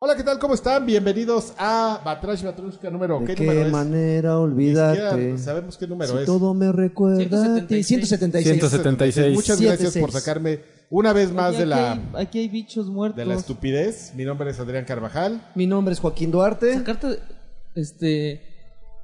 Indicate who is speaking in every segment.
Speaker 1: Hola, ¿qué tal? ¿Cómo están? Bienvenidos a Batrash Batrushka número.
Speaker 2: ¿De
Speaker 1: ¿Qué,
Speaker 2: qué,
Speaker 1: número es?
Speaker 2: manera
Speaker 1: Ni siquiera
Speaker 2: olvidarte?
Speaker 1: Sabemos qué número
Speaker 2: si
Speaker 1: es.
Speaker 2: todo me recuerda a ti.
Speaker 3: 176.
Speaker 2: 176.
Speaker 4: 176.
Speaker 1: Muchas
Speaker 2: Siete,
Speaker 1: gracias por
Speaker 2: seis.
Speaker 1: sacarme una vez más
Speaker 3: Oye,
Speaker 1: de
Speaker 3: aquí
Speaker 1: la,
Speaker 3: hay- aquí hay bichos muertos.
Speaker 1: de la estupidez. Mi nombre es Adrián Carvajal.
Speaker 2: Mi nombre es Joaquín Duarte.
Speaker 3: Sacarte- este.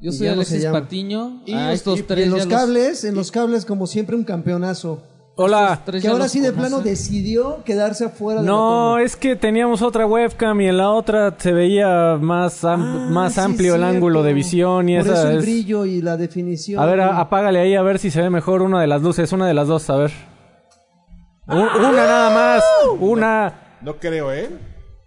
Speaker 3: Yo
Speaker 2: Y
Speaker 3: soy
Speaker 2: ya no se
Speaker 3: Alexis
Speaker 2: llama.
Speaker 3: Patiño.
Speaker 2: Y,
Speaker 3: a estos
Speaker 2: y- y
Speaker 3: tres
Speaker 2: en
Speaker 3: ya
Speaker 2: los cables, en los cables, como siempre, un campeonazo.
Speaker 4: Hola.
Speaker 3: tres
Speaker 2: Que
Speaker 3: ya
Speaker 2: ahora
Speaker 3: los
Speaker 2: sí de
Speaker 3: conocen.
Speaker 2: plano decidió quedarse afuera de la
Speaker 4: No,
Speaker 2: toma.
Speaker 4: es que teníamos otra webcam y en la otra se veía más, am-
Speaker 2: Ah,
Speaker 4: más
Speaker 2: sí,
Speaker 4: amplio el
Speaker 2: cierto.
Speaker 4: ángulo de visión y
Speaker 2: Por
Speaker 4: esa
Speaker 2: eso el
Speaker 4: es-
Speaker 2: brillo y la definición.
Speaker 4: A ver, a- apágale ahí a ver si se ve mejor una de las luces, una de las dos, a ver. U-
Speaker 2: Ah,
Speaker 4: Una nada más, una.
Speaker 1: No creo, ¿eh?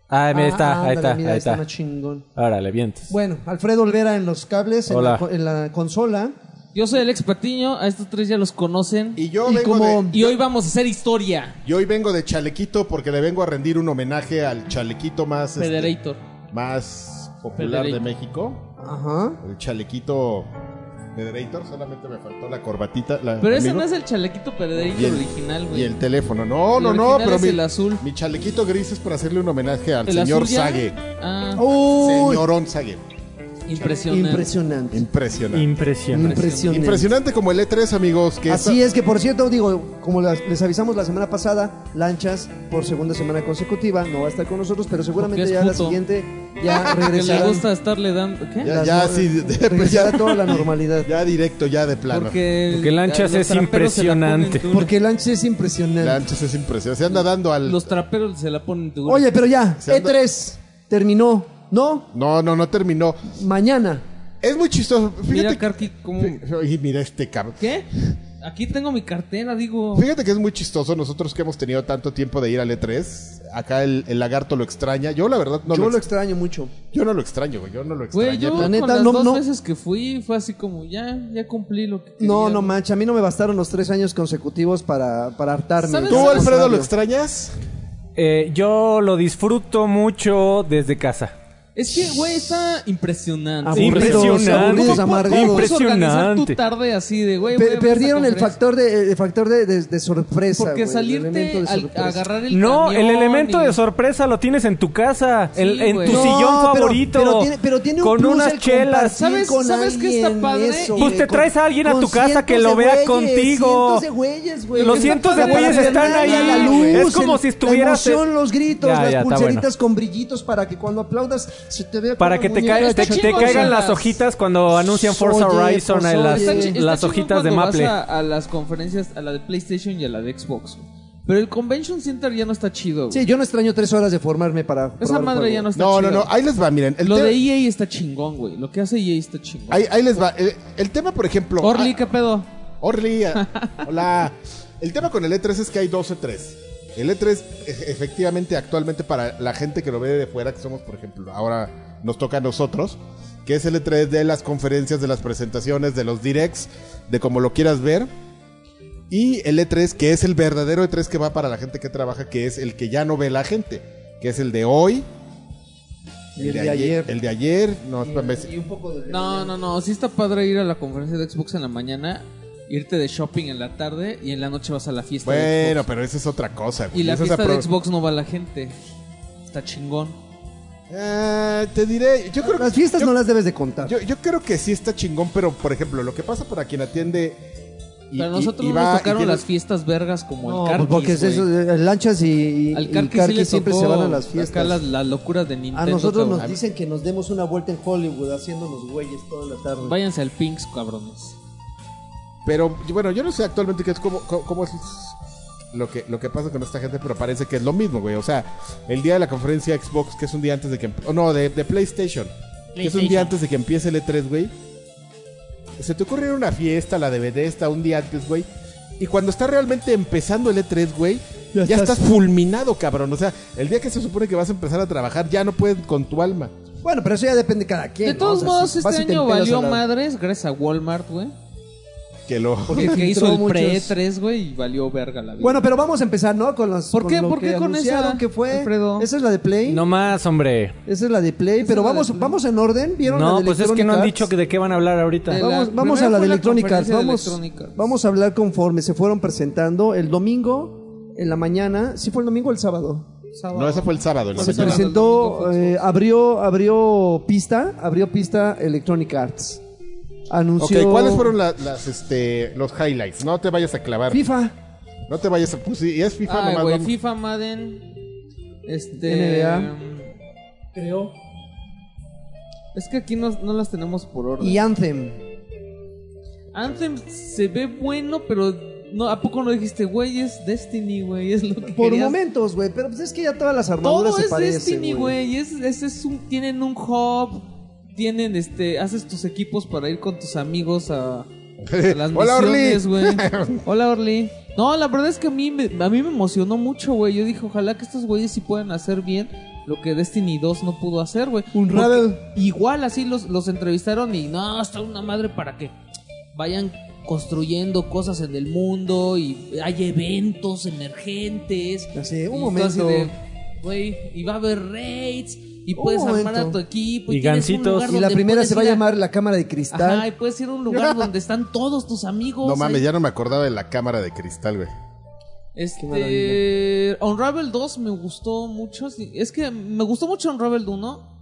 Speaker 4: Ah, mira,
Speaker 2: Ah,
Speaker 4: está, ahí
Speaker 2: ándale,
Speaker 4: está,
Speaker 2: mira,
Speaker 4: ahí
Speaker 2: está
Speaker 4: está.
Speaker 2: más chingón.
Speaker 4: Órale, vientos.
Speaker 2: Bueno, Alfredo Olvera en los cables, en la,
Speaker 4: Hola.
Speaker 2: co- en la consola.
Speaker 3: Yo soy Alex Patiño. A estos tres ya los conocen. Y,
Speaker 1: Y yo
Speaker 2: Y
Speaker 1: vengo
Speaker 2: como-
Speaker 1: de...
Speaker 3: hoy vamos a hacer historia.
Speaker 1: Y hoy vengo de chalequito porque le vengo a rendir un homenaje al chalequito más, este,
Speaker 3: Federator.
Speaker 1: más popular de
Speaker 3: Federator.
Speaker 1: México.
Speaker 2: Ajá.
Speaker 1: El chalequito Federator. Solamente me faltó la corbatita. la-
Speaker 3: Pero ese
Speaker 1: amigo.
Speaker 3: no es el chalequito
Speaker 1: Y
Speaker 3: Federator
Speaker 1: el-
Speaker 3: original,
Speaker 1: Y
Speaker 3: güey.
Speaker 1: el teléfono. No,
Speaker 3: El
Speaker 1: no, no,
Speaker 3: original
Speaker 1: pero
Speaker 3: es
Speaker 1: mi,
Speaker 3: el azul.
Speaker 1: mi chalequito gris es para hacerle un homenaje al
Speaker 3: ¿El
Speaker 1: señor
Speaker 3: azul ya?
Speaker 1: Sague.
Speaker 3: Ah,
Speaker 2: Uy,
Speaker 1: Señorón Sague.
Speaker 3: impresionante.
Speaker 2: Oh, impresionante.
Speaker 1: Impresionante.
Speaker 4: Impresionante.
Speaker 2: Impresionante.
Speaker 1: Impresionante como el E3, amigos. Que
Speaker 2: Así
Speaker 1: esta-
Speaker 2: es que, por cierto, digo, como las- les avisamos la semana pasada, Lanchas por segunda semana consecutiva no va a estar con nosotros, pero seguramente
Speaker 3: Porque
Speaker 2: ya
Speaker 3: es
Speaker 2: la
Speaker 3: puto.
Speaker 2: siguiente ya
Speaker 3: Que le
Speaker 2: regresará.
Speaker 3: gusta estarle dando. ¿Qué?
Speaker 1: Ya, ya, sí, de- de- pues ya.
Speaker 2: regresará toda la normalidad.
Speaker 1: Ya directo, ya de plano.
Speaker 3: Porque,
Speaker 4: Porque Lanchas
Speaker 3: los
Speaker 4: es
Speaker 3: traperos
Speaker 4: impresionante.
Speaker 3: se la ponen dura.
Speaker 2: Porque Lanchas es impresionante.
Speaker 1: Lanchas es impresionante. Se anda dando al.
Speaker 3: Los traperos se la ponen dura.
Speaker 2: Oye, pero ya,
Speaker 1: Se anda-
Speaker 2: E3 terminó, ¿no?
Speaker 1: No, no, no terminó.
Speaker 2: Mañana.
Speaker 1: Es muy chistoso. Fíjate.
Speaker 3: Mira, Karki, cómo.
Speaker 1: que- Y mira este cabrón.
Speaker 3: ¿Qué? Aquí tengo mi cartera, digo.
Speaker 1: Fíjate que es muy chistoso. Nosotros que hemos tenido tanto tiempo de ir al E3, acá el, el lagarto lo extraña. Yo, la verdad, no
Speaker 2: Yo
Speaker 1: lo,
Speaker 2: lo
Speaker 1: ex-
Speaker 2: extraño mucho.
Speaker 1: yo no lo extraño, güey. Yo no lo extrañé.
Speaker 3: Güey, yo
Speaker 1: pero-
Speaker 2: la neta,
Speaker 3: con las
Speaker 2: no-
Speaker 3: dos
Speaker 2: no.
Speaker 3: veces que fui fue así como ya, ya cumplí lo que quería.
Speaker 2: No, no
Speaker 3: güey.
Speaker 2: mancha, a mí no me bastaron los tres años consecutivos para, para hartarme.
Speaker 3: ¿Sabes?
Speaker 1: ¿Tú,
Speaker 3: ¿sabes?
Speaker 1: Alfredo, lo extrañas?
Speaker 4: Eh, yo lo disfruto mucho desde casa.
Speaker 3: Es que, güey, está impresionante.
Speaker 2: Aburridos,
Speaker 4: Impresionante.
Speaker 2: aburridos,
Speaker 4: ¿Cómo-
Speaker 2: amargados.
Speaker 3: Puedes organizar tu
Speaker 4: Impresionante.
Speaker 3: tarde así de, güey,
Speaker 2: Pe-
Speaker 3: güey, vamos a
Speaker 2: perdieron el
Speaker 3: conferencia.
Speaker 2: factor de, el factor de, de- de sorpresa. güey,
Speaker 3: Porque
Speaker 2: el
Speaker 3: salirte
Speaker 2: elemento de
Speaker 3: al-
Speaker 2: sorpresa.
Speaker 3: a agarrar el
Speaker 4: No, el
Speaker 3: camión
Speaker 4: elemento
Speaker 3: y-
Speaker 4: de sorpresa lo tienes en tu casa,
Speaker 3: Sí,
Speaker 4: en, en
Speaker 3: güey.
Speaker 4: tu
Speaker 3: No,
Speaker 4: sillón
Speaker 2: pero-
Speaker 4: favorito.
Speaker 2: pero tiene- pero tiene un
Speaker 4: con
Speaker 2: plus
Speaker 4: unas
Speaker 2: el
Speaker 4: chelas.
Speaker 2: compartir
Speaker 3: ¿Sabes-
Speaker 2: con
Speaker 3: sabes qué está
Speaker 2: alguien
Speaker 3: padre?
Speaker 2: eso,
Speaker 3: Pues
Speaker 2: güey,
Speaker 4: te traes a alguien a
Speaker 2: con
Speaker 4: tu casa que
Speaker 2: cientos
Speaker 4: lo
Speaker 2: de
Speaker 4: vea
Speaker 2: güeyes,
Speaker 4: contigo.
Speaker 2: cientos de güeyes, güey.
Speaker 4: Los
Speaker 2: Que
Speaker 4: cientos
Speaker 2: están
Speaker 4: de güeyes
Speaker 2: padre,
Speaker 4: están
Speaker 2: la
Speaker 4: ahí.
Speaker 2: la luz,
Speaker 4: Es como
Speaker 2: el-
Speaker 4: si estuvieras-
Speaker 2: La emoción, los gritos,
Speaker 4: Ya, ya,
Speaker 2: las
Speaker 4: está
Speaker 2: pulseritas con brillitos para que cuando aplaudas se te vea.
Speaker 4: Para
Speaker 2: como
Speaker 4: que te,
Speaker 2: muñeca
Speaker 4: ca-
Speaker 2: de
Speaker 4: te-
Speaker 2: ch-
Speaker 4: te
Speaker 3: chingos,
Speaker 4: caigan
Speaker 3: ojalá.
Speaker 4: las hojitas cuando anuncian Forza
Speaker 2: Oye,
Speaker 4: Horizon
Speaker 2: pues,
Speaker 4: en las,
Speaker 2: oye.
Speaker 3: Está chi-
Speaker 2: en
Speaker 4: las
Speaker 3: está chingón
Speaker 4: hojitas de
Speaker 3: cuando vas
Speaker 4: Maple.
Speaker 3: A, a las conferencias, a la de PlayStation y a la de Xbox. güey. Pero el Convention Center ya no está chido. güey.
Speaker 2: Sí, yo no extraño tres horas de formarme para.
Speaker 3: Esa
Speaker 2: probar el
Speaker 3: madre
Speaker 2: juego.
Speaker 3: ya no está
Speaker 1: No,
Speaker 3: chida.
Speaker 1: no,
Speaker 2: ah,
Speaker 1: no. Ahí les va, miren. El
Speaker 3: Lo
Speaker 1: te-
Speaker 3: de EA está chingón, güey. Lo que hace EA está chingón.
Speaker 1: ahí, ahí les va. El, el tema, por ejemplo.
Speaker 3: Orly,
Speaker 1: ah,
Speaker 3: ¿qué pedo?
Speaker 1: Orly, ah, hola. El tema con el E3 es que hay dos E3. El E3, e- efectivamente, actualmente para la gente que lo ve de fuera, que somos, por ejemplo, ahora nos toca a nosotros, que es el E3 de las conferencias, de las presentaciones, de los directs, de como lo quieras ver. Y el E3, que es el verdadero E3 que va para la gente que trabaja, que es el que ya no ve la gente, que es el de hoy.
Speaker 2: Y el de ayer.
Speaker 1: El de ayer. No, espérame,
Speaker 2: Y un poco de-
Speaker 3: No, no, no. Sí está padre ir a la conferencia de Xbox en la mañana, irte de shopping en la tarde y en la noche vas a la fiesta. de
Speaker 1: Bueno,
Speaker 3: Xbox.
Speaker 1: pero esa es otra cosa. güey.
Speaker 3: Y la
Speaker 1: Esa es
Speaker 3: fiesta de
Speaker 1: pro-
Speaker 3: Xbox no va la gente. Está chingón.
Speaker 1: Ah, te diré, yo creo,
Speaker 2: Las fiestas
Speaker 1: yo-
Speaker 2: no las debes de contar.
Speaker 1: yo, yo creo que sí está chingón, pero por ejemplo, lo que pasa para quien atiende y,
Speaker 3: Pero a
Speaker 1: y-
Speaker 3: nosotros
Speaker 1: y
Speaker 3: no
Speaker 1: va
Speaker 3: nos
Speaker 1: y
Speaker 3: tocaron
Speaker 1: tiene-
Speaker 3: las fiestas vergas como
Speaker 2: No, pues,
Speaker 3: el Carquis,
Speaker 2: porque es
Speaker 3: güey.
Speaker 2: eso, eh, lanchas y, y-
Speaker 3: Al
Speaker 2: y
Speaker 3: Carquis sí
Speaker 2: Carquis
Speaker 3: le
Speaker 2: siempre
Speaker 3: tocó
Speaker 2: se van a las
Speaker 3: Acá
Speaker 2: fiestas.
Speaker 3: las, las locuras de Nintendo.
Speaker 2: A nosotros
Speaker 3: cabrón.
Speaker 2: nos dicen que nos demos una vuelta en Hollywood haciéndonos güeyes toda la tarde.
Speaker 3: Váyanse al Pinks, cabrones.
Speaker 1: Pero y bueno, yo no sé actualmente qué es cómo, cómo- cómo es lo que, lo que pasa con esta gente, pero parece que es lo mismo, güey. O sea, el día de la conferencia Xbox, que es un día antes de que... emp- oh, no, de, de PlayStation, Que es un día antes de que empiece el E3, güey. Se te ocurre ir a una fiesta, la de Bethesda, un día antes, güey. Y cuando está realmente empezando el E3, güey, ya,
Speaker 2: Ya
Speaker 1: estás
Speaker 2: estás-
Speaker 1: fulminado, cabrón. O sea, el día que se supone que vas a empezar a trabajar, ya no puedes con tu alma.
Speaker 2: Bueno, pero eso ya depende de cada quien.
Speaker 3: De
Speaker 2: ¿no?
Speaker 3: todos
Speaker 2: O sea,
Speaker 3: modos,
Speaker 2: si vas y
Speaker 3: este
Speaker 2: te
Speaker 3: año
Speaker 2: empedas a
Speaker 3: valió
Speaker 2: la-
Speaker 3: madres gracias a Walmart, güey.
Speaker 1: Que lo...
Speaker 3: Porque
Speaker 2: Filtró
Speaker 3: que hizo el
Speaker 2: muchos.
Speaker 3: pre-3, güey, y valió verga la vida.
Speaker 2: Bueno, pero vamos a empezar, ¿no? Con las.
Speaker 3: ¿Por qué?
Speaker 2: lo
Speaker 3: ¿Por qué
Speaker 2: que
Speaker 3: con
Speaker 2: anunciaron
Speaker 3: esa,
Speaker 2: que fue?
Speaker 3: Alfredo?
Speaker 2: Esa es la de Play.
Speaker 4: No más, hombre.
Speaker 2: Esa es la de Play.
Speaker 3: Esa
Speaker 2: Pero
Speaker 3: es la
Speaker 2: vamos,
Speaker 3: de Play.
Speaker 2: vamos en orden. ¿Vieron la
Speaker 4: No,
Speaker 2: de
Speaker 4: pues es que
Speaker 2: Electronic
Speaker 4: no han
Speaker 2: Arts?
Speaker 4: dicho que de qué van a hablar ahorita.
Speaker 3: De la-
Speaker 2: Vamos, vamos
Speaker 3: primera
Speaker 2: a la de
Speaker 3: fue la
Speaker 2: Electronic Arts.
Speaker 3: conferencia de
Speaker 2: Vamos,
Speaker 3: Electronic Arts.
Speaker 2: vamos a hablar conforme se fueron presentando el domingo en la mañana. ¿Sí fue el domingo o el sábado?
Speaker 3: Sábado.
Speaker 1: No, ese fue el sábado. en la
Speaker 2: Se
Speaker 1: mañana.
Speaker 2: presentó, eh, abrió, abrió pista, abrió pista Electronic Arts. Anunció.
Speaker 1: Ok, ¿cuáles fueron la- las, este, los highlights? No te vayas a clavar.
Speaker 2: FIFA,
Speaker 1: No te vayas a... Pues sí, es FIFA
Speaker 3: Ay,
Speaker 1: nomás.
Speaker 3: güey,
Speaker 1: vamos.
Speaker 3: FIFA, Madden, este...
Speaker 2: NBA.
Speaker 5: Creo.
Speaker 3: Es que aquí no, no las tenemos por orden.
Speaker 2: y Anthem.
Speaker 3: Anthem se ve bueno, pero no, ¿a poco no dijiste, güey, es Destiny, güey? Es lo que
Speaker 2: Por
Speaker 3: querías?
Speaker 2: momentos, güey. Pero pues es que ya todas las armaduras
Speaker 3: Todo
Speaker 2: se
Speaker 3: es
Speaker 2: parecen.
Speaker 3: Destiny, güey. Es, es, es un, tienen un hub, tienen este, haces tus equipos para ir con tus amigos a, a las
Speaker 1: Hola,
Speaker 3: misiones,
Speaker 1: Orly.
Speaker 3: güey. Hola, Orly. No, la verdad es que a mí me, a mí me emocionó mucho, güey. Yo dije, ojalá que estos güeyes sí puedan hacer bien lo que Destiny 2 no pudo hacer, güey.
Speaker 2: Un
Speaker 3: Porque
Speaker 2: Ravel.
Speaker 3: Igual así los, los entrevistaron y no, está una madre para que vayan construyendo cosas en el mundo y hay eventos emergentes.
Speaker 2: Así, un
Speaker 3: Y
Speaker 2: momento.
Speaker 3: tú así de, Güey, y va a haber raids y
Speaker 2: Un
Speaker 3: puedes armar
Speaker 2: momento.
Speaker 3: a tu equipo.
Speaker 4: Y
Speaker 3: tienes un
Speaker 4: gancitos.
Speaker 3: lugar
Speaker 2: Y la
Speaker 3: donde
Speaker 2: primera
Speaker 3: puedes
Speaker 2: se va a
Speaker 3: ir
Speaker 2: llamar la cámara de cristal.
Speaker 3: Ajá, y puedes ir a un lugar donde están todos tus amigos.
Speaker 1: No mames,
Speaker 3: ahí.
Speaker 1: ya no me acordaba de la cámara de cristal, güey.
Speaker 3: Este. Unravel 2 me gustó mucho. sí, Es que me gustó mucho Unravel 1.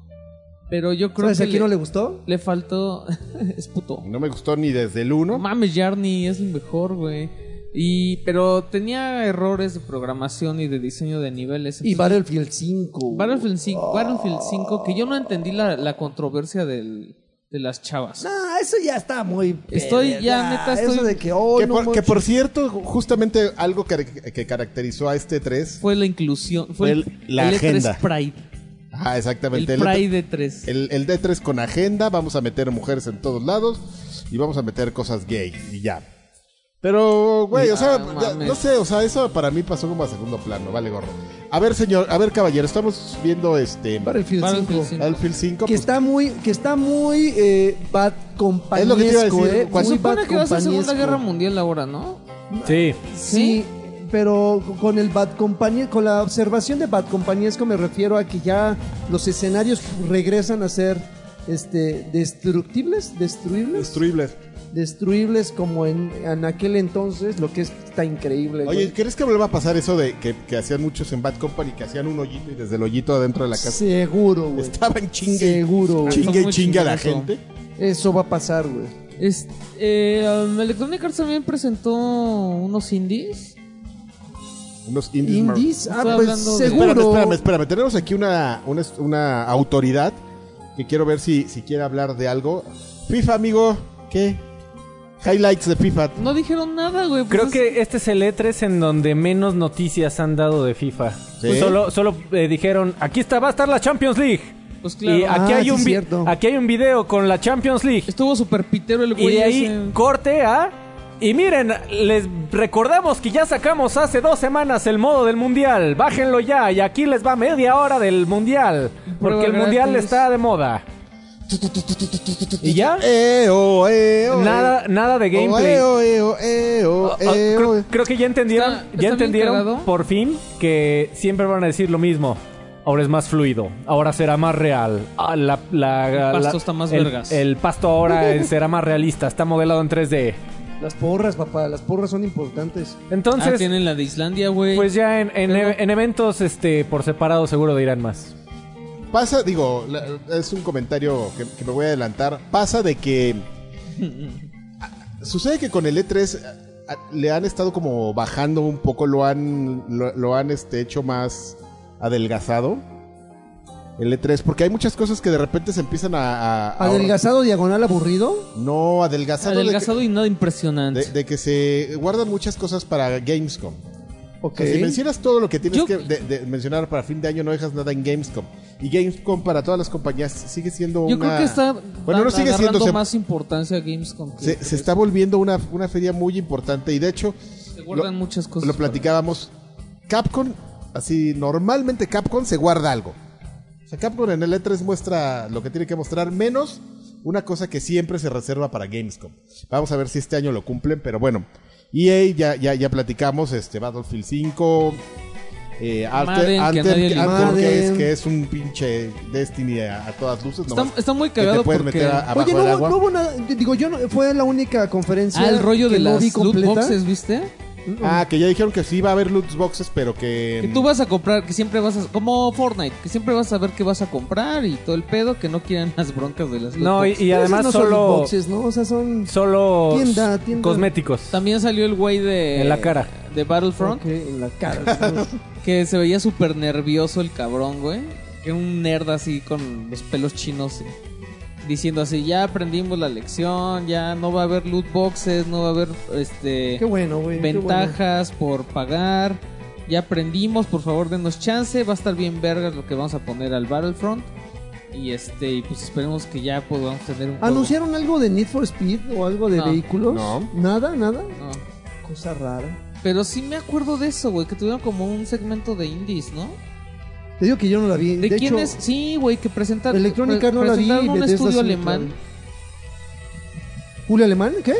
Speaker 3: Pero yo creo
Speaker 2: ¿Sabes
Speaker 3: que
Speaker 2: a quién no
Speaker 3: le,
Speaker 2: le gustó?
Speaker 3: le faltó. es puto.
Speaker 1: No me gustó ni desde el
Speaker 3: No
Speaker 1: 1.
Speaker 3: mames, Yarny es lo mejor, güey. Y, pero tenía errores de programación y de diseño de niveles.
Speaker 2: Y
Speaker 3: entonces-
Speaker 2: Battlefield 5.
Speaker 3: Battlefield 5, Battlefield 5, que yo no entendí la, la controversia del- de las chavas.
Speaker 2: Nah, eso ya está muy.
Speaker 3: Estoy
Speaker 2: perra.
Speaker 3: ya, neta, estoy-
Speaker 2: Eso de que, oh,
Speaker 1: que,
Speaker 2: no
Speaker 1: por, que
Speaker 2: manches.
Speaker 1: por cierto, justamente algo que, que caracterizó a este 3.
Speaker 3: Fue la inclusión, fue el,
Speaker 1: Fue el- la
Speaker 3: el E3
Speaker 1: agenda.
Speaker 3: Pride.
Speaker 1: Ah,
Speaker 3: El
Speaker 1: exactamente.
Speaker 3: Pride
Speaker 1: el,
Speaker 3: de 3.
Speaker 1: el, el D3 con agenda. Vamos a meter mujeres en todos lados. Y vamos a meter cosas gay. Y ya. Pero, güey, o sea,
Speaker 3: Ah,
Speaker 1: ya-
Speaker 3: mames.
Speaker 1: no sé, o sea, eso para mí pasó como a segundo plano, vale gorro. A ver, señor, a ver, caballero, estamos viendo este
Speaker 2: Battlefield,
Speaker 3: Battlefield
Speaker 2: 5.
Speaker 3: 5.
Speaker 1: Battlefield 5.
Speaker 2: Que
Speaker 1: pues,
Speaker 2: está muy, que está muy eh, bad
Speaker 1: Es lo que te iba a decir,
Speaker 2: compañesco, eh.
Speaker 1: cuando-
Speaker 3: Se
Speaker 2: muy bad
Speaker 3: supone que va a ser Segunda
Speaker 2: compañesco.
Speaker 3: Guerra Mundial ahora, ¿no?
Speaker 4: Sí.
Speaker 2: Sí, pero con el bad company, con la observación de bad compañesco me refiero a que ya los escenarios regresan a ser este destructibles, destruibles,
Speaker 1: destruibles.
Speaker 2: destruibles como en, en aquel entonces, lo que es- está increíble. güey.
Speaker 1: Oye, ¿crees que vuelva a pasar eso de que, que hacían muchos en Bad Company, que hacían un hoyito y desde el hoyito adentro de la casa
Speaker 2: seguro, güey.
Speaker 1: estaban chingue,
Speaker 2: Seguro, güey.
Speaker 1: chingue y
Speaker 3: Muy
Speaker 1: chingue a la
Speaker 3: chingón
Speaker 1: gente?
Speaker 2: Eso va a pasar, güey.
Speaker 3: Este, eh, um, Electronic Arts también presentó unos indies.
Speaker 1: Unos indies. mar-
Speaker 2: Indies, ah,
Speaker 3: Estoy
Speaker 2: pues
Speaker 3: hablando de-
Speaker 2: seguro.
Speaker 1: Espérame, espérame, espérame. Tenemos aquí una, una, una autoridad que quiero ver si, si quiere hablar de algo. FIFA, amigo, ¿qué? Highlights de FIFA.
Speaker 3: No dijeron nada, güey. pues
Speaker 4: Creo
Speaker 3: es-
Speaker 4: que este es el E3 en donde menos noticias han dado de FIFA.
Speaker 1: Sí.
Speaker 4: Solo, solo eh, dijeron, aquí está, va a estar la Champions League.
Speaker 3: Pues claro.
Speaker 4: Y aquí,
Speaker 2: Ah,
Speaker 4: hay
Speaker 2: sí,
Speaker 4: un vi-
Speaker 2: cierto.
Speaker 4: aquí hay un video con la Champions League.
Speaker 3: Estuvo súper pitero el
Speaker 4: Y
Speaker 3: güey.
Speaker 4: de ahí
Speaker 3: ese. Ah,
Speaker 4: corte a... Y miren, les recordamos que ya sacamos hace dos semanas el modo del Mundial. Bájenlo ya y aquí les va media hora del Mundial.
Speaker 3: Prueba
Speaker 4: Porque el Mundial
Speaker 3: gratis.
Speaker 4: está de moda. ¿Y ya?
Speaker 1: Eh, oh, eh, oh,
Speaker 4: Nada, nada de
Speaker 1: eh. Oh,
Speaker 4: gameplay.
Speaker 1: eh, oh, eh, oh, eh, oh,
Speaker 4: Ah, ah,
Speaker 1: eh, oh, eh.
Speaker 4: creo, creo que ya entendieron,
Speaker 3: Está- está
Speaker 4: ya
Speaker 3: bien
Speaker 4: entendieron
Speaker 3: cagado.
Speaker 4: por fin que siempre van a decir lo mismo. Ahora es más fluido, ahora será más real. Ah, la- la- la-
Speaker 3: pasto está más
Speaker 4: el-
Speaker 3: vergas.
Speaker 4: El pasto ahora eh, será más realista, está modelado en 3D.
Speaker 2: Las porras, papá, las porras son importantes.
Speaker 4: Entonces,
Speaker 3: ah, tienen la de Islandia, güey.
Speaker 4: pues ya en, en-
Speaker 3: Pero-
Speaker 4: en eventos este por separado seguro dirán más.
Speaker 1: Pasa, digo, la- es un comentario que, que me voy a adelantar. Pasa de que. a- sucede que con el E3 a- a- le han estado como bajando un poco, lo han, lo, lo han este, hecho más adelgazado. El E3, porque hay muchas cosas que de repente se empiezan a. a- a-
Speaker 2: Adelgazado, diagonal, aburrido.
Speaker 1: No, adelgazado. de que-
Speaker 3: Adelgazado y nada impresionante.
Speaker 1: De, de que se guardan muchas cosas para Gamescom. O
Speaker 2: Ok.
Speaker 1: sea, si mencionas todo lo que tienes
Speaker 3: Yo-
Speaker 1: que de- de mencionar para fin de año, no dejas nada en Gamescom. Y Gamescom para todas las compañías sigue siendo
Speaker 3: Yo
Speaker 1: una...
Speaker 3: creo que está
Speaker 1: Bueno, no
Speaker 3: dan-
Speaker 1: sigue siendo...
Speaker 3: agarrando
Speaker 1: Se,
Speaker 3: más importancia a Gamescom. que-
Speaker 1: se, se está volviendo una, una feria muy importante. Y de hecho,
Speaker 3: Se guardan
Speaker 1: lo-
Speaker 3: muchas cosas.
Speaker 1: lo platicábamos. Capcom, así, normalmente Capcom se guarda algo. O sea, Capcom en el E3 muestra lo que tiene que mostrar, menos una cosa que siempre se reserva para Gamescom. Vamos a ver si este año lo cumplen, pero bueno. EA, ya, ya, ya platicamos, este, Battlefield 5. Eh, Anthem-
Speaker 3: Madden, que a
Speaker 1: Anthem,
Speaker 3: nadie le
Speaker 1: Anthem,
Speaker 2: importa.
Speaker 1: que, es, que es un pinche Destiny a, a todas luces.
Speaker 3: Está,
Speaker 1: nomás
Speaker 3: está muy
Speaker 1: que
Speaker 3: cagado
Speaker 1: te puedes
Speaker 3: porque...
Speaker 1: meter a- abajo
Speaker 2: Oye, no,
Speaker 1: del
Speaker 2: hubo-
Speaker 1: agua.
Speaker 2: no hubo nada. Digo, yo no, fue la única conferencia.
Speaker 3: ah, el rollo
Speaker 2: que
Speaker 3: de
Speaker 2: no
Speaker 3: las
Speaker 2: vi
Speaker 3: loot
Speaker 2: completa.
Speaker 3: boxes, ¿viste?
Speaker 1: Ah, que ya dijeron que sí va a haber loot boxes, pero que.
Speaker 3: Que tú vas a comprar, que siempre vas a. Como Fortnite, que siempre vas a saber qué vas a comprar y todo el pedo, que no quieran las broncas de las. loot
Speaker 4: No, y,
Speaker 3: boxes.
Speaker 4: y además
Speaker 2: Esos no son
Speaker 4: solo.
Speaker 2: loot boxes, ¿no? O sea, son...
Speaker 4: Solo.
Speaker 2: Tienda, tienda.
Speaker 4: Cosméticos.
Speaker 3: También salió el güey de.
Speaker 4: En la cara.
Speaker 3: De Battlefront,
Speaker 2: Ok, en la cara.
Speaker 3: que se veía súper nervioso el cabrón, güey. Que era un nerd así con los pelos chinos. eh, Diciendo así, ya aprendimos la lección, ya no va a haber loot boxes, no va a haber este
Speaker 2: qué bueno, güey. qué bueno.
Speaker 3: ventajas por pagar. Ya aprendimos, por favor denos chance. Va a estar bien vergas lo que vamos a poner al Battlefront. Y este, y pues esperemos que ya podamos tener un juego.
Speaker 2: ¿Anunciaron algo de Need for Speed o algo de
Speaker 3: No.
Speaker 2: vehículos?
Speaker 1: No.
Speaker 2: Nada, nada.
Speaker 3: No.
Speaker 2: Cosa rara.
Speaker 3: Pero sí me acuerdo de eso, güey, que tuvieron como un segmento de indies, ¿no?
Speaker 2: Te digo que yo no la vi.
Speaker 3: ¿De,
Speaker 2: de
Speaker 3: quién
Speaker 2: hecho,
Speaker 3: es? Sí, güey, que presentaron.
Speaker 2: Electrónica no la vi.
Speaker 3: presentaron un
Speaker 2: Bethesda sí
Speaker 3: estudio
Speaker 2: la vi.
Speaker 3: alemán.
Speaker 2: ¿Julio Alemán? ¿Qué?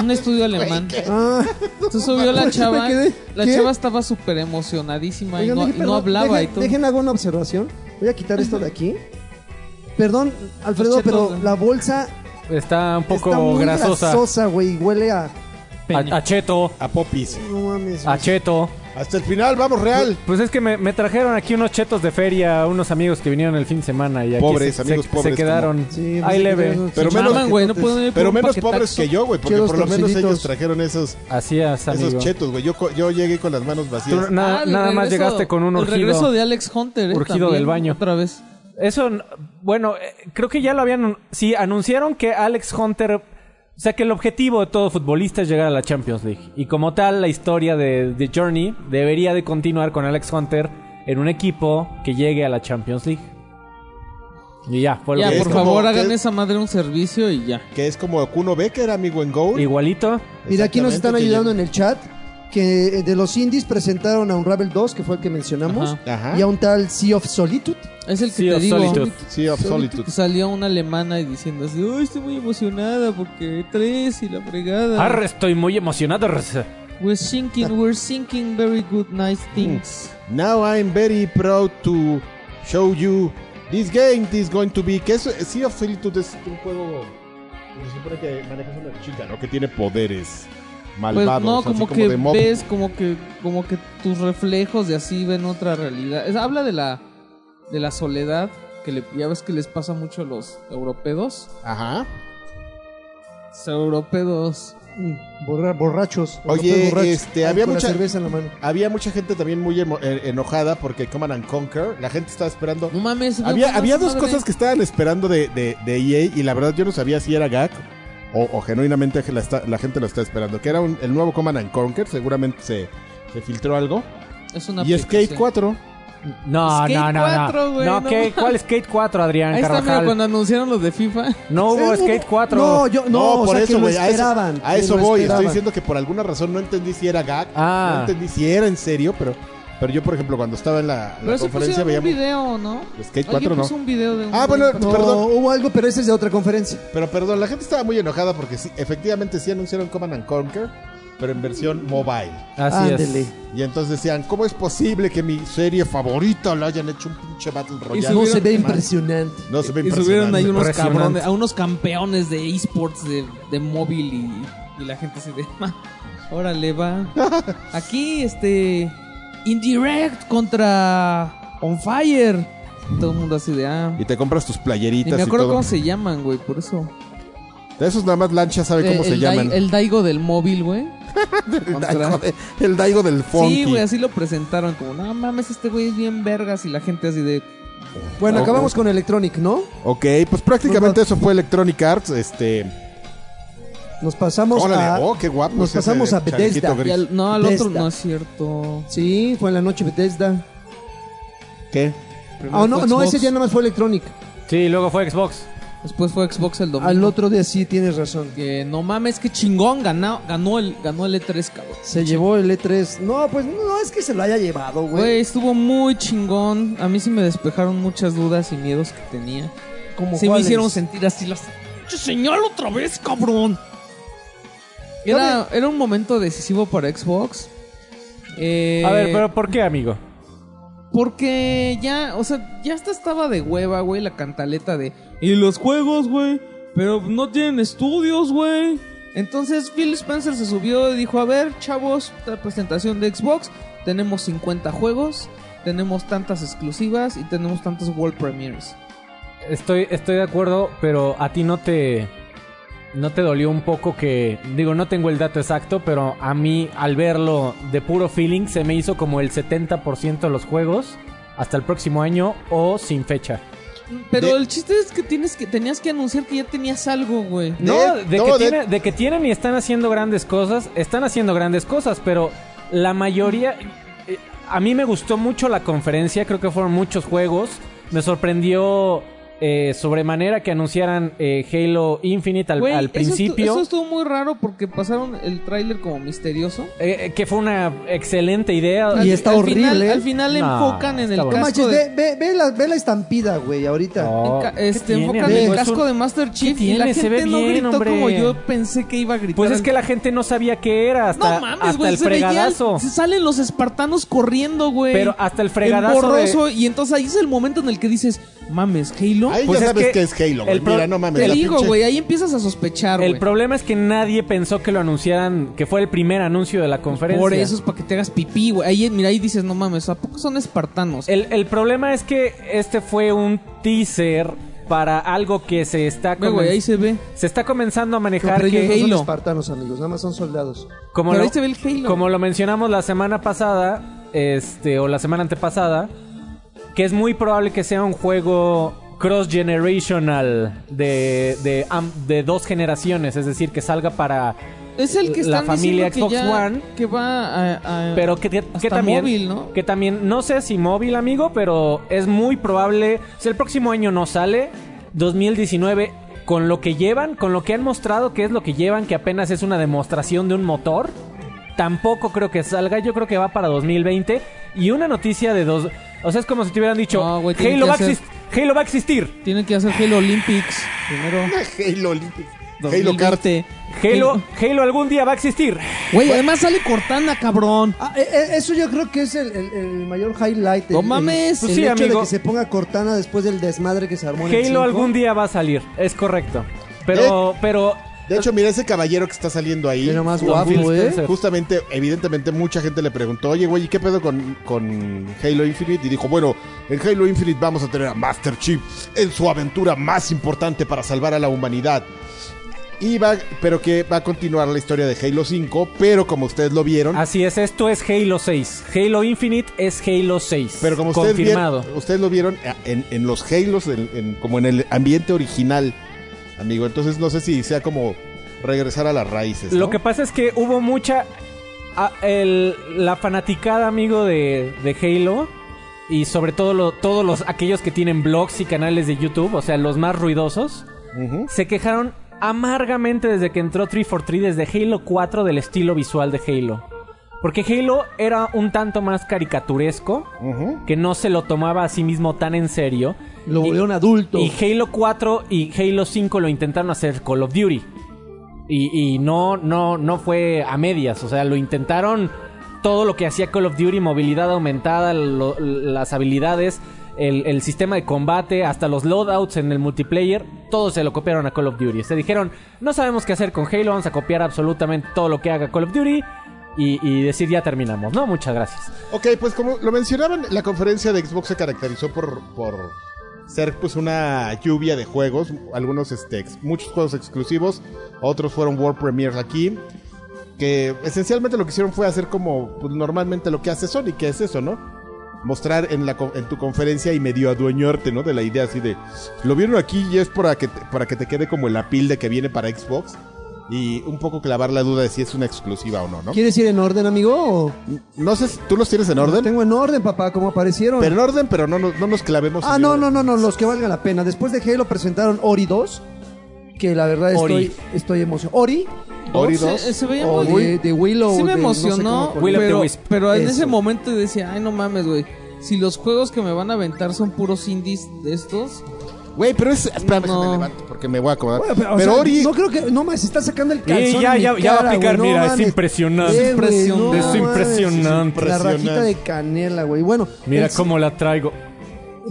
Speaker 3: Un estudio alemán.
Speaker 2: Ah,
Speaker 3: Entonces subió la
Speaker 2: Pues, yo me
Speaker 3: chava.
Speaker 2: quedé,
Speaker 3: La
Speaker 2: ¿qué?
Speaker 3: chava estaba súper emocionadísima y
Speaker 2: Oigan,
Speaker 3: no,
Speaker 2: dejen-
Speaker 3: y no
Speaker 2: perdón,
Speaker 3: hablaba.
Speaker 2: dejen,
Speaker 3: y todo.
Speaker 2: dejen hago una observación. Voy a quitar esto de aquí. Perdón, Alfredo,
Speaker 3: chetos,
Speaker 2: pero
Speaker 3: ¿no?
Speaker 2: la bolsa
Speaker 4: Está un poco
Speaker 2: está muy
Speaker 4: grasosa.
Speaker 2: grasosa, güey. Huele a...
Speaker 4: A, a cheto.
Speaker 1: mm, A popis.
Speaker 2: No mames.
Speaker 4: A
Speaker 2: güey.
Speaker 4: cheto.
Speaker 1: Hasta el final, vamos, real.
Speaker 4: Pues es que me, me trajeron aquí unos chetos de feria, unos amigos que vinieron el fin de semana y aquí
Speaker 1: Pobres,
Speaker 4: se,
Speaker 1: amigos
Speaker 4: se-
Speaker 1: pobres
Speaker 4: se quedaron.
Speaker 2: Sí, pues,
Speaker 4: Ahí
Speaker 2: sí,
Speaker 4: leve.
Speaker 2: claro,
Speaker 1: Pero
Speaker 2: sí,
Speaker 1: menos-
Speaker 2: mames,
Speaker 3: güey, no
Speaker 2: entonces.
Speaker 3: pueden ir por
Speaker 1: Pero
Speaker 3: un
Speaker 1: menos
Speaker 3: paquetaxo.
Speaker 1: pobres que yo, güey, porque
Speaker 2: Chetos
Speaker 1: por lo menos
Speaker 2: torciditos.
Speaker 1: ellos trajeron esos,
Speaker 4: Así es, amigo.
Speaker 1: esos chetos, güey. Yo, co- yo llegué con las manos
Speaker 4: Tú
Speaker 1: vacías.
Speaker 4: na-
Speaker 3: Ah, el
Speaker 4: nada más
Speaker 3: regreso-
Speaker 4: llegaste con un
Speaker 3: El
Speaker 4: urgido.
Speaker 3: regreso de Alex Hunter. eh,
Speaker 4: Urgido
Speaker 3: también,
Speaker 4: del baño.
Speaker 3: Otra vez.
Speaker 4: Eso, n- bueno, eh, creo que ya lo habían... Sí, anunciaron que Alex Hunter... O sea, que el objetivo de todo futbolista es llegar a la Champions League. Y como tal, la historia de, de Journey debería de continuar con Alex Hunter en un equipo que llegue a la Champions League. Y ya, fue lo
Speaker 3: Ya,
Speaker 4: que
Speaker 1: es
Speaker 3: por
Speaker 1: como-
Speaker 3: favor, hagan
Speaker 1: que-
Speaker 3: esa madre un servicio y ya.
Speaker 1: Que es como Kuno Becker, amigo en Goal.
Speaker 4: Igualito.
Speaker 2: Mira, aquí nos
Speaker 1: Exactamente,
Speaker 2: están
Speaker 1: que
Speaker 2: ayudando
Speaker 1: llegó.
Speaker 2: en el chat. Que eh, de los indies presentaron a Unravel 2, que fue el que mencionamos.
Speaker 1: Ajá. Ajá.
Speaker 2: Y a un tal Sea of Solitude.
Speaker 3: Es el que
Speaker 4: Sí,
Speaker 3: te
Speaker 4: of
Speaker 3: digo.
Speaker 4: Solitude.
Speaker 1: Sí, of Solitude.
Speaker 3: Que salió una alemana y diciendo así, uy, estoy muy emocionada porque tres y la fregada.
Speaker 4: Arre, Ah, estoy muy emocionado.
Speaker 3: We're thinking, we're thinking very good, nice
Speaker 4: Mm,
Speaker 3: things.
Speaker 1: Now I'm very proud to show you this game is going to be. Que es, sea of Solitude es un juego. donde Se supone que manejas a una chica, ¿no? Que tiene poderes
Speaker 3: Pues
Speaker 1: malvados.
Speaker 3: no,
Speaker 1: así
Speaker 3: como,
Speaker 1: como
Speaker 3: que
Speaker 1: de mob.
Speaker 3: ves, como que, como que tus reflejos de así ven otra realidad. Es- habla de la, de la soledad que le- ya ves que les pasa mucho a los europeos.
Speaker 1: Ajá.
Speaker 3: Europeos.
Speaker 2: Mm, borra- borrachos.
Speaker 1: Oye,
Speaker 2: Borrachos, borrachos.
Speaker 1: este,
Speaker 2: Ay,
Speaker 1: había
Speaker 2: con la
Speaker 1: mucha-
Speaker 2: cerveza en la mano.
Speaker 1: Había mucha gente también muy emo- eh, enojada porque Command and Conquer. La gente estaba esperando.
Speaker 3: No mames. güey,
Speaker 2: pues,
Speaker 1: Había,
Speaker 3: ¿cómo
Speaker 1: había
Speaker 3: esa
Speaker 1: dos
Speaker 3: madre?
Speaker 1: cosas que estaban esperando de, de- de EA y la verdad yo no sabía si era gag o, o genuinamente la, está- la gente lo está esperando. Que era un- el nuevo Command and Conquer, seguramente se, se filtró algo.
Speaker 3: Es una
Speaker 2: pues,
Speaker 1: y Skate
Speaker 3: aplicación.
Speaker 1: 4.
Speaker 4: No,
Speaker 3: Skate
Speaker 4: no, no,
Speaker 3: 4,
Speaker 4: no.
Speaker 3: güey,
Speaker 4: no,
Speaker 3: no.
Speaker 4: ¿qué? ¿cuál Skate 4, Adrián
Speaker 3: Ahí está, mira,
Speaker 4: Carvajal?
Speaker 3: cuando anunciaron los de FIFA.
Speaker 4: No hubo Skate 4.
Speaker 2: No, yo, no, o
Speaker 1: por
Speaker 2: sea, que
Speaker 1: eso,
Speaker 2: lo
Speaker 1: güey. A eso,
Speaker 2: esperaban,
Speaker 1: a
Speaker 2: que
Speaker 1: eso
Speaker 2: lo
Speaker 1: voy. Estoy
Speaker 2: esperaban.
Speaker 1: diciendo que por alguna razón no entendí si era gag.
Speaker 4: Ah.
Speaker 1: No entendí si era en serio, pero, pero yo, por ejemplo, cuando estaba en la, la
Speaker 3: Pero sí
Speaker 1: conferencia
Speaker 3: pusieron un
Speaker 1: veíamos.
Speaker 3: video, ¿no?
Speaker 1: Skate
Speaker 3: Alguien
Speaker 1: 4 no.
Speaker 3: puso un video de un
Speaker 1: Ah,
Speaker 3: güey
Speaker 1: bueno,
Speaker 3: para-
Speaker 2: No,
Speaker 1: Perdón.
Speaker 2: hubo algo, pero ese es de otra conferencia.
Speaker 1: Pero perdón, la gente estaba muy enojada porque sí, efectivamente sí anunciaron Command and Conquer, pero en versión mobile.
Speaker 4: Así
Speaker 2: Ándele.
Speaker 4: es.
Speaker 1: Y entonces decían, ¿cómo es posible que mi serie favorita la hayan hecho un pinche Battle Royale?
Speaker 2: No
Speaker 3: subieron-
Speaker 2: se ve impresionante.
Speaker 1: No se ve
Speaker 3: Y subieron ahí
Speaker 1: impresionante.
Speaker 3: unos
Speaker 4: Impresionante.
Speaker 3: cabrones, a unos campeones de esports de, de móvil y, y la gente se de, "Ma, órale va. Aquí este Indirect contra On Fire. Todo el mundo así de ah.
Speaker 1: Y te compras tus
Speaker 3: Ni
Speaker 1: playeritas
Speaker 3: me
Speaker 1: y,
Speaker 3: acuerdo
Speaker 1: todo.
Speaker 3: cómo se llaman, güey, por eso.
Speaker 1: De esos nada más Lancha sabe cómo
Speaker 3: Eh,
Speaker 1: se
Speaker 3: el Dai-
Speaker 1: llaman.
Speaker 3: el Daigo del móvil, güey.
Speaker 1: El
Speaker 3: contra-
Speaker 1: Daigo de- el Daigo del Funky.
Speaker 3: Sí, güey, así lo presentaron como, no mames, este güey es bien vergas y la gente así de
Speaker 2: Bueno,
Speaker 1: Ok.
Speaker 2: acabamos con Electronic, ¿no?
Speaker 1: ok, pues prácticamente eso fue Electronic Arts. Este.
Speaker 2: Nos pasamos a...
Speaker 1: Órale, oh, qué guapo.
Speaker 2: nos
Speaker 1: es ese
Speaker 2: pasamos a
Speaker 1: chalequito
Speaker 2: Bethesda,
Speaker 1: gris.
Speaker 3: Y al- no, al otro
Speaker 2: Bethesda.
Speaker 3: no es cierto.
Speaker 2: Sí, fue en la noche Bethesda.
Speaker 1: ¿Qué?
Speaker 3: Primero
Speaker 2: Ah, no,
Speaker 3: fue
Speaker 2: no,
Speaker 3: Xbox,
Speaker 2: ese día nada más fue Electronic.
Speaker 4: Sí, luego fue Xbox.
Speaker 3: Después fue Xbox el domingo.
Speaker 2: Al otro día sí, tienes razón.
Speaker 3: Que no mames, que chingón ganó, ganó el ganó el E3, cabrón.
Speaker 2: Se llevó el E3. No, pues no es que se lo haya llevado,
Speaker 3: Güey,
Speaker 2: güey.
Speaker 3: estuvo muy chingón. A mí sí me despejaron muchas dudas y miedos que tenía.
Speaker 2: Como
Speaker 3: Sí me
Speaker 2: cuáles.
Speaker 3: hicieron sentir así las ¡Che, señal otra vez, cabrón. Era, era un momento decisivo para Xbox. Eh,
Speaker 4: A ver, pero ¿por qué, amigo?
Speaker 3: Porque ya, o sea, ya hasta estaba de hueva, güey, la cantaleta de. Y los juegos, güey. Pero no tienen estudios, güey. Entonces Phil Spencer se subió y dijo, a ver, chavos, la presentación de Xbox, tenemos 50 juegos, tenemos tantas exclusivas y tenemos tantas World Premieres.
Speaker 4: Estoy, estoy de acuerdo, pero a ti no te. No te dolió un poco que. Digo, no tengo el dato exacto, pero a mí, al verlo de puro feeling, se me hizo como el 70% de los juegos hasta el próximo año o sin fecha.
Speaker 3: Pero
Speaker 1: De-
Speaker 3: el chiste es que tienes que tenías que anunciar que ya tenías algo, güey.
Speaker 1: De-
Speaker 4: No, de,
Speaker 1: no,
Speaker 4: que
Speaker 1: de-
Speaker 4: tiene- de que tienen y están haciendo grandes cosas, están haciendo grandes cosas, pero la mayoría... eh, A mí me gustó mucho la conferencia, creo que fueron muchos juegos. Me sorprendió eh, sobremanera que anunciaran eh, Halo Infinite al,
Speaker 3: Güey,
Speaker 4: al
Speaker 3: eso estu-
Speaker 4: principio.
Speaker 3: Eso, estuvo muy raro porque pasaron el tráiler como misterioso.
Speaker 4: eh, eh, que fue una excelente idea.
Speaker 2: Y está horrible,
Speaker 3: final-
Speaker 2: ¿eh?
Speaker 3: al final
Speaker 4: No,
Speaker 3: enfocan en el
Speaker 4: está
Speaker 3: casco
Speaker 2: No manches,
Speaker 4: bueno.
Speaker 3: de-
Speaker 2: ve, ve- ve la, ve la estampida, güey, ahorita.
Speaker 4: No,
Speaker 3: enca-
Speaker 4: ¿qué
Speaker 3: este,
Speaker 4: tiene,
Speaker 3: enfocan
Speaker 4: amigo?
Speaker 3: en el
Speaker 4: Es
Speaker 3: casco
Speaker 4: un-
Speaker 3: de Master Chief y
Speaker 4: tiene?
Speaker 3: la
Speaker 4: Se
Speaker 3: gente
Speaker 4: ve
Speaker 3: no
Speaker 4: bien,
Speaker 3: gritó
Speaker 4: hombre.
Speaker 3: como yo pensé que iba a gritar.
Speaker 4: Pues es que la gente no sabía qué era hasta,
Speaker 3: no mames,
Speaker 4: hasta
Speaker 3: güey,
Speaker 4: el
Speaker 3: se veía, el-
Speaker 4: fregadazo.
Speaker 3: se salen los espartanos corriendo, güey.
Speaker 4: Pero hasta el fregadazo
Speaker 3: En borroso,
Speaker 4: de-
Speaker 3: y entonces ahí es el momento en el que dices, mames, Halo.
Speaker 1: Ahí
Speaker 4: Pues
Speaker 1: ya
Speaker 4: es
Speaker 1: sabes
Speaker 4: que
Speaker 1: que, es Halo, güey.
Speaker 4: el pro-
Speaker 1: Mira, no mames.
Speaker 3: Te
Speaker 1: la
Speaker 3: digo,
Speaker 1: pinche-
Speaker 3: güey, ahí empiezas a sospechar,
Speaker 4: El
Speaker 3: güey.
Speaker 4: problema es que nadie pensó que lo anunciaran, que fue el primer anuncio de la conferencia.
Speaker 3: Por eso es para que te hagas pipí, güey. Ahí, mira, ahí dices, no mames, ¿a poco son espartanos?
Speaker 4: El, el problema es que este fue un teaser para algo que se está
Speaker 3: Ve,
Speaker 4: comen-
Speaker 3: güey, ahí se ve.
Speaker 4: se está comenzando a
Speaker 2: No,
Speaker 4: manejar
Speaker 2: pero ellos
Speaker 4: que
Speaker 2: no son
Speaker 3: Halo.
Speaker 2: espartanos, amigos, nada más son soldados.
Speaker 4: como
Speaker 3: pero
Speaker 4: lo,
Speaker 3: ahí se ve el Halo.
Speaker 4: como lo mencionamos la semana pasada, este o la semana antepasada, que es muy probable que sea un juego cross generational de de am- de dos generaciones, es decir, que salga para
Speaker 3: es el que
Speaker 4: la
Speaker 3: están
Speaker 4: familia
Speaker 3: diciendo que
Speaker 4: Xbox
Speaker 3: ya-
Speaker 4: One.
Speaker 3: que va a, a-
Speaker 4: Pero que, que
Speaker 3: Hasta
Speaker 4: también.
Speaker 3: móvil, ¿no?
Speaker 4: Que también, no sé si móvil, amigo, pero es muy probable. Si el próximo año no sale, 2019, con lo que llevan, con lo que han mostrado, que es lo que llevan, que apenas es una demostración de un motor, tampoco creo que salga. Yo creo que va para 2020. Y una noticia de dos. O sea, es como si te hubieran dicho:
Speaker 3: No, güey, tiene
Speaker 4: Halo,
Speaker 3: que
Speaker 4: va a
Speaker 3: hacer-
Speaker 4: exist- Halo va a existir.
Speaker 3: tienen que hacer Halo Olympics primero.
Speaker 1: Halo Olympics. Halo Kart.
Speaker 3: 2020.
Speaker 4: Halo, Halo algún día va a existir.
Speaker 3: Güey, además sale Cortana, cabrón.
Speaker 2: Ah, eh, eh, eso yo creo que es el, el- el mayor highlight. el-
Speaker 3: No
Speaker 2: el-
Speaker 3: mames.
Speaker 2: El,
Speaker 4: Pues sí,
Speaker 2: hecho
Speaker 4: amigo.
Speaker 2: de que se ponga Cortana después del desmadre que se armó en el 5.
Speaker 4: Halo algún día va a salir. Es correcto. Pero, pero.
Speaker 1: De hecho, mira ese caballero que está saliendo ahí.
Speaker 2: Pero más
Speaker 1: Phil
Speaker 2: guapo,
Speaker 1: Spencer.
Speaker 4: ¿eh?
Speaker 1: Justamente, evidentemente, mucha gente le preguntó, oye, güey, ¿y qué pedo con, con Halo Infinite? Y dijo, bueno, en Halo Infinite vamos a tener a Master Chief en su aventura más importante para salvar a la humanidad. Y va, pero que va a continuar la historia de Halo 5, pero como ustedes lo vieron,
Speaker 4: Así es, esto es Halo 6. Halo Infinite es Halo 6.
Speaker 1: Pero como ustedes,
Speaker 4: confirmado.
Speaker 1: vieron- ustedes lo vieron eh, en, en los Halos, en- en- como en el ambiente original, amigo. Entonces no sé si sea como regresar a las raíces. ¿no?
Speaker 4: Lo que pasa es que hubo mucha a- el- la fanaticada amigo de, de Halo y sobre todo lo- todos los aquellos que tienen blogs y canales de YouTube, o sea, los más ruidosos,
Speaker 1: Ujú.
Speaker 4: se quejaron amargamente desde que entró 343 desde Halo 4 del estilo visual de Halo. Porque Halo era un tanto más caricaturesco,
Speaker 1: Ujú.
Speaker 4: que no se lo tomaba a sí mismo tan en serio.
Speaker 2: Lo
Speaker 4: Y-
Speaker 2: volvieron adulto.
Speaker 4: Y Halo 4 y Halo 5 lo intentaron hacer Call of Duty. Y, y no, no, no fue a medias. O sea, lo intentaron todo lo que hacía Call of Duty, movilidad aumentada, lo- las habilidades, el, el sistema de combate, hasta los loadouts en el multiplayer, todo se lo copiaron a Call of Duty. Se dijeron, no sabemos qué hacer con Halo, vamos a copiar absolutamente todo lo que haga Call of Duty. Y, y decir, ya terminamos, ¿no? Muchas gracias.
Speaker 1: Ok, pues como lo mencionaban, la conferencia de Xbox se caracterizó por, por ser pues una lluvia de juegos, algunos este, ex- muchos juegos exclusivos, otros fueron World Premiers aquí, que esencialmente lo que hicieron fue hacer como pues, normalmente lo que hace Sony, que es eso, ¿no? Mostrar en, la, co- en tu conferencia y medio adueñarte, ¿no? De la idea así de, lo vieron aquí y es para que, te- para que te quede como el apil de que viene para Xbox y un poco clavar la duda de si es una exclusiva o no, ¿no?
Speaker 2: ¿Quieres ir en orden, amigo? o?
Speaker 1: No sé, si- ¿tú los tienes en
Speaker 2: Los
Speaker 1: orden?
Speaker 2: Tengo en orden, papá, como aparecieron.
Speaker 1: Pero en orden, pero no, nos- no nos clavemos.
Speaker 2: ah,
Speaker 1: en
Speaker 2: no,
Speaker 1: el-
Speaker 2: no, no, no, los que valgan la pena. Después de Halo presentaron Ori 2, que la verdad estoy,
Speaker 4: Ori.
Speaker 2: estoy emocionado. Ori, Oh,
Speaker 1: Ori
Speaker 3: Oh, Se-
Speaker 1: 2.
Speaker 3: Se, veía
Speaker 2: o
Speaker 3: muy
Speaker 2: de, de Willow.
Speaker 3: Sí me
Speaker 2: de no sé
Speaker 3: emocionó,
Speaker 2: cómo le
Speaker 4: Will of the
Speaker 3: pero,
Speaker 4: Wisp.
Speaker 3: pero en
Speaker 2: Eso.
Speaker 3: ese momento decía, ay no mames, güey. Si los juegos que me van a aventar son puros indies de estos,
Speaker 1: Güey, pero es. Espérame,
Speaker 3: No.
Speaker 1: me levanto porque me voy a acomodar.
Speaker 2: Bueno,
Speaker 1: pero
Speaker 2: o sea,
Speaker 1: Ori.
Speaker 2: No creo que. No más, está sacando el calzón. en
Speaker 4: ya-
Speaker 2: mi
Speaker 4: ya- ya va a
Speaker 2: cara,
Speaker 4: aplicar,
Speaker 2: güey, no
Speaker 4: mira, es
Speaker 2: mames.
Speaker 4: impresionante.
Speaker 2: Eh, güey, no
Speaker 3: Impresionante.
Speaker 4: Es impresionante.
Speaker 2: mames, La rajita
Speaker 1: Impresionante.
Speaker 2: de canela, güey. Bueno, el-
Speaker 4: cómo la traigo.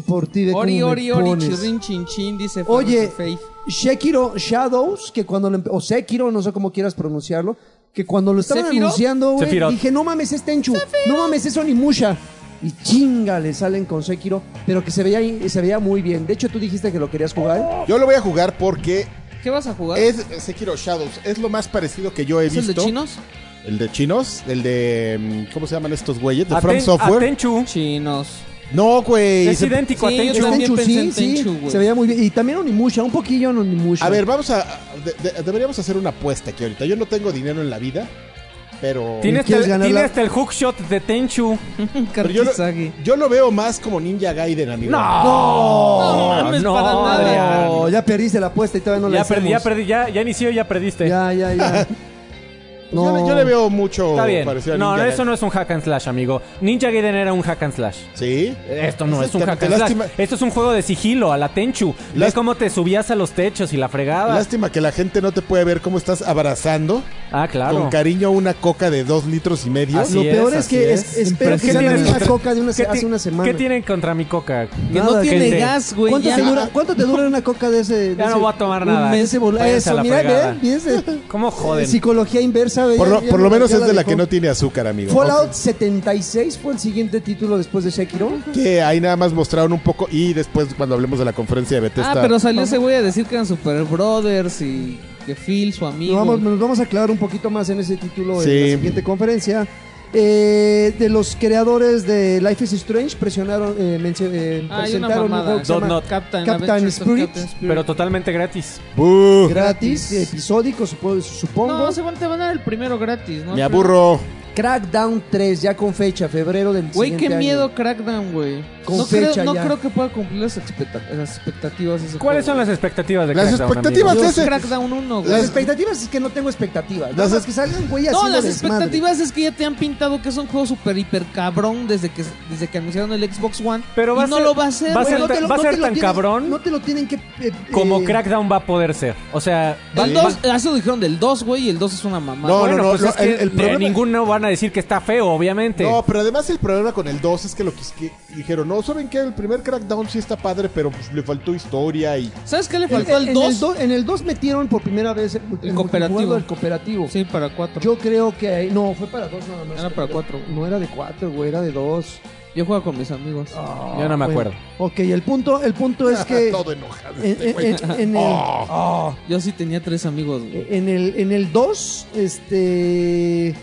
Speaker 2: Por ti, ve
Speaker 3: Ori,
Speaker 2: cómo me
Speaker 3: Ori, Ori,
Speaker 2: pones.
Speaker 3: chirrin, chin, chin, dice
Speaker 2: Oye,
Speaker 3: Faith.
Speaker 2: Shekiro Shadows, que cuando lo empe- o Sekiro, no sé cómo quieras pronunciarlo, que cuando lo estaban
Speaker 3: ¿Sephiroth?
Speaker 2: anunciando, güey,
Speaker 4: Sephiroth.
Speaker 2: dije, no mames, es Tenchu, no mames, es Onimusha. Y chinga, le salen con Sekiro, pero que se veía, ahí- se veía muy bien. De hecho, tú dijiste que lo querías jugar.
Speaker 1: Yo lo voy a jugar porque
Speaker 3: ¿Qué vas a jugar?
Speaker 1: es eh, Sekiro Shadows. Es lo más parecido que yo he
Speaker 3: ¿Es el
Speaker 1: visto.
Speaker 3: de chinos?
Speaker 1: El de chinos, el de. mm, ¿Cómo se llaman estos güeyes? De
Speaker 4: A
Speaker 1: From
Speaker 4: Ten- a
Speaker 1: Software.
Speaker 4: Tenchu.
Speaker 3: Chinos.
Speaker 1: No, güey.
Speaker 4: Es
Speaker 1: se-
Speaker 4: idéntico
Speaker 3: Sí,
Speaker 4: a Tenchu.
Speaker 3: yo también pensé en
Speaker 2: sí,
Speaker 3: Tenchu, güey.
Speaker 2: se veía muy bien. Y también Onimusha, un poquillo en Onimusha.
Speaker 1: A ver, vamos a. de- de- deberíamos hacer una apuesta aquí ahorita. Yo no tengo dinero en la vida, pero.
Speaker 4: Tiene hasta,
Speaker 2: ¿Quieres
Speaker 4: el,
Speaker 2: ganar
Speaker 4: tiene
Speaker 2: la-
Speaker 4: hasta el hookshot de Tenchu.
Speaker 1: pero yo, lo,
Speaker 3: Karkisagi.
Speaker 1: yo lo veo más como Ninja Gaiden, amigo.
Speaker 4: No,
Speaker 3: No, no es para nada.
Speaker 2: Oh, ya perdiste la apuesta y todavía no
Speaker 4: ya
Speaker 2: la
Speaker 4: perdí, ya
Speaker 2: hacemos.
Speaker 4: perdí, ya, ya inició, ya perdiste.
Speaker 2: Ya, ya, ya.
Speaker 1: Pues yo, le- yo le veo mucho
Speaker 4: Está bien.
Speaker 1: parecido a
Speaker 4: No,
Speaker 1: Ninja
Speaker 4: eso no es un hack and slash, amigo. Ninja Gaiden era un hack and slash.
Speaker 1: Sí.
Speaker 4: Esto
Speaker 2: Pues
Speaker 4: no es un hack
Speaker 1: Exactamente.
Speaker 4: and slash.
Speaker 1: Lástima-
Speaker 4: Esto es un juego de sigilo a la Tenchu. Ve
Speaker 1: Lás-
Speaker 4: cómo te subías a los techos y la
Speaker 3: Ah,
Speaker 4: fregada.
Speaker 1: Lástima que la gente no te puede ver cómo estás abrazando
Speaker 4: Ah, claro.
Speaker 1: con cariño una coca de dos litros y medio.
Speaker 3: Ah,
Speaker 4: Así
Speaker 2: Lo
Speaker 4: es,
Speaker 2: peor es
Speaker 4: así
Speaker 2: que
Speaker 4: es.
Speaker 2: es- espero que
Speaker 4: ¿Qué
Speaker 2: sea la
Speaker 4: tienes
Speaker 2: misma
Speaker 4: contra-
Speaker 2: coca de una,
Speaker 4: ¿Qué
Speaker 2: se- hace
Speaker 4: ti-
Speaker 2: una semana.
Speaker 4: ¿Qué tienen contra mi coca?
Speaker 3: Que
Speaker 2: Nada,
Speaker 3: no tiene
Speaker 4: gente.
Speaker 3: gas, güey.
Speaker 2: ¿Cuánto,
Speaker 3: ya.
Speaker 2: te dura, cuánto te dura una coca de ese? de
Speaker 4: Ya no
Speaker 2: ese-
Speaker 4: voy a tomar
Speaker 2: un
Speaker 4: nada.
Speaker 2: mes de bola-
Speaker 4: Váyanse a la
Speaker 2: Eso, mira,
Speaker 4: fregada.
Speaker 2: ve, ve ese-
Speaker 4: ¿Cómo joden?
Speaker 2: Psicología inversa. ve,
Speaker 1: Por
Speaker 2: ya-
Speaker 1: lo,
Speaker 2: ya
Speaker 1: por lo
Speaker 2: me-
Speaker 1: menos
Speaker 2: ya
Speaker 1: es de la
Speaker 2: dejó.
Speaker 1: que no tiene azúcar, amigo.
Speaker 2: Fallout 76 fue el siguiente título después de Shakiro.
Speaker 1: Que ahí nada más mostraron un poco y después cuando hablemos de la conferencia de Bethesda.
Speaker 3: Ah, pero salió ese güey a decir que eran Super Brothers y que Phil, su amigo.
Speaker 2: Nos vamos, nos vamos a aclarar un poquito más en ese título
Speaker 1: Sí.
Speaker 2: en la siguiente conferencia. Eh, de los creadores de Life is Strange presionaron, eh, mencio- eh,
Speaker 3: Ah, hay una
Speaker 2: presentaron un
Speaker 3: mamada.
Speaker 2: juego que se
Speaker 4: Dot
Speaker 2: llama
Speaker 4: Not.
Speaker 3: Captain,
Speaker 2: Captain
Speaker 3: Adventures of
Speaker 2: Spirit.
Speaker 3: Captain Spirit.
Speaker 4: Pero totalmente gratis.
Speaker 1: ¡Bú!
Speaker 2: gratis,
Speaker 3: Gratis.
Speaker 2: episódico, supo- supongo.
Speaker 3: No, se van, te van a dar el primero gratis, ¿no?
Speaker 1: Me aburro.
Speaker 2: Crackdown 3, ya con fecha, febrero del
Speaker 3: Güey, qué
Speaker 2: siguiente
Speaker 3: miedo
Speaker 2: año.
Speaker 3: Crackdown, güey.
Speaker 2: Con
Speaker 3: No,
Speaker 2: fecha
Speaker 3: creo, no
Speaker 2: ya.
Speaker 3: creo que pueda cumplir las, expecta- las expectativas. de ese
Speaker 4: ¿Cuáles son
Speaker 3: juego,
Speaker 4: las expectativas de
Speaker 1: Las
Speaker 4: Crackdown,
Speaker 1: expectativas
Speaker 4: amigo?
Speaker 1: de-
Speaker 3: güey.
Speaker 1: ese-
Speaker 3: Crackdown 1, güey.
Speaker 2: Las
Speaker 1: Las-
Speaker 2: expectativas es que no tengo expectativas.
Speaker 1: Las-
Speaker 2: Las que salgan, güey,
Speaker 3: No,
Speaker 2: haciendo
Speaker 3: las
Speaker 2: desmadre.
Speaker 3: expectativas es que ya te han pintado que es un juego super hiper cabrón desde que, desde que anunciaron el Xbox One.
Speaker 4: Pero
Speaker 3: y
Speaker 4: va a
Speaker 3: no
Speaker 4: ser-
Speaker 3: lo va a hacer.
Speaker 4: va a
Speaker 3: güey.
Speaker 4: ser
Speaker 3: No te
Speaker 4: tan-
Speaker 3: lo-
Speaker 4: va a
Speaker 2: te
Speaker 4: ser
Speaker 2: lo
Speaker 4: tan
Speaker 2: tienen-
Speaker 4: cabrón
Speaker 2: No te lo tienen que. eh,
Speaker 4: Como
Speaker 2: eh,
Speaker 4: Crackdown va a poder ser. O sea, va-
Speaker 3: Del
Speaker 4: va-
Speaker 3: dos- ah, eso lo dijeron del 2, güey, y el 2 es una mamada.
Speaker 1: No,
Speaker 4: bueno,
Speaker 1: no, no,
Speaker 4: pues
Speaker 1: no,
Speaker 4: es que
Speaker 1: el- el
Speaker 4: de
Speaker 1: problema-
Speaker 4: ninguno van a decir que está feo, obviamente.
Speaker 1: No, pero además el problema con el 2 es que lo que, que dijeron, no, ¿saben qué? El primer Crackdown sí está padre, pero pues le faltó historia y...
Speaker 3: ¿Sabes qué le
Speaker 2: en-
Speaker 3: faltó
Speaker 2: en
Speaker 3: al
Speaker 2: el
Speaker 3: 2?
Speaker 2: do- En el 2 metieron por primera vez el, el
Speaker 3: cooperativo.
Speaker 2: multijugador, El cooperativo.
Speaker 3: Sí, para 4. Yo,
Speaker 2: Yo creo que ahí- No, fue para 2 nada más.
Speaker 3: Era para cuatro.
Speaker 2: No era de 4, güey, era de 2.
Speaker 3: juego con mis amigos.
Speaker 4: Yo no me acuerdo.
Speaker 2: Ah, Ok, el punto, el punto es que.
Speaker 1: Todo enojado.
Speaker 2: en-
Speaker 1: este güey.
Speaker 2: en- en- en el-
Speaker 3: Yo sí tenía tres amigos, güey.
Speaker 2: En el, en el 2, este,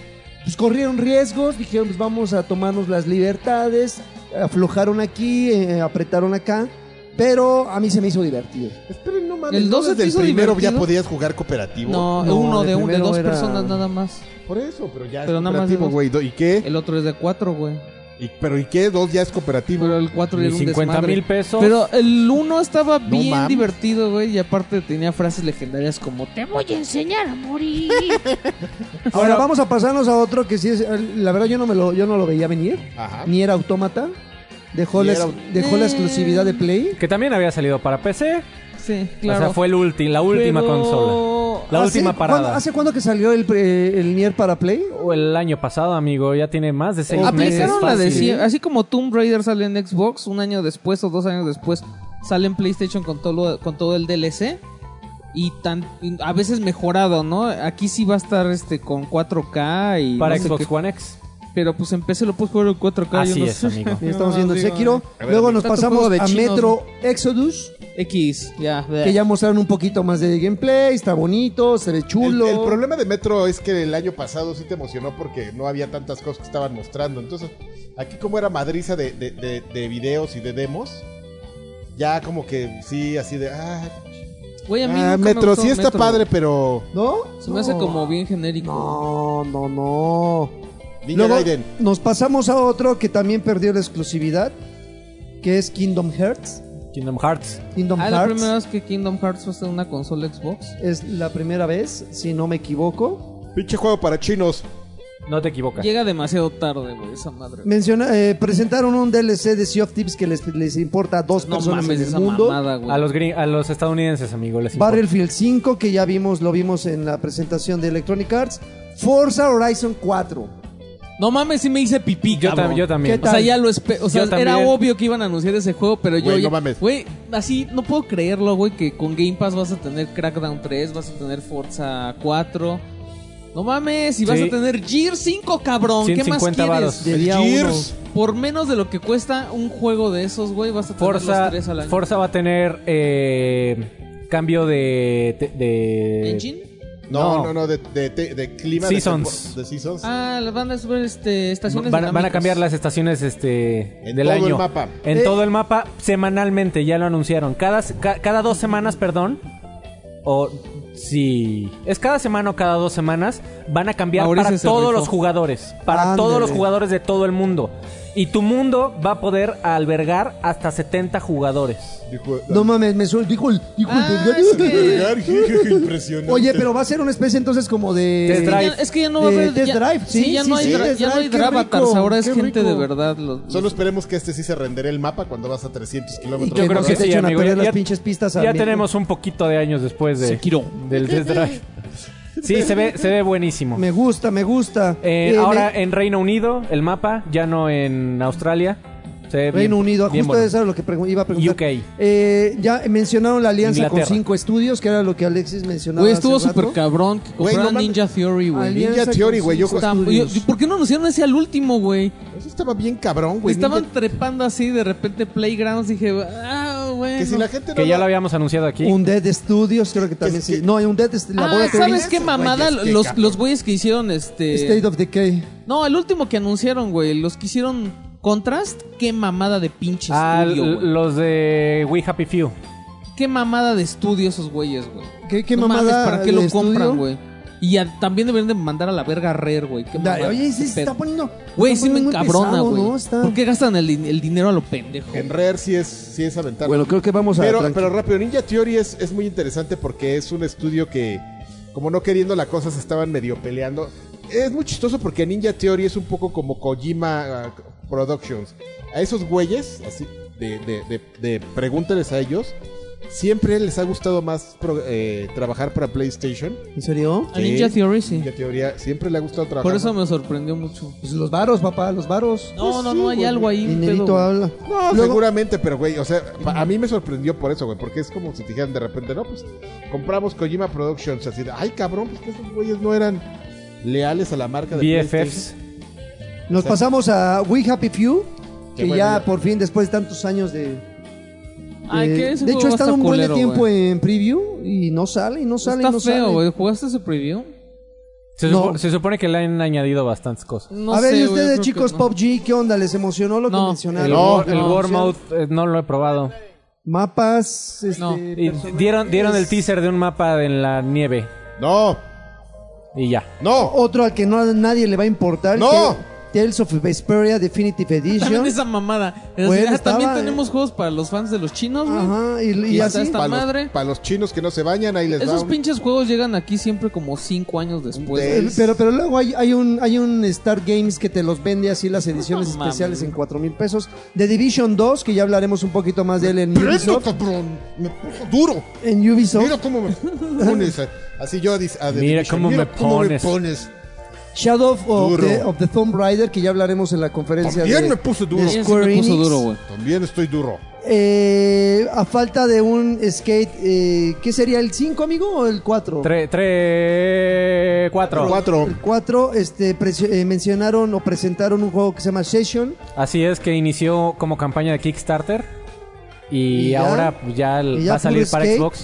Speaker 2: pues corrieron riesgos, dijeron, pues vamos a tomarnos las libertades, aflojaron aquí, eh, apretaron acá, pero a mí se me hizo divertido.
Speaker 1: eh, Esperen, no mames.
Speaker 3: ¿El
Speaker 1: ¿no
Speaker 3: dos se te
Speaker 1: desde el
Speaker 3: hizo
Speaker 1: primero
Speaker 3: divertido?
Speaker 1: ya podías jugar cooperativo?
Speaker 3: No,
Speaker 2: No,
Speaker 3: uno
Speaker 2: el
Speaker 3: de, un- de
Speaker 2: primero
Speaker 3: dos
Speaker 2: era-
Speaker 3: personas nada más.
Speaker 1: Por eso, pero ya
Speaker 3: Pero
Speaker 1: es
Speaker 3: nada más de
Speaker 1: cooperativo,
Speaker 3: dos.
Speaker 1: güey. Do- ¿Y qué?
Speaker 3: El otro es de cuatro, güey.
Speaker 1: ¿Y- pero ¿y qué? Dos ya es cooperativo.
Speaker 3: Pero el cuatro
Speaker 4: Ni
Speaker 3: era un
Speaker 4: 50
Speaker 3: desmadre.
Speaker 4: mil pesos.
Speaker 3: Pero el uno estaba bien
Speaker 1: mames.
Speaker 3: divertido, güey. Y aparte tenía frases legendarias como...
Speaker 5: Te voy a enseñar a morir.
Speaker 2: Ahora vamos a pasarnos a otro que sí es, la verdad yo no, me lo, yo no lo veía venir,
Speaker 1: Ajá.
Speaker 2: ni era autómata, dejó,
Speaker 1: Ah. Ni
Speaker 2: la,
Speaker 1: era-
Speaker 2: dejó la exclusividad de Play.
Speaker 4: Que también había salido para PC.
Speaker 3: Sí, claro.
Speaker 4: O sea, fue el ulti- la última
Speaker 3: Pero-
Speaker 4: consola. La
Speaker 2: ¿Hace
Speaker 4: última
Speaker 2: cuándo-
Speaker 4: parada.
Speaker 2: ¿Hace cuándo que salió el, pre- el Nier para Play?
Speaker 4: O el año pasado, amigo, ya tiene más de seis meses.
Speaker 3: Aplicaron la de
Speaker 4: fácil. ¿eh?
Speaker 3: sie- Así como Tomb Raider sale en Xbox un año después o dos años después, sale en PlayStation con todo, lo- con todo el DLC. Y tan y a veces mejorado, ¿no? Aquí sí va a estar este con 4K y.
Speaker 4: Para
Speaker 3: no sé
Speaker 4: Xbox
Speaker 3: qué.
Speaker 4: One X.
Speaker 3: Pero pues en PC lo puedes jugar en 4K.
Speaker 4: Así
Speaker 3: yo no
Speaker 4: es,
Speaker 3: sé.
Speaker 4: amigo.
Speaker 2: Ya Estamos
Speaker 3: No,
Speaker 2: viendo el
Speaker 3: digo,
Speaker 2: Sekiro.
Speaker 1: A ver,
Speaker 2: Luego
Speaker 1: amigo.
Speaker 2: nos
Speaker 3: Está tu
Speaker 2: pasamos
Speaker 3: juego de
Speaker 2: a
Speaker 3: chinos,
Speaker 2: Metro Exodus.
Speaker 3: X, ya.
Speaker 2: que ya mostraron un poquito más de gameplay, está bonito, se ve
Speaker 1: El,
Speaker 2: chulo.
Speaker 1: el problema de Metro es que el año pasado sí te emocionó porque no había tantas cosas que estaban mostrando. Entonces, aquí como era madriza de, de- de- de videos y de demos, ya como que sí, así de... Ah,
Speaker 3: Güey, a mí
Speaker 1: ah,
Speaker 3: nunca me
Speaker 1: Metro
Speaker 3: gustó
Speaker 1: sí está
Speaker 3: Metro.
Speaker 1: padre, pero...
Speaker 2: ¿No?
Speaker 3: Se me hace
Speaker 2: No.
Speaker 3: como bien genérico.
Speaker 2: No, no, no.
Speaker 1: Ninja
Speaker 2: Luego,
Speaker 1: Gaiden.
Speaker 2: nos pasamos a otro que también perdió la exclusividad, que es Kingdom Hearts.
Speaker 4: Kingdom Hearts.
Speaker 2: Kingdom
Speaker 3: Ah, la
Speaker 2: Hearts
Speaker 3: primera vez que Kingdom Hearts fue en una consola Xbox.
Speaker 2: es la primera vez, si no me equivoco.
Speaker 1: Pinche juego para chinos.
Speaker 4: No te equivocas.
Speaker 3: Llega demasiado tarde, güey, esa madre.
Speaker 2: Menciona, eh, presentaron un DLC de Sea of Tips que les, les importa a dos
Speaker 3: No
Speaker 2: personas
Speaker 3: mames
Speaker 2: en el
Speaker 3: esa
Speaker 2: mundo.
Speaker 3: mamada, güey.
Speaker 4: A los, gring- a los estadounidenses, amigo, les importa.
Speaker 2: Battlefield 5, que ya vimos, lo vimos en la presentación de Electronic Arts. Forza Horizon 4.
Speaker 3: No mames, sí me hice pipí,
Speaker 4: Yo,
Speaker 3: cabrón.
Speaker 4: tam- yo también.
Speaker 2: ¿Qué
Speaker 3: O sea, ya lo espe- O sea,
Speaker 4: Yo
Speaker 3: era
Speaker 4: también.
Speaker 3: obvio que iban a anunciar ese juego, pero yo.
Speaker 1: Güey,
Speaker 3: ya-
Speaker 1: no mames.
Speaker 3: Güey, así no puedo creerlo, güey, que con Game Pass vas a tener Crackdown 3, vas a tener Forza 4. No mames, y vas
Speaker 4: Sí.
Speaker 3: a tener Gear 5, cabrón. ¿Qué más
Speaker 4: 150
Speaker 3: quieres?
Speaker 4: varos.
Speaker 2: De
Speaker 1: El
Speaker 2: día
Speaker 1: Gears.
Speaker 3: Por menos de lo que cuesta un juego de esos, güey, vas a tener los
Speaker 4: Forza,
Speaker 3: tres al año.
Speaker 4: Forza va a tener eh, cambio de, de- de-
Speaker 3: ¿Engine?
Speaker 1: No,
Speaker 4: No.
Speaker 1: no, no, de, de- de- de clima. de
Speaker 4: Seasons.
Speaker 1: tempo- De, Seasons.
Speaker 3: Ah, las van a subir este, estaciones
Speaker 4: Van, van a
Speaker 3: dinámicas.
Speaker 4: cambiar las estaciones este
Speaker 1: En
Speaker 4: del
Speaker 1: todo
Speaker 4: año.
Speaker 1: el mapa.
Speaker 4: En
Speaker 2: Eh.
Speaker 4: todo el mapa, semanalmente, ya lo anunciaron. Cada, ca- cada dos semanas, perdón. O sí. Es cada semana o cada dos semanas. Van a cambiar
Speaker 3: Mauricio
Speaker 4: para
Speaker 3: se
Speaker 4: todos
Speaker 3: rifó.
Speaker 4: los jugadores. Para
Speaker 2: Ándale.
Speaker 4: todos los jugadores de todo el mundo. Y tu mundo va a poder albergar hasta 70 jugadores.
Speaker 1: Dijo- "Ah,
Speaker 2: No mames, me suel- dijo el, dijo el
Speaker 3: Ah,
Speaker 2: vergario.
Speaker 3: es que-
Speaker 1: Impresionante.
Speaker 2: Oye, pero va a ser una especie entonces como de...
Speaker 4: Test
Speaker 3: Ya-
Speaker 4: drive.
Speaker 3: es que ya no va a
Speaker 2: De
Speaker 3: haber.
Speaker 2: Eh, test
Speaker 3: ya-
Speaker 2: drive, sí,
Speaker 3: ya
Speaker 2: sí,
Speaker 3: no hay,
Speaker 2: sí,
Speaker 3: dra-
Speaker 2: test
Speaker 3: ya no
Speaker 2: drive,
Speaker 3: hay
Speaker 2: qué
Speaker 3: Dravatars,
Speaker 2: rico,
Speaker 3: ahora es
Speaker 2: qué
Speaker 3: gente
Speaker 2: rico.
Speaker 3: de verdad. los-
Speaker 1: Solo esperemos que este sí se rendere el mapa cuando vas a 300 kilómetros. por
Speaker 2: Yo creo
Speaker 1: hora.
Speaker 2: que sí. te echen a perder las pinches pistas a
Speaker 4: ya
Speaker 2: mí.
Speaker 4: tenemos un poquito de años después de,
Speaker 3: Sekiro.
Speaker 4: del test drive. Sí, se ve, se ve buenísimo.
Speaker 2: Me gusta, me gusta.
Speaker 4: Eh,
Speaker 2: Eh,
Speaker 4: ahora
Speaker 2: me-
Speaker 4: en Reino Unido, el mapa, ya no en Australia. Se ve
Speaker 2: Reino
Speaker 4: bien-
Speaker 2: Unido,
Speaker 4: bien
Speaker 2: justo
Speaker 4: bonito.
Speaker 2: eso era lo que pregun- iba a preguntar.
Speaker 4: UK.
Speaker 2: Eh, ya mencionaron la alianza
Speaker 4: Inglaterra.
Speaker 2: con cinco estudios, que era lo que Alexis mencionaba.
Speaker 3: Güey,
Speaker 2: hace
Speaker 3: estuvo
Speaker 2: rato.
Speaker 3: súper cabrón que
Speaker 1: Güey,
Speaker 3: compraran
Speaker 1: no mames.
Speaker 3: Ninja Theory, güey.
Speaker 2: Alianza
Speaker 1: Ninja Theory,
Speaker 2: con
Speaker 1: güey, yo
Speaker 2: cinco
Speaker 3: Está-
Speaker 2: estudios.
Speaker 3: yo- ¿Por qué no anunciaron ese al último, güey?
Speaker 1: Eso estaba bien cabrón,
Speaker 2: Pues
Speaker 1: güey.
Speaker 3: Estaban
Speaker 1: Ninja-
Speaker 3: trepando así de repente Playgrounds. Dije, ah, güey.
Speaker 1: Que si la gente no
Speaker 4: Que ya
Speaker 1: lo-
Speaker 4: lo habíamos anunciado aquí.
Speaker 2: Un Dead Studios, creo que también
Speaker 1: es
Speaker 2: sí.
Speaker 1: que-
Speaker 2: No, un Dead la
Speaker 3: Ah,
Speaker 2: Laboratory.
Speaker 3: ¿sabes qué
Speaker 1: Güey,
Speaker 3: mamada?
Speaker 1: es que
Speaker 3: los,
Speaker 1: cabrón.
Speaker 3: los güeyes que hicieron este.
Speaker 2: State of Decay.
Speaker 3: No, el último que anunciaron, güey. Los que hicieron Contrast. Qué mamada de pinche
Speaker 4: Ah,
Speaker 3: estudio, güey.
Speaker 4: l- los de We Happy Few.
Speaker 3: Qué mamada de estudio esos güeyes, güey.
Speaker 2: ¿Qué, qué
Speaker 3: No mames,
Speaker 2: mamada?
Speaker 3: ¿Para qué
Speaker 2: de
Speaker 3: lo
Speaker 2: estudio?
Speaker 3: compran, güey? Y a- también deberían de mandar a la verga a Rare, güey. Qué
Speaker 2: Da-
Speaker 3: mamada,
Speaker 2: Oye, sí,
Speaker 3: qué
Speaker 2: se
Speaker 3: pedo.
Speaker 2: está poniendo.
Speaker 3: Güey,
Speaker 2: está
Speaker 3: sí me
Speaker 2: poniendo muy
Speaker 3: encabrona,
Speaker 2: pesado,
Speaker 3: güey.
Speaker 2: ¿no? Está-
Speaker 3: ¿Por qué gastan el, din- el dinero a lo pendejo?
Speaker 1: En Rare sí es, sí es aventar.
Speaker 2: Bueno, creo que vamos a.
Speaker 1: pero,
Speaker 2: tranqui-
Speaker 1: pero rápido, Ninja Theory es, es muy interesante porque es un estudio que, como no queriendo la cosa, se estaban medio peleando. Es muy chistoso porque Ninja Theory es un poco como Kojima uh, Productions. A esos güeyes, así, de, de, de, de pregúntales a ellos, siempre les ha gustado más pro- eh, trabajar para PlayStation.
Speaker 2: ¿En serio?
Speaker 3: A Ninja Theory, sí.
Speaker 1: Ninja Theory siempre le ha gustado trabajar.
Speaker 3: Por eso
Speaker 1: más.
Speaker 3: me sorprendió mucho.
Speaker 2: Pues los varos, papá, los varos.
Speaker 3: No, no, no, hay algo ahí. un
Speaker 2: Pues Dinerito
Speaker 3: pedo, güey.
Speaker 2: habla.
Speaker 1: No,
Speaker 2: Luego-
Speaker 1: seguramente, pero güey, o sea, pa- a mí me sorprendió por eso, güey, porque es como si te dijeran de repente, no, pues compramos Kojima Productions, así, de, ay cabrón, pues que esos güeyes no eran leales a la marca de
Speaker 4: BFFs.
Speaker 1: PlayStation".
Speaker 2: Nos pasamos a We Happy Few,
Speaker 1: Qué
Speaker 2: que
Speaker 1: buena
Speaker 2: ya
Speaker 1: idea.
Speaker 2: por fin, después de tantos años de.
Speaker 3: Ay,
Speaker 2: de-
Speaker 3: que ese
Speaker 2: eh. de
Speaker 3: juego
Speaker 2: hecho, ha
Speaker 3: va
Speaker 2: estado
Speaker 3: estar
Speaker 2: un buen de
Speaker 3: culero,
Speaker 2: tiempo
Speaker 3: güey.
Speaker 2: en preview y no sale, y no sale, y
Speaker 3: Está
Speaker 2: no
Speaker 3: feo,
Speaker 2: sale.
Speaker 3: güey. ¿Jugaste ese preview?
Speaker 4: Se,
Speaker 2: No.
Speaker 4: supo- se supone que le han añadido bastantes cosas.
Speaker 3: No
Speaker 2: a ver,
Speaker 3: sé,
Speaker 2: ¿y
Speaker 3: güey, yo
Speaker 2: ustedes,
Speaker 3: creo
Speaker 2: chicos,
Speaker 3: que no.
Speaker 2: Pop G, qué onda? ¿Les emocionó lo
Speaker 3: No,
Speaker 2: que mencionaron?
Speaker 4: el
Speaker 1: No,
Speaker 4: War- el
Speaker 1: no,
Speaker 4: Warmouth eh, no lo he probado.
Speaker 2: Mapas, este,
Speaker 3: No.
Speaker 4: Y
Speaker 2: personajes.
Speaker 4: dieron, dieron el teaser de un mapa en la nieve.
Speaker 1: No,
Speaker 4: Y ya.
Speaker 3: Oh,
Speaker 1: no,
Speaker 2: Otro al que no, a nadie le va a importar.
Speaker 1: ¡No!
Speaker 2: que- Tales of Vesperia Definitive
Speaker 3: También
Speaker 2: Edition.
Speaker 3: esa mamada. Es
Speaker 2: Güey,
Speaker 3: decir, ah,
Speaker 2: estaba-
Speaker 3: También tenemos juegos para los fans de los chinos, güey.
Speaker 2: Ajá, y, y así.
Speaker 3: Y hasta esta
Speaker 1: para
Speaker 3: madre.
Speaker 1: los, pa' los chinos que no se bañan, ahí les
Speaker 3: Esos
Speaker 1: da un-
Speaker 3: pinches juegos llegan aquí siempre como cinco años
Speaker 1: Un
Speaker 3: después. güey.
Speaker 1: es-
Speaker 2: Pero, pero luego hay, hay un hay un Star Games que te los vende así las ediciones
Speaker 3: No mames.
Speaker 2: especiales en 4 mil pesos. The Division 2, que ya hablaremos un poquito más de él en
Speaker 1: Prendo,
Speaker 2: Ubisoft.
Speaker 1: cabrón, me puso duro.
Speaker 2: En Ubisoft.
Speaker 1: Mira cómo me pones. eh. Así yo dice, a The
Speaker 4: Mira
Speaker 1: Division,
Speaker 4: cómo me pones.
Speaker 2: Shadow of
Speaker 1: Duro.
Speaker 2: the, of the Tomb Raider, que ya hablaremos en la conferencia
Speaker 1: También
Speaker 2: de,
Speaker 1: me puse duro.
Speaker 2: de
Speaker 3: Sí, sí me
Speaker 2: Square
Speaker 3: puso
Speaker 2: Enix.
Speaker 3: duro, güey.
Speaker 1: También estoy duro.
Speaker 2: Eh, a falta de un skate, eh, ¿qué sería? ¿El 5, amigo, o el 4?
Speaker 4: Tres, tres, cuatro.
Speaker 1: Cuatro.
Speaker 2: El 4 este, presi- eh, mencionaron o presentaron un juego que se llama Session.
Speaker 4: Así es que inició como campaña de Kickstarter. Y,
Speaker 2: Y ya.
Speaker 4: ahora pues, ya,
Speaker 2: Y ya
Speaker 4: va a salir
Speaker 2: puro
Speaker 4: para
Speaker 2: skate.
Speaker 4: Xbox.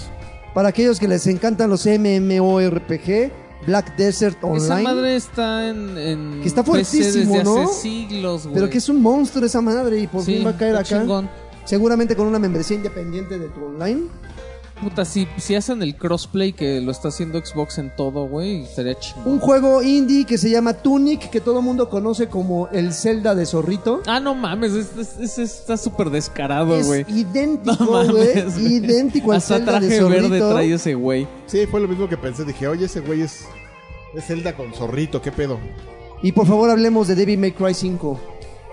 Speaker 2: Para aquellos que les encantan los MMORPG, Black Desert Online.
Speaker 3: Esa madre está en, en
Speaker 2: Que está
Speaker 3: PC
Speaker 2: fuertísimo,
Speaker 3: desde
Speaker 2: ¿no?
Speaker 3: hace siglos, güey.
Speaker 2: Pero que es un monstruo esa madre y por
Speaker 3: Sí,
Speaker 2: fin va a caer
Speaker 3: está
Speaker 2: acá.
Speaker 3: chingón.
Speaker 2: Seguramente con una membresía independiente de tu online.
Speaker 3: Puta, si, si hacen el crossplay que lo está haciendo Xbox en todo, güey, estaría chingón.
Speaker 2: Un juego indie que se llama Tunic, que todo mundo conoce como el Zelda de Zorrito.
Speaker 3: Ah, no mames, es- es- es- está súper descarado,
Speaker 2: es
Speaker 3: güey.
Speaker 2: idéntico,
Speaker 3: No mames,
Speaker 2: güey.
Speaker 3: güey.
Speaker 2: idéntico al
Speaker 3: Hasta
Speaker 2: Zelda de
Speaker 3: traje
Speaker 2: Zorrito.
Speaker 3: verde trae ese güey.
Speaker 1: Sí, fue lo mismo que pensé. Dije, oye, ese güey es, es Zelda con zorrito, qué pedo.
Speaker 2: Y por favor hablemos de Devil May Cry 5.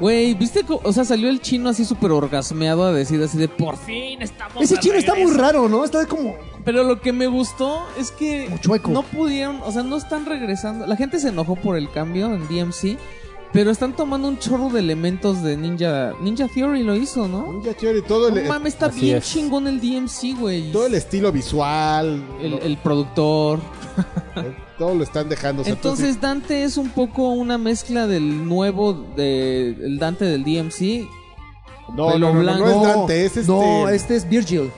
Speaker 3: Güey, ¿viste? co- O sea, salió el chino así súper orgasmeado a decir así de por fin.
Speaker 2: Ese chino está muy raro, ¿no? Está como...
Speaker 3: Pero lo que me gustó es que
Speaker 2: Como chueco.
Speaker 3: no pudieron, o sea, no están regresando. La gente se enojó por el cambio en DMC, Pero están tomando un chorro de elementos de Ninja. Ninja Theory lo hizo, ¿no?
Speaker 1: Ninja Theory, todo
Speaker 3: No
Speaker 1: el,
Speaker 3: mames, está
Speaker 4: así
Speaker 3: bien
Speaker 4: es.
Speaker 3: chingón el DMC, güey.
Speaker 1: todo el estilo visual,
Speaker 3: El-
Speaker 1: lo-
Speaker 3: el productor.
Speaker 1: eh, todo lo están dejando. o sea, tú
Speaker 3: Entonces Dante es un poco una mezcla del nuevo de el Dante del DMC.
Speaker 1: sí- no, no, no, no,
Speaker 3: pelo
Speaker 1: no,
Speaker 3: blanco.
Speaker 1: es Dante, es este.
Speaker 2: No, este es Virgil.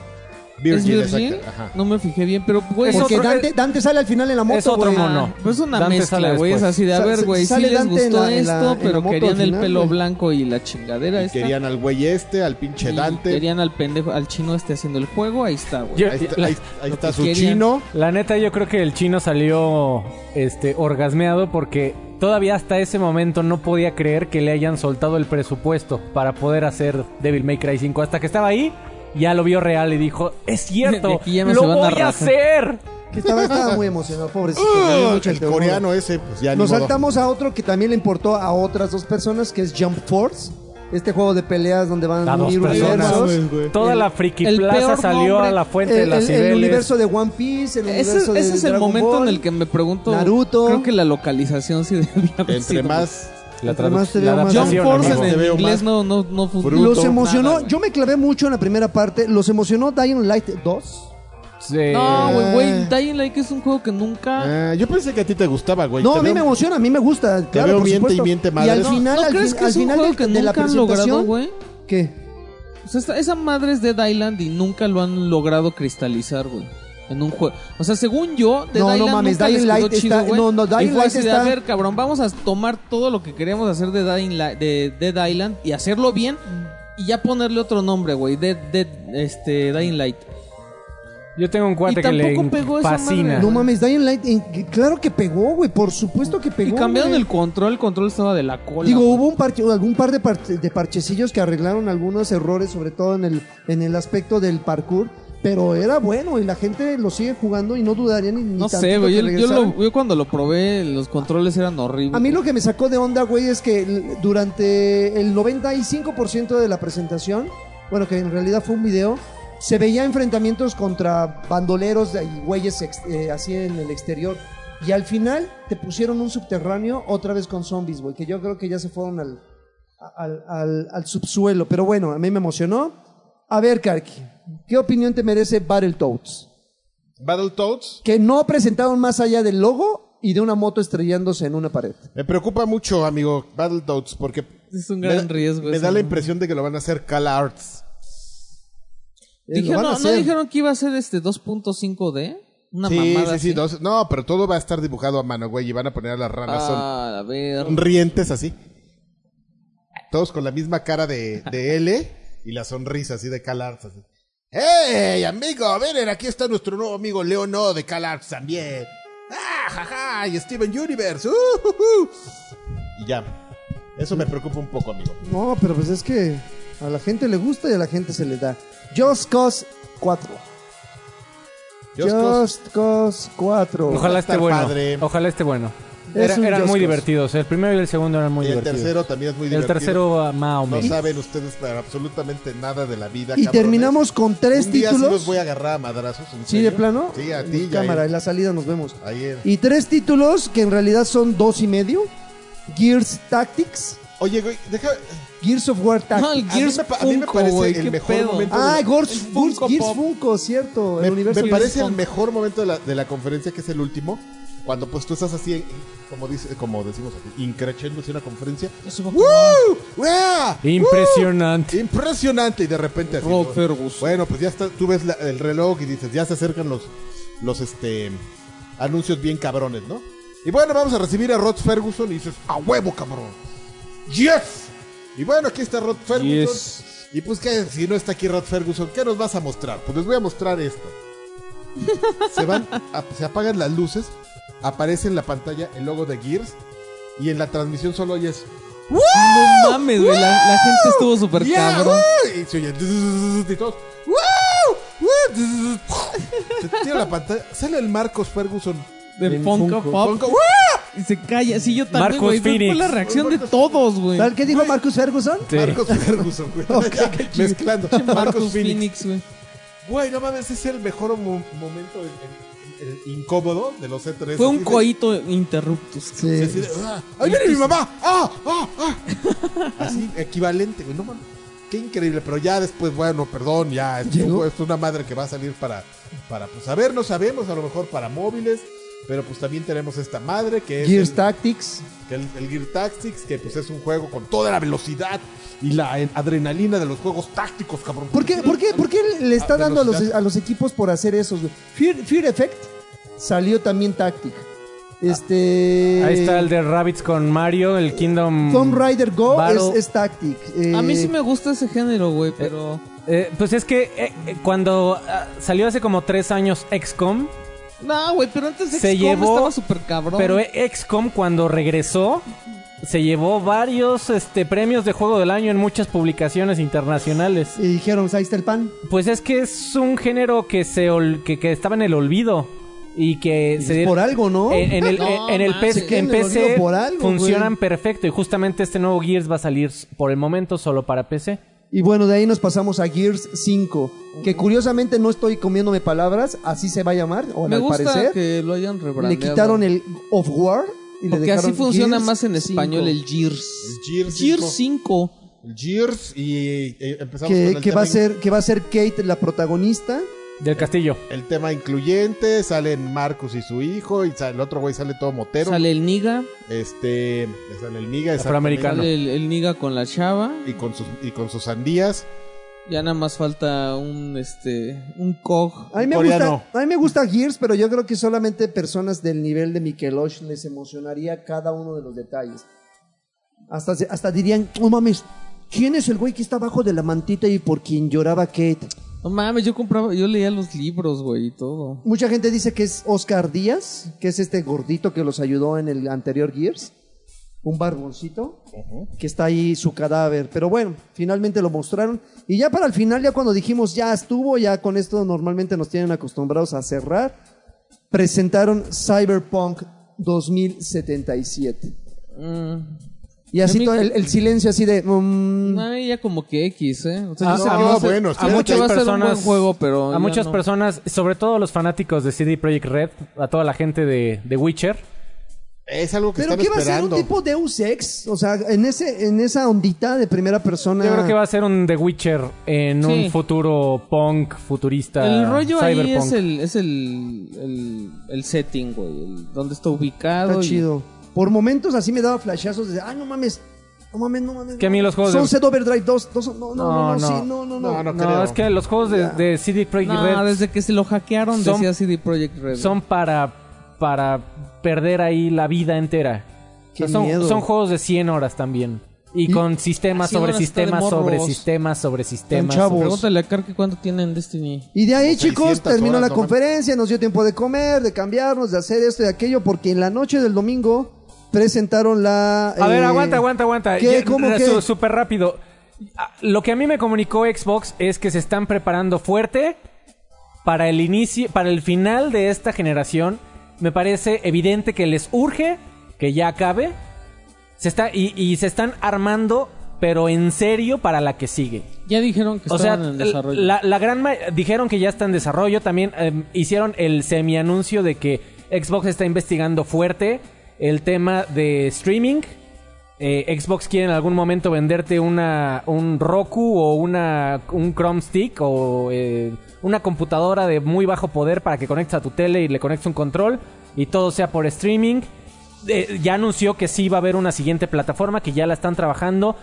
Speaker 1: Virgil,
Speaker 3: ¿Es Virgil?
Speaker 1: exacto, ajá.
Speaker 3: No me fijé bien, pero güey,
Speaker 4: Es
Speaker 3: ¿por
Speaker 2: Porque
Speaker 3: qué
Speaker 4: otro-
Speaker 2: Dante, Dante sale al final en la moto.
Speaker 4: es otro
Speaker 2: güey.
Speaker 3: Ah,
Speaker 4: mono.
Speaker 3: Pues es una
Speaker 4: Dante
Speaker 3: mezcla,
Speaker 4: sale
Speaker 3: güey, es
Speaker 4: después.
Speaker 3: así de a
Speaker 2: Sa-
Speaker 3: ver,
Speaker 2: sa-
Speaker 3: güey, sí
Speaker 2: sale
Speaker 3: les
Speaker 2: Dante
Speaker 3: gustó
Speaker 2: en la- en la- en
Speaker 3: esto,
Speaker 2: la
Speaker 3: pero
Speaker 2: moto al
Speaker 3: querían el
Speaker 2: final,
Speaker 3: pelo
Speaker 2: güey.
Speaker 3: blanco y la chingadera
Speaker 1: Y
Speaker 3: esta.
Speaker 1: querían al güey este, al pinche
Speaker 3: Y
Speaker 1: Dante.
Speaker 3: querían al pendejo, al chino este haciendo el juego, ahí está, güey.
Speaker 4: Yo-
Speaker 1: Ahí está,
Speaker 4: la-
Speaker 1: ahí- ahí
Speaker 3: lo
Speaker 1: está
Speaker 3: que
Speaker 1: su
Speaker 3: querían.
Speaker 1: chino.
Speaker 4: La neta, yo creo que el chino salió este, orgasmeado porque todavía hasta ese momento no podía creer que le hayan soltado el presupuesto para poder hacer Devil May Cry 5. Hasta que estaba ahí, ya lo vio real y dijo: Es
Speaker 3: De
Speaker 4: cierto,
Speaker 3: aquí ya no
Speaker 4: lo
Speaker 3: se van a
Speaker 4: voy a
Speaker 3: rajar".
Speaker 4: hacer.
Speaker 2: Que estaba, estaba muy emocionado, pobrecito. le dio
Speaker 1: ¡Ugh!
Speaker 2: mucho
Speaker 1: Ah, el
Speaker 2: temor.
Speaker 1: coreano ese, pues ya ni
Speaker 2: Nos
Speaker 1: modo.
Speaker 2: saltamos a otro que también le importó a otras dos personas, que es Jump Force. Este juego de peleas donde van
Speaker 4: A
Speaker 2: a
Speaker 4: dos
Speaker 2: unir
Speaker 4: personas.
Speaker 2: universos.
Speaker 4: Toda la friki
Speaker 3: el
Speaker 4: plaza
Speaker 3: peor
Speaker 4: salió
Speaker 3: nombre-
Speaker 4: a la fuente de
Speaker 2: El,
Speaker 4: las
Speaker 2: el- el
Speaker 4: Cibeles.
Speaker 2: universo de One Piece, el
Speaker 3: Ese,
Speaker 2: universo de
Speaker 3: ese es el
Speaker 2: Dragon
Speaker 3: momento
Speaker 2: Ball.
Speaker 3: en el que me pregunto.
Speaker 2: Naruto.
Speaker 3: Creo que la localización sí debía haber
Speaker 1: Entre
Speaker 3: sido,
Speaker 1: más.
Speaker 4: La
Speaker 2: Entre más te
Speaker 4: traducción.
Speaker 2: veo
Speaker 4: la
Speaker 2: más-
Speaker 3: John
Speaker 4: adaptación,
Speaker 3: Force
Speaker 4: amigo.
Speaker 1: Te
Speaker 3: en el
Speaker 1: veo
Speaker 3: inglés
Speaker 1: más
Speaker 3: no, no, no fun-
Speaker 1: bruto.
Speaker 2: Los emocionó.
Speaker 3: Nada, güey.
Speaker 2: Yo me clavé mucho en la primera parte. Los emocionó Dying Light 2.
Speaker 4: Sí.
Speaker 3: No, güey,
Speaker 1: Eh.
Speaker 3: güey, Dying Like es un juego que nunca...
Speaker 2: Eh.
Speaker 1: Ah, yo pensé que a ti te gustaba, güey.
Speaker 2: No,
Speaker 1: Te
Speaker 2: a mí
Speaker 1: veo-
Speaker 2: me emociona, a mí me gusta. Claro,
Speaker 1: veo
Speaker 2: por
Speaker 1: miente y
Speaker 2: supuesto.
Speaker 1: miente
Speaker 2: Y
Speaker 1: madre.
Speaker 2: al
Speaker 1: No,
Speaker 2: final,
Speaker 3: ¿No
Speaker 2: al,
Speaker 3: crees
Speaker 2: fin-
Speaker 3: que
Speaker 2: al
Speaker 3: es un
Speaker 2: final
Speaker 3: juego
Speaker 2: del-
Speaker 3: que
Speaker 2: de la
Speaker 3: nunca han logrado,
Speaker 2: presentación,
Speaker 3: güey?
Speaker 2: ¿qué?
Speaker 3: O sea, esta- Pues esa madre es Dead Island y nunca lo han logrado cristalizar, güey. En un juego. O sea, según yo, Dead
Speaker 2: No, no
Speaker 3: Island
Speaker 2: mames,
Speaker 3: nunca
Speaker 2: Dying
Speaker 3: les quedó
Speaker 2: Light
Speaker 3: chido,
Speaker 2: está-
Speaker 3: güey.
Speaker 2: no, no,
Speaker 3: Y
Speaker 2: Dying
Speaker 3: fue
Speaker 2: Light
Speaker 3: así de,
Speaker 2: está-
Speaker 3: A ver, cabrón, vamos a tomar todo lo que queríamos hacer de Dying Li- de Dead Island y hacerlo bien y ya ponerle otro nombre, güey. Dead, Dead, este, Dying Light.
Speaker 4: Yo tengo un cuate
Speaker 3: Y
Speaker 4: que le
Speaker 3: tampoco pegó esa madre.
Speaker 4: fascina.
Speaker 2: No mames, Dying Light, en- claro que pegó, güey, por supuesto que
Speaker 3: Y
Speaker 2: pegó.
Speaker 3: cambiaron
Speaker 2: güey.
Speaker 3: el control, el control estaba de la cola.
Speaker 2: Digo,
Speaker 3: güey.
Speaker 2: hubo un parche, algún par de, parche- de parchecillos que arreglaron algunos errores, sobre todo en el, en el aspecto del parkour, pero era bueno y la gente lo sigue jugando y no dudaría ni, ni
Speaker 3: no sé,
Speaker 2: tantito
Speaker 3: güey.
Speaker 2: que
Speaker 3: Yo, yo
Speaker 2: regresaran.
Speaker 3: lo- yo cuando lo probé, los controles eran horribles.
Speaker 2: A mí lo que me sacó de onda, güey, es que l- durante el 95% de la presentación, bueno, que en realidad fue un video, se veía enfrentamientos contra bandoleros de- y güeyes ex- eh, así en el exterior. Y al final te pusieron un subterráneo otra vez con zombies, güey, que yo creo que ya se fueron al, al, al- al subsuelo. Pero bueno, a mí me emocionó. A ver, Karki, ¿qué opinión te merece Battletoads?
Speaker 1: Battletoads.
Speaker 2: Que no presentaron más allá del logo y de una moto estrellándose en una pared.
Speaker 1: Me preocupa mucho, amigo, Battletoads, porque.
Speaker 3: Es un
Speaker 1: me
Speaker 3: gran
Speaker 1: da-
Speaker 3: riesgo.
Speaker 1: Me
Speaker 3: ese,
Speaker 1: da la
Speaker 3: güey.
Speaker 1: impresión de que lo van a hacer Cal Arts.
Speaker 2: Eh, lo
Speaker 3: Dijeron-
Speaker 2: van a
Speaker 3: no,
Speaker 2: hacer.
Speaker 3: dijeron que iba a ser este 2.5D? Una
Speaker 1: sí,
Speaker 3: mamada
Speaker 1: sí, sí,
Speaker 3: así.
Speaker 1: dos- No, pero todo va a estar dibujado a mano, güey, y van a poner a las ranas
Speaker 3: Ah, a ver.
Speaker 1: son rientes así. Todos con la misma cara de, de L y la sonrisa así de Cal Arts. Así. ¡Hey, amigo! Miren, aquí está nuestro nuevo amigo Leono de Cal Arts también. ¡Ah, jaja! Y Steven Universe. ¡Uh, uh, uh! Y ya. Eso me preocupa un poco, amigo.
Speaker 2: No, pero pues es que a la gente le gusta y a la gente se le da. Just Cause 4.
Speaker 1: Just Cause-
Speaker 2: Just Cause 4.
Speaker 1: Va a
Speaker 4: Ojalá
Speaker 1: estar
Speaker 4: esté bueno.
Speaker 1: padre.
Speaker 4: Ojalá esté bueno.
Speaker 2: Es
Speaker 4: Era-
Speaker 2: un
Speaker 4: eran
Speaker 2: Just
Speaker 4: muy
Speaker 2: Cause.
Speaker 4: divertidos. El primero y el segundo eran muy
Speaker 1: y el
Speaker 4: divertidos.
Speaker 1: tercero también es muy
Speaker 4: el
Speaker 1: divertido.
Speaker 4: tercero, ah, más o
Speaker 1: No
Speaker 4: menos.
Speaker 1: saben ustedes para absolutamente nada de la vida.
Speaker 2: Y
Speaker 1: cabrones.
Speaker 2: terminamos con tres
Speaker 1: ¿eh? Un día sí
Speaker 2: títulos.
Speaker 1: los voy a agarrar a madrazos. ¿en
Speaker 2: Sí,
Speaker 1: serio?
Speaker 2: de plano.
Speaker 1: Sí, a
Speaker 2: En
Speaker 1: ti.
Speaker 2: Cámara,
Speaker 1: Jair.
Speaker 2: en la salida nos vemos.
Speaker 1: Ayer.
Speaker 2: Y tres títulos que en realidad son dos y medio. Gears Tactics.
Speaker 1: Oye, güey, deja.
Speaker 2: Gears of War
Speaker 3: No,
Speaker 2: Tactics.
Speaker 3: el
Speaker 1: A mí
Speaker 3: Gears
Speaker 1: me pa- a mí me
Speaker 3: Funko,
Speaker 1: parece
Speaker 3: güey,
Speaker 1: el
Speaker 3: qué
Speaker 1: mejor
Speaker 3: pedo.
Speaker 1: momento
Speaker 2: Ah, Gears,
Speaker 3: El Funko
Speaker 2: Gears
Speaker 3: Pop.
Speaker 2: Funko, cierto.
Speaker 1: Me,
Speaker 2: el universo
Speaker 1: me
Speaker 2: Gears
Speaker 1: parece el
Speaker 2: Funko.
Speaker 1: mejor momento de la, de la conferencia, que es el último. Cuando pues tú estás así, en- como, dice, como decimos aquí, increchendo hacia una conferencia. ¡Woo! ¡Wea!
Speaker 4: Uh, Impresionante. Oh,
Speaker 1: Impresionante. Y de repente así.
Speaker 3: Rob
Speaker 1: ¿no?
Speaker 3: Ferguson.
Speaker 1: Bueno, pues ya está, tú ves la- el reloj y dices, ya se acercan los, los este anuncios bien cabrones, ¿no? Y bueno, vamos a recibir a Rod Ferguson y dices, a huevo, cabrón. ¡Yes! Y bueno, aquí está Rod Ferguson.
Speaker 4: Yes.
Speaker 1: Y pues que si no está aquí Rod Ferguson, ¿qué nos vas a mostrar? Pues les voy a mostrar esto. Se van, a- se apagan las luces, aparece en la pantalla el logo de Gears y en la transmisión solo oyes
Speaker 3: No mames, güey. La, la gente estuvo súper
Speaker 1: Yeah,
Speaker 3: cabrón.
Speaker 1: uh, Y se oye, zzzz, y todos. "Woo, woo", zzzz. Se tira la pantalla. Sale el Marcos Ferguson.
Speaker 3: De
Speaker 4: Del
Speaker 3: Funko
Speaker 4: Funko.
Speaker 3: Pop.
Speaker 1: Pongo, "Woo".
Speaker 3: Y se calla. Sí, yo también,
Speaker 4: Marcus
Speaker 3: güey. Fue fue
Speaker 4: Phoenix.
Speaker 3: la reacción de todos, güey.
Speaker 2: ¿Sabes qué dijo Marcus Ferguson?
Speaker 4: Sí.
Speaker 1: Marcos Ferguson, güey. Ya, Mezclando.
Speaker 3: Marcus
Speaker 1: Marcos Phoenix.
Speaker 3: Phoenix, güey.
Speaker 1: Güey, no mames, ese es el mejor mo- momento en, en- eh, incómodo de los E3.
Speaker 3: Fue un
Speaker 1: así de-
Speaker 3: coito interruptus.
Speaker 2: Sí.
Speaker 1: así de, "Ah, ¡Ahí viene mi mamá! ¡Ah! ¡Ah! ¡Ah! Así, equivalente, güey. No mames. Qué increíble. Pero ya después, bueno, perdón, ya. Esto,
Speaker 2: Llegó.
Speaker 1: esto es una madre que va a salir para, para pues, a ver, no sabemos, a lo mejor para móviles. Pero pues también tenemos esta madre que es.
Speaker 2: Gears
Speaker 1: el-
Speaker 2: Tactics.
Speaker 1: que el, el Gear Tactics, que pues es un juego con toda la velocidad y la eh, adrenalina de los juegos tácticos, cabrón.
Speaker 2: ¿Por qué, por qué- por qué le está
Speaker 1: Ah,
Speaker 2: dando a los,
Speaker 1: velocidad.
Speaker 2: a los equipos por hacer eso? güey? Fear, Fear Effect salió también Tactic. Este.
Speaker 4: Ahí está el de Rabbits con Mario, el Kingdom.
Speaker 2: Tomb Raider Go
Speaker 4: Battle.
Speaker 2: es, es Tactic. Eh,
Speaker 3: A mí sí me gusta ese género, güey, pero.
Speaker 4: Eh, pues es que eh, eh, cuando ah, salió hace como tres años XCOM,
Speaker 3: No, güey, pero antes
Speaker 4: Se
Speaker 3: XCOM
Speaker 4: llevó-
Speaker 3: estaba súper cabrón.
Speaker 4: pero eh, XCOM cuando regresó se llevó varios este, premios de juego del año en muchas publicaciones internacionales.
Speaker 2: Y dijeron, ahí está el pan.
Speaker 4: Pues es que es un género que se ol- que, que estaba en el olvido y que se
Speaker 2: por algo, ¿no?
Speaker 4: En, en el, eh,
Speaker 3: No,
Speaker 4: en el
Speaker 3: man,
Speaker 4: PS
Speaker 3: se
Speaker 2: quedan
Speaker 4: en
Speaker 2: en el
Speaker 4: PC
Speaker 2: olvido por algo,
Speaker 4: funcionan
Speaker 2: güey.
Speaker 4: perfecto y justamente este nuevo Gears va a salir por el momento solo para PC.
Speaker 2: Y bueno, de ahí nos pasamos a Gears 5. Que curiosamente no estoy comiéndome palabras, así se va a llamar, o
Speaker 3: me
Speaker 2: al
Speaker 3: gusta
Speaker 2: parecer.
Speaker 3: que lo hayan rebrandeado.
Speaker 2: Le quitaron el Of War y le
Speaker 3: Porque así
Speaker 2: dejaron
Speaker 3: funciona
Speaker 2: Gears
Speaker 3: más en
Speaker 2: 5.
Speaker 3: español el Gears.
Speaker 1: El Gears
Speaker 3: 5.
Speaker 1: El Gears y eh, empezamos con
Speaker 2: Que,
Speaker 1: el
Speaker 2: que va a
Speaker 1: tema
Speaker 2: ser, que va a ser Kate la protagonista.
Speaker 4: Del castillo.
Speaker 1: in- El tema incluyente, salen Marcus y su hijo, y sale, el otro güey sale todo motero.
Speaker 3: Sale el Niga.
Speaker 1: Este, sale el Niga.
Speaker 4: Afroamericano.
Speaker 3: Sale el, el Niga con la chava.
Speaker 1: exactamente, Y con, sus, y con sus sandías.
Speaker 3: Ya nada más falta un este un cog.
Speaker 2: A mí, me
Speaker 1: Coreano.
Speaker 2: gusta, a mí me gusta Gears, pero yo creo que solamente personas del nivel de Mikelosh les emocionaría cada uno de los detalles. Hasta, se- hasta dirían, no mames, ¿quién es el güey que está abajo de la mantita y por quien lloraba Kate?
Speaker 3: No mames, yo compraba, yo leía los libros, güey, y todo.
Speaker 2: Mucha gente dice que es Oscar Díaz, que es este gordito que los ayudó en el anterior Gears. Un barboncito que está ahí su cadáver. Pero bueno, finalmente lo mostraron. Y ya para el final, ya cuando dijimos ya estuvo, ya con esto normalmente nos tienen acostumbrados a cerrar, presentaron Cyberpunk 2077.
Speaker 3: Mm.
Speaker 2: Y así
Speaker 3: A mí-
Speaker 2: todo el, el silencio así de... mm,
Speaker 3: Ay, ya como que X, ¿eh? O
Speaker 1: Ah,
Speaker 3: yo sé que
Speaker 1: ah,
Speaker 3: va a ser-
Speaker 1: bueno,
Speaker 3: a
Speaker 1: espérate,
Speaker 3: muchos
Speaker 1: hay
Speaker 3: va a ser un buen juego, pero.
Speaker 4: A
Speaker 3: ya
Speaker 4: muchas
Speaker 3: no.
Speaker 4: personas, sobre todo los fanáticos de CD Projekt Red, a toda la gente de, de Witcher.
Speaker 1: Es algo que
Speaker 2: Pero
Speaker 1: están
Speaker 2: ¿qué va a ser un
Speaker 1: esperando.
Speaker 2: tipo Deus Ex? O sea, en, ese, en esa ondita de primera persona...
Speaker 4: Yo creo que va a ser un The Witcher en
Speaker 3: Sí.
Speaker 4: un futuro punk, futurista.
Speaker 3: El rollo ahí
Speaker 4: cyberpunk.
Speaker 3: es el, es el, el, el setting, güey. el- Dónde está ubicado.
Speaker 2: Está
Speaker 3: y-
Speaker 2: chido. Por momentos así me daba flashazos de, ah, no mames, no mames, no mames.
Speaker 4: Que a mí los juegos de-
Speaker 2: Sunset Overdrive 2, dos- no, no, no, no,
Speaker 4: No, no.
Speaker 2: sí, no, no, no.
Speaker 1: No, no
Speaker 4: No,
Speaker 1: creo.
Speaker 4: es que los juegos de, de CD Projekt
Speaker 3: No,
Speaker 4: Red
Speaker 3: desde que se lo hackearon
Speaker 4: son-
Speaker 3: decía CD Projekt Red.
Speaker 4: son para, para perder ahí la vida entera.
Speaker 2: Qué
Speaker 4: O sea, son,
Speaker 2: miedo.
Speaker 4: son juegos de 100 horas también. Y,
Speaker 2: Y-
Speaker 4: con sistemas
Speaker 3: 100
Speaker 4: sobre
Speaker 3: horas está de
Speaker 4: sistemas sobre
Speaker 3: morros.
Speaker 4: sistemas sobre sistemas.
Speaker 2: chavos.
Speaker 3: Pregúntale a Karki cuánto tiene en Destiny.
Speaker 2: Y de ahí,
Speaker 1: Como 600
Speaker 2: chicos, terminó
Speaker 1: horas,
Speaker 2: la
Speaker 1: no mames.
Speaker 2: conferencia, nos dio tiempo de comer, de cambiarnos, de hacer esto y aquello, porque en la noche del domingo presentaron la...
Speaker 4: A ver,
Speaker 2: eh,
Speaker 4: aguanta, aguanta, aguanta.
Speaker 2: ¿Qué?
Speaker 4: Ya,
Speaker 2: ¿Cómo
Speaker 4: re-
Speaker 2: qué?
Speaker 4: su- Súper rápido. Ah, Lo que a mí me comunicó Xbox es que se están preparando fuerte para el inicio, para el final de esta generación. Me parece evidente que les urge que ya acabe. Se está, y, y se están armando, pero en serio, para la que sigue.
Speaker 3: Ya dijeron que
Speaker 4: O sea,
Speaker 3: estaban en desarrollo.
Speaker 4: la, la gran ma- dijeron que ya está en desarrollo. También em, hicieron el semi-anuncio de que Xbox está investigando fuerte el tema de streaming. Eh, Xbox quiere en algún momento venderte una un Roku o una un Chrome Stick o eh, una computadora de muy bajo poder para que conectes a tu tele y le conectes un control y todo sea por streaming. Eh, ya anunció que sí va a haber una siguiente plataforma que ya la están trabajando.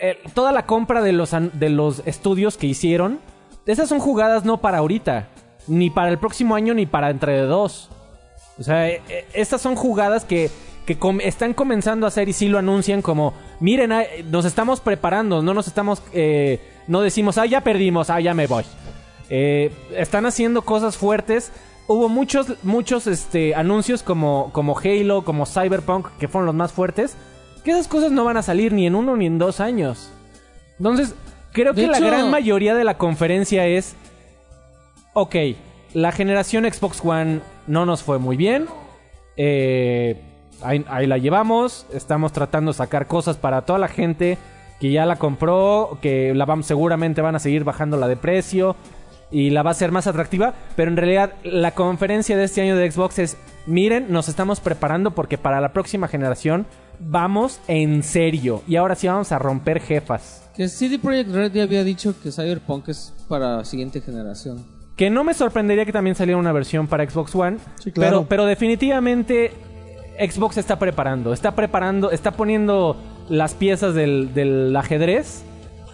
Speaker 4: Eh, toda la compra de los, an- de los estudios que hicieron, esas son jugadas no para ahorita, ni para el próximo año, ni para entre dos. O sea, eh, eh, estas son jugadas que, que com- están comenzando a hacer y sí lo anuncian como, miren, ah, eh, nos estamos preparando, no nos estamos, eh, no decimos, ah, ya perdimos, ah, ya me voy. Eh, están haciendo cosas fuertes. Hubo muchos, muchos este, anuncios como, como Halo, como Cyberpunk, que fueron los más fuertes, que esas cosas no van a salir ni en uno ni en dos años. Entonces, creo
Speaker 3: De
Speaker 4: que la
Speaker 3: hecho-
Speaker 4: gran mayoría de la conferencia es, ok, la generación Xbox One no nos fue muy bien. Eh, ahí, ahí la llevamos. Estamos tratando de sacar cosas para toda la gente que ya la compró, que la van, seguramente van a seguir bajándola de precio. y la va a hacer más atractiva, pero en realidad la conferencia de este año de Xbox es, miren, nos estamos preparando porque para la próxima generación vamos en serio y ahora sí vamos a romper jefas.
Speaker 3: Que CD Projekt Red ya había dicho que Cyberpunk es para siguiente generación.
Speaker 4: Que no me sorprendería que también saliera una versión para Xbox One,
Speaker 2: Sí, claro.
Speaker 4: pero, pero definitivamente Xbox está preparando, está preparando, está poniendo las piezas del, del ajedrez.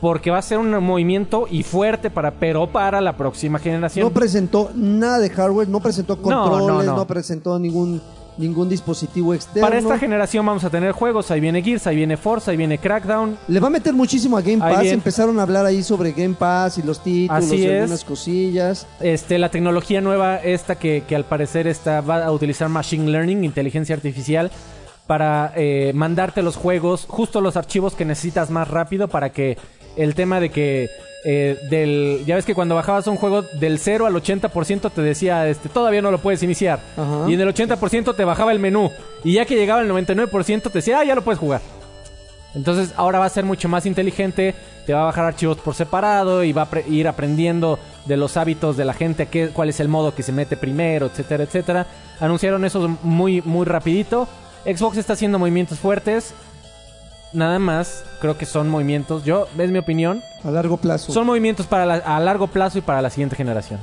Speaker 4: Porque va a ser un movimiento y fuerte para, pero para la próxima generación.
Speaker 2: No presentó nada de hardware, no presentó controles, no,
Speaker 4: no.
Speaker 2: presentó ningún ningún dispositivo externo.
Speaker 4: Para esta generación vamos a tener juegos. Ahí viene Gears, ahí viene Forza, ahí viene Crackdown.
Speaker 2: Le va a meter muchísimo a Game
Speaker 4: Ahí
Speaker 2: Pass.
Speaker 4: viene.
Speaker 2: Empezaron a hablar ahí sobre Game Pass y los títulos
Speaker 4: Así
Speaker 2: y
Speaker 4: es.
Speaker 2: algunas cosillas.
Speaker 4: Este, la tecnología nueva esta que, que al parecer está, va a utilizar Machine Learning, inteligencia artificial, para eh, mandarte los juegos, justo los archivos que necesitas más rápido para que el tema de que eh, del... Ya ves que cuando bajabas un juego del 0 al 80% te decía, este, todavía no lo puedes iniciar.
Speaker 2: Ajá.
Speaker 4: Y en el 80% te bajaba el menú. Y ya que llegaba al 99% te decía, ah, ya lo puedes jugar. Entonces ahora va a ser mucho más inteligente, te va a bajar archivos por separado y va a pre- ir aprendiendo de los hábitos de la gente, qué, cuál es el modo que se mete primero, etcétera, etcétera. Anunciaron eso muy, muy rapidito. Xbox está haciendo movimientos fuertes. Nada más, creo que son movimientos, yo, es mi opinión,
Speaker 2: A largo plazo.
Speaker 4: son movimientos para la- a largo plazo y para la siguiente generación.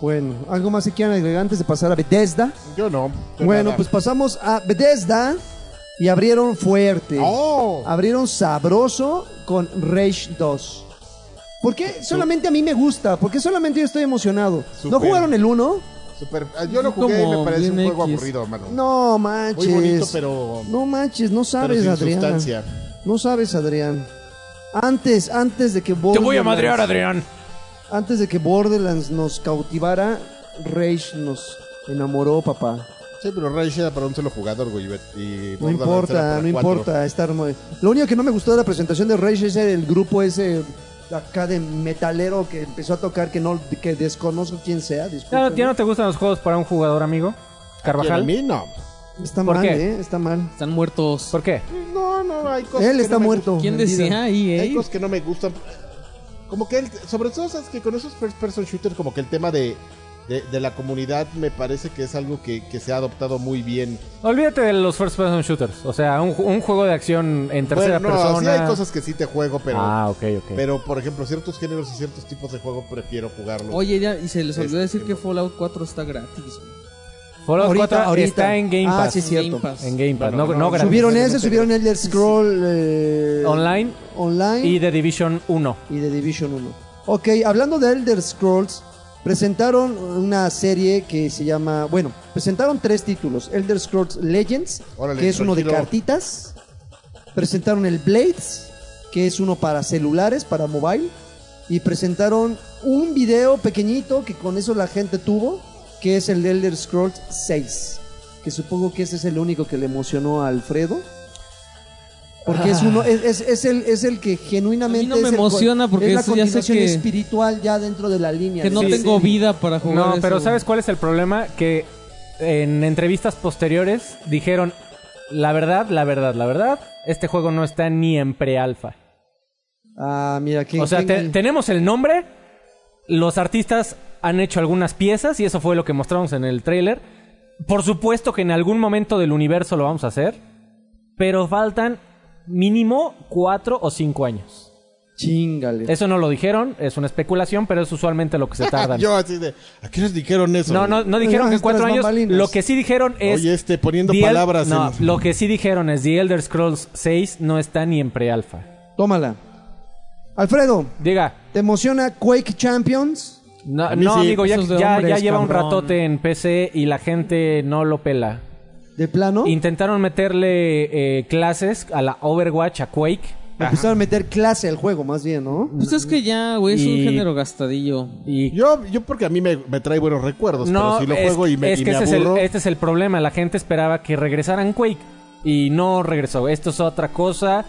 Speaker 2: Bueno, ¿algo más que quieran agregar antes de pasar a Bethesda?
Speaker 1: Yo no. yo
Speaker 2: Bueno,
Speaker 1: nada.
Speaker 2: pues pasamos a Bethesda y abrieron fuerte.
Speaker 1: ¡Oh!
Speaker 2: Abrieron sabroso con Rage 2. ¿Por qué solamente a mí me gusta? ¿Por qué solamente yo estoy emocionado? ¿No
Speaker 1: Súper.
Speaker 2: jugaron el 1?
Speaker 1: Super- ah, yo lo jugué y
Speaker 3: Como
Speaker 1: me parece un
Speaker 3: bien
Speaker 1: juego
Speaker 3: X.
Speaker 1: aburrido, hermano.
Speaker 2: No manches.
Speaker 1: Muy bonito, pero.
Speaker 2: No manches, no sabes,
Speaker 1: sin
Speaker 2: Adrián.
Speaker 1: sustancia.
Speaker 2: No sabes, Adrián. Antes, antes de que Borderlands,
Speaker 4: Adrián.
Speaker 2: Antes de que Borderlands nos cautivara, Rage nos enamoró, papá.
Speaker 1: Sí, pero Rage era para un solo jugador, güey. y Borderlands era
Speaker 2: No
Speaker 1: para
Speaker 2: importa, no
Speaker 1: cuatro.
Speaker 2: importa estar muy- Lo único que no me gustó de la presentación de Rage es el grupo ese de acá de metalero que empezó a tocar que no que desconozco quién sea.
Speaker 4: ¿Ya, no-
Speaker 2: discúlpenme.
Speaker 4: ya no te gustan los juegos para un jugador, amigo?
Speaker 1: Y a
Speaker 4: Carvajal.
Speaker 1: mí no.
Speaker 2: Está
Speaker 4: ¿Por
Speaker 2: mal,
Speaker 4: qué?
Speaker 2: eh, está mal.
Speaker 3: Están muertos.
Speaker 4: ¿Por qué?
Speaker 1: No, no, hay cosas.
Speaker 2: Él
Speaker 1: que
Speaker 2: está
Speaker 1: no me
Speaker 2: muerto.
Speaker 3: ¿Quién
Speaker 2: mentira.
Speaker 3: decía ahí,
Speaker 1: gustan, Hay
Speaker 3: eh?
Speaker 1: cosas que no me gustan. Como que él. Sobre todo, sabes que con esos first person shooters, como que el tema de. De, de la comunidad me parece que es algo que, que se ha adoptado muy bien.
Speaker 4: Olvídate de los first person shooters. O sea, un, ju- un juego de acción en tercera
Speaker 1: bueno, no,
Speaker 4: persona.
Speaker 1: sí hay cosas que sí te juego, pero,
Speaker 4: ah, ok, ok.
Speaker 1: pero por ejemplo, ciertos géneros y ciertos tipos de juego prefiero jugarlo.
Speaker 3: Oye, ya, y se les olvidó
Speaker 1: Este,
Speaker 3: decir que
Speaker 1: no.
Speaker 3: Fallout 4 está gratis. güey.
Speaker 4: Fallout
Speaker 2: Ahorita,
Speaker 4: 4
Speaker 2: ahorita.
Speaker 4: está en Game
Speaker 2: Ah,
Speaker 4: Pass.
Speaker 2: sí, sí. cierto.
Speaker 3: Game Pass.
Speaker 4: En Game Pass,
Speaker 1: No,
Speaker 4: no,
Speaker 1: no,
Speaker 4: no,
Speaker 1: no,
Speaker 4: gratis.
Speaker 2: Subieron ese,
Speaker 1: Gracias.
Speaker 2: subieron el Elder Scroll eh,
Speaker 4: Online
Speaker 2: online
Speaker 4: y The Division 1.
Speaker 2: y The Division 1. Ok, hablando de Elder Scrolls, presentaron una serie que se llama, bueno, presentaron tres títulos, Elder Scrolls Legends,
Speaker 1: Órale,
Speaker 2: que es uno de
Speaker 1: tranquilo.
Speaker 2: cartitas, presentaron el Blades, que es uno para celulares, para mobile, y presentaron un video pequeñito que con eso la gente tuvo, que es el de Elder Scrolls 6, que supongo que ese es el único que le emocionó a Alfredo. Porque es uno, es, es- es el, es el que genuinamente
Speaker 3: Ah. A mí no
Speaker 2: es
Speaker 3: me
Speaker 2: el-
Speaker 3: emociona porque
Speaker 2: es la
Speaker 3: eso ya sé
Speaker 2: continuación
Speaker 3: que-
Speaker 2: espiritual ya dentro de la línea.
Speaker 3: Que no
Speaker 2: Sí,
Speaker 3: tengo
Speaker 2: sí.
Speaker 3: vida para jugar.
Speaker 4: No, pero
Speaker 3: eso.
Speaker 4: ¿sabes cuál es el problema? Que en entrevistas posteriores dijeron, la verdad, la verdad, la verdad, este juego no está ni en pre-alfa.
Speaker 2: Ah, mira que.
Speaker 4: O sea,
Speaker 2: que-
Speaker 4: te- tenemos el nombre, los artistas han hecho algunas piezas y eso fue lo que mostramos en el tráiler. Por supuesto que en algún momento del universo lo vamos a hacer, pero faltan mínimo cuatro o cinco años.
Speaker 2: Chíngale.
Speaker 4: Eso no lo dijeron, es una especulación, pero es usualmente lo que se tardan.
Speaker 1: Ah, Yo así de, ¿a qué les dijeron eso?
Speaker 4: No, no, no dijeron
Speaker 2: No,
Speaker 4: que
Speaker 2: es
Speaker 4: cuatro
Speaker 2: tras
Speaker 4: años.
Speaker 2: bambalinas.
Speaker 4: Lo que sí dijeron es.
Speaker 1: Oye, este, poniendo
Speaker 4: The El-
Speaker 1: palabras
Speaker 4: No,
Speaker 1: en-
Speaker 4: lo que sí dijeron es: The Elder Scrolls 6 no está ni en pre-alfa.
Speaker 2: Tómala. Alfredo,
Speaker 4: Diga.
Speaker 2: ¿te emociona Quake Champions?
Speaker 4: No,
Speaker 1: mí
Speaker 4: no,
Speaker 1: sí.
Speaker 4: amigo, ya,
Speaker 3: Esos de
Speaker 4: ya-
Speaker 3: hombres,
Speaker 4: ya lleva un
Speaker 3: cabrón.
Speaker 4: ratote en PC y la gente no lo pela.
Speaker 2: De plano.
Speaker 4: Intentaron meterle eh, clases a la Overwatch, a Quake.
Speaker 2: Empezaron a meter clase al juego, más bien, ¿no?
Speaker 3: Pues es que ya, güey, es
Speaker 4: Y-
Speaker 3: un género gastadillo.
Speaker 4: Y
Speaker 1: Yo, yo porque a mí me, me trae buenos recuerdos, pero si lo
Speaker 4: es-
Speaker 1: juego y me,
Speaker 4: es
Speaker 1: y
Speaker 4: que
Speaker 1: me
Speaker 4: ese es el-
Speaker 1: aburro,
Speaker 4: este es el problema. La gente esperaba que regresaran Quake y no regresó. Esto es otra cosa.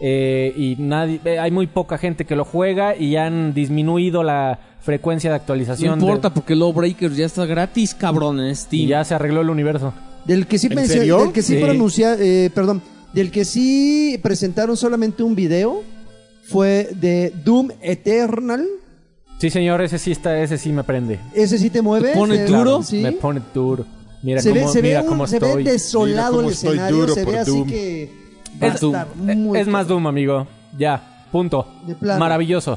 Speaker 4: eh, y nadie, eh, hay muy poca gente que lo juega y han disminuido la frecuencia de
Speaker 3: No
Speaker 4: actualización. de-
Speaker 3: importa, porque Lawbreakers ya está gratis, cabrón, en
Speaker 4: y
Speaker 3: Steam.
Speaker 4: ya se arregló el universo.
Speaker 2: Del que sí,
Speaker 1: ¿En
Speaker 2: mencio-
Speaker 1: serio?
Speaker 2: Del que sí,
Speaker 4: Sí.
Speaker 2: pronuncia- eh, perdón, del que sí presentaron solamente un video fue de Doom Eternal,
Speaker 4: Sí, señor, ese sí está, ese sí me prende.
Speaker 2: Ese sí te mueve.
Speaker 3: ¿Te pone
Speaker 2: se-
Speaker 3: duro?
Speaker 2: Sí.
Speaker 4: Me pone duro. Mira
Speaker 2: se ve,
Speaker 4: cómo,
Speaker 2: se ve
Speaker 4: mira
Speaker 2: un-
Speaker 4: cómo
Speaker 2: se ve
Speaker 4: estoy.
Speaker 1: Mira
Speaker 2: desolado
Speaker 1: cómo
Speaker 2: el
Speaker 1: estoy
Speaker 2: escenario.
Speaker 1: duro
Speaker 2: se
Speaker 1: por
Speaker 2: ve así
Speaker 1: Doom.
Speaker 2: que. va a
Speaker 4: Es, Doom.
Speaker 2: estar muy
Speaker 4: Es más Doom, amigo. Ya, punto.
Speaker 2: De plano.
Speaker 4: Maravilloso.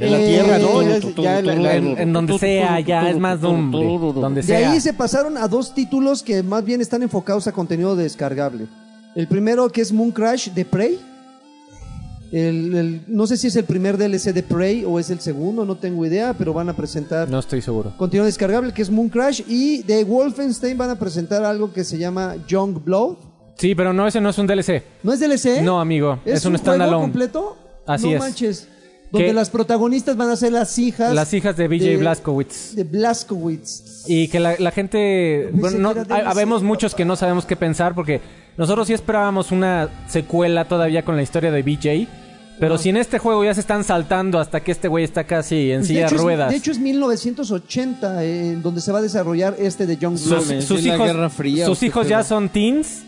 Speaker 1: En la
Speaker 2: Eh,
Speaker 1: tierra, ¿no? Ya es-
Speaker 6: tú, tú,
Speaker 1: ya
Speaker 6: tú,
Speaker 1: la-
Speaker 6: tú,
Speaker 1: la-
Speaker 6: tú,
Speaker 4: En, en donde sea, ya es más Doom. hombre. Donde
Speaker 2: De
Speaker 4: sea.
Speaker 2: ahí se pasaron a dos títulos que más bien están enfocados a contenido descargable. El primero que es Moon Crash de Prey. El- el- no sé si es el primer DLC de Prey o es el segundo, no tengo idea, pero van a presentar
Speaker 4: No estoy seguro.
Speaker 2: contenido descargable que es Moon Crash y de Wolfenstein van a presentar algo que se llama Young Blood.
Speaker 4: Sí, pero no, ese no es un DLC.
Speaker 2: ¿No es DLC?
Speaker 4: No, amigo,
Speaker 2: ¿Es,
Speaker 4: es un
Speaker 2: un, juego
Speaker 4: standalone.
Speaker 2: completo?
Speaker 4: Así
Speaker 2: no
Speaker 4: es.
Speaker 2: manches. Donde
Speaker 4: Que-
Speaker 2: las protagonistas van a ser las hijas
Speaker 4: Las hijas de BJ
Speaker 2: de-
Speaker 4: Blazkowicz.
Speaker 2: de Blazkowicz.
Speaker 4: Y que la, la gente.
Speaker 2: Pensé
Speaker 4: Bueno, no,
Speaker 2: que era
Speaker 4: hay-
Speaker 2: DLC,
Speaker 4: habemos muchos que no sabemos qué pensar porque nosotros sí esperábamos una secuela todavía con la historia de BJ. Pero si en este juego ya se están saltando hasta que este güey está casi en
Speaker 2: Pues,
Speaker 4: silla de
Speaker 2: hecho, es-
Speaker 4: ruedas.
Speaker 2: de hecho es 1980 en donde se va a desarrollar este de Young
Speaker 4: sus,
Speaker 6: Mames,
Speaker 4: sus
Speaker 6: es la
Speaker 4: hijos,
Speaker 6: Guerra Fría,
Speaker 4: sus
Speaker 6: ¿o qué
Speaker 4: hijos
Speaker 6: pedo?
Speaker 4: ya son teens.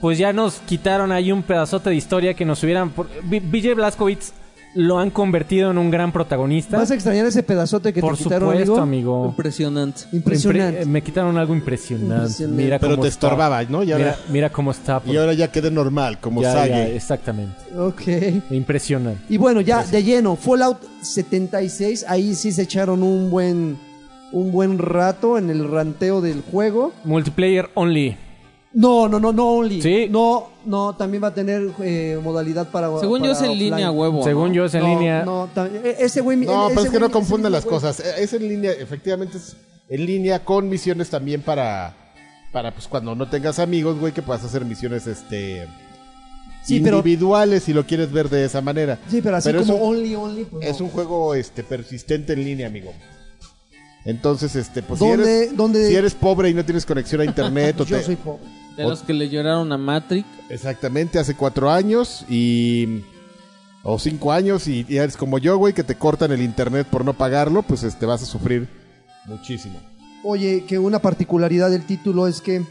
Speaker 4: Pues ya nos quitaron ahí un pedazote de historia que nos hubieran. por- B- BJ Blazkowicz lo han convertido en un gran protagonista.
Speaker 2: Vas a extrañar ese pedazote que
Speaker 4: Por
Speaker 2: te quitaron,
Speaker 4: supuesto,
Speaker 2: amigo.
Speaker 4: amigo.
Speaker 3: Impresionante.
Speaker 2: Impresionante.
Speaker 4: Impre- eh, me quitaron algo impresionante.
Speaker 2: Impresionante.
Speaker 4: Mira
Speaker 1: Pero
Speaker 4: cómo
Speaker 1: te
Speaker 4: está.
Speaker 1: estorbaba, ¿no? Y
Speaker 4: Mira,
Speaker 1: ahora,
Speaker 4: mira cómo está. por-
Speaker 1: y ahora ya quedé normal, como
Speaker 4: ya, ya,
Speaker 1: Sage.
Speaker 4: exactamente.
Speaker 2: Ok.
Speaker 4: Impresionante.
Speaker 2: Y bueno, ya de lleno, Fallout 76, ahí sí se echaron un buen un buen rato en el ranteo del juego.
Speaker 4: Multiplayer only.
Speaker 2: No, no, no, no only.
Speaker 4: Sí.
Speaker 2: No, no, también va a tener eh, modalidad para
Speaker 3: Según yo es
Speaker 2: para
Speaker 3: en
Speaker 2: offline.
Speaker 3: línea huevo.
Speaker 4: Según
Speaker 3: ¿no?
Speaker 4: yo es en
Speaker 2: No,
Speaker 4: línea.
Speaker 2: No, ta- e- ese güey
Speaker 1: No,
Speaker 2: ese
Speaker 1: pero es que
Speaker 2: güey-
Speaker 1: no
Speaker 2: ese
Speaker 1: confundan
Speaker 2: mismo
Speaker 1: las
Speaker 2: güey-
Speaker 1: cosas. E- Es en línea, efectivamente es en línea con misiones también para para pues cuando no tengas amigos, güey, que puedas hacer misiones este
Speaker 2: Sí, pero-
Speaker 1: individuales si lo quieres ver de esa manera.
Speaker 2: Sí, pero así como
Speaker 1: es un,
Speaker 2: only only pues
Speaker 1: es
Speaker 2: no.
Speaker 1: un juego este persistente en línea, amigo. Entonces, este, pues si
Speaker 2: ¿Dónde-
Speaker 1: eres
Speaker 2: dónde-
Speaker 1: si eres pobre y no tienes conexión a internet o
Speaker 2: Yo
Speaker 1: te-
Speaker 2: soy pobre.
Speaker 3: De los que le lloraron a Matrix.
Speaker 1: Exactamente, hace cuatro años y. O cinco años y, y eres como yo, güey, que te cortan el internet por no pagarlo, pues este, vas a sufrir muchísimo.
Speaker 2: Oye, que una particularidad del título es que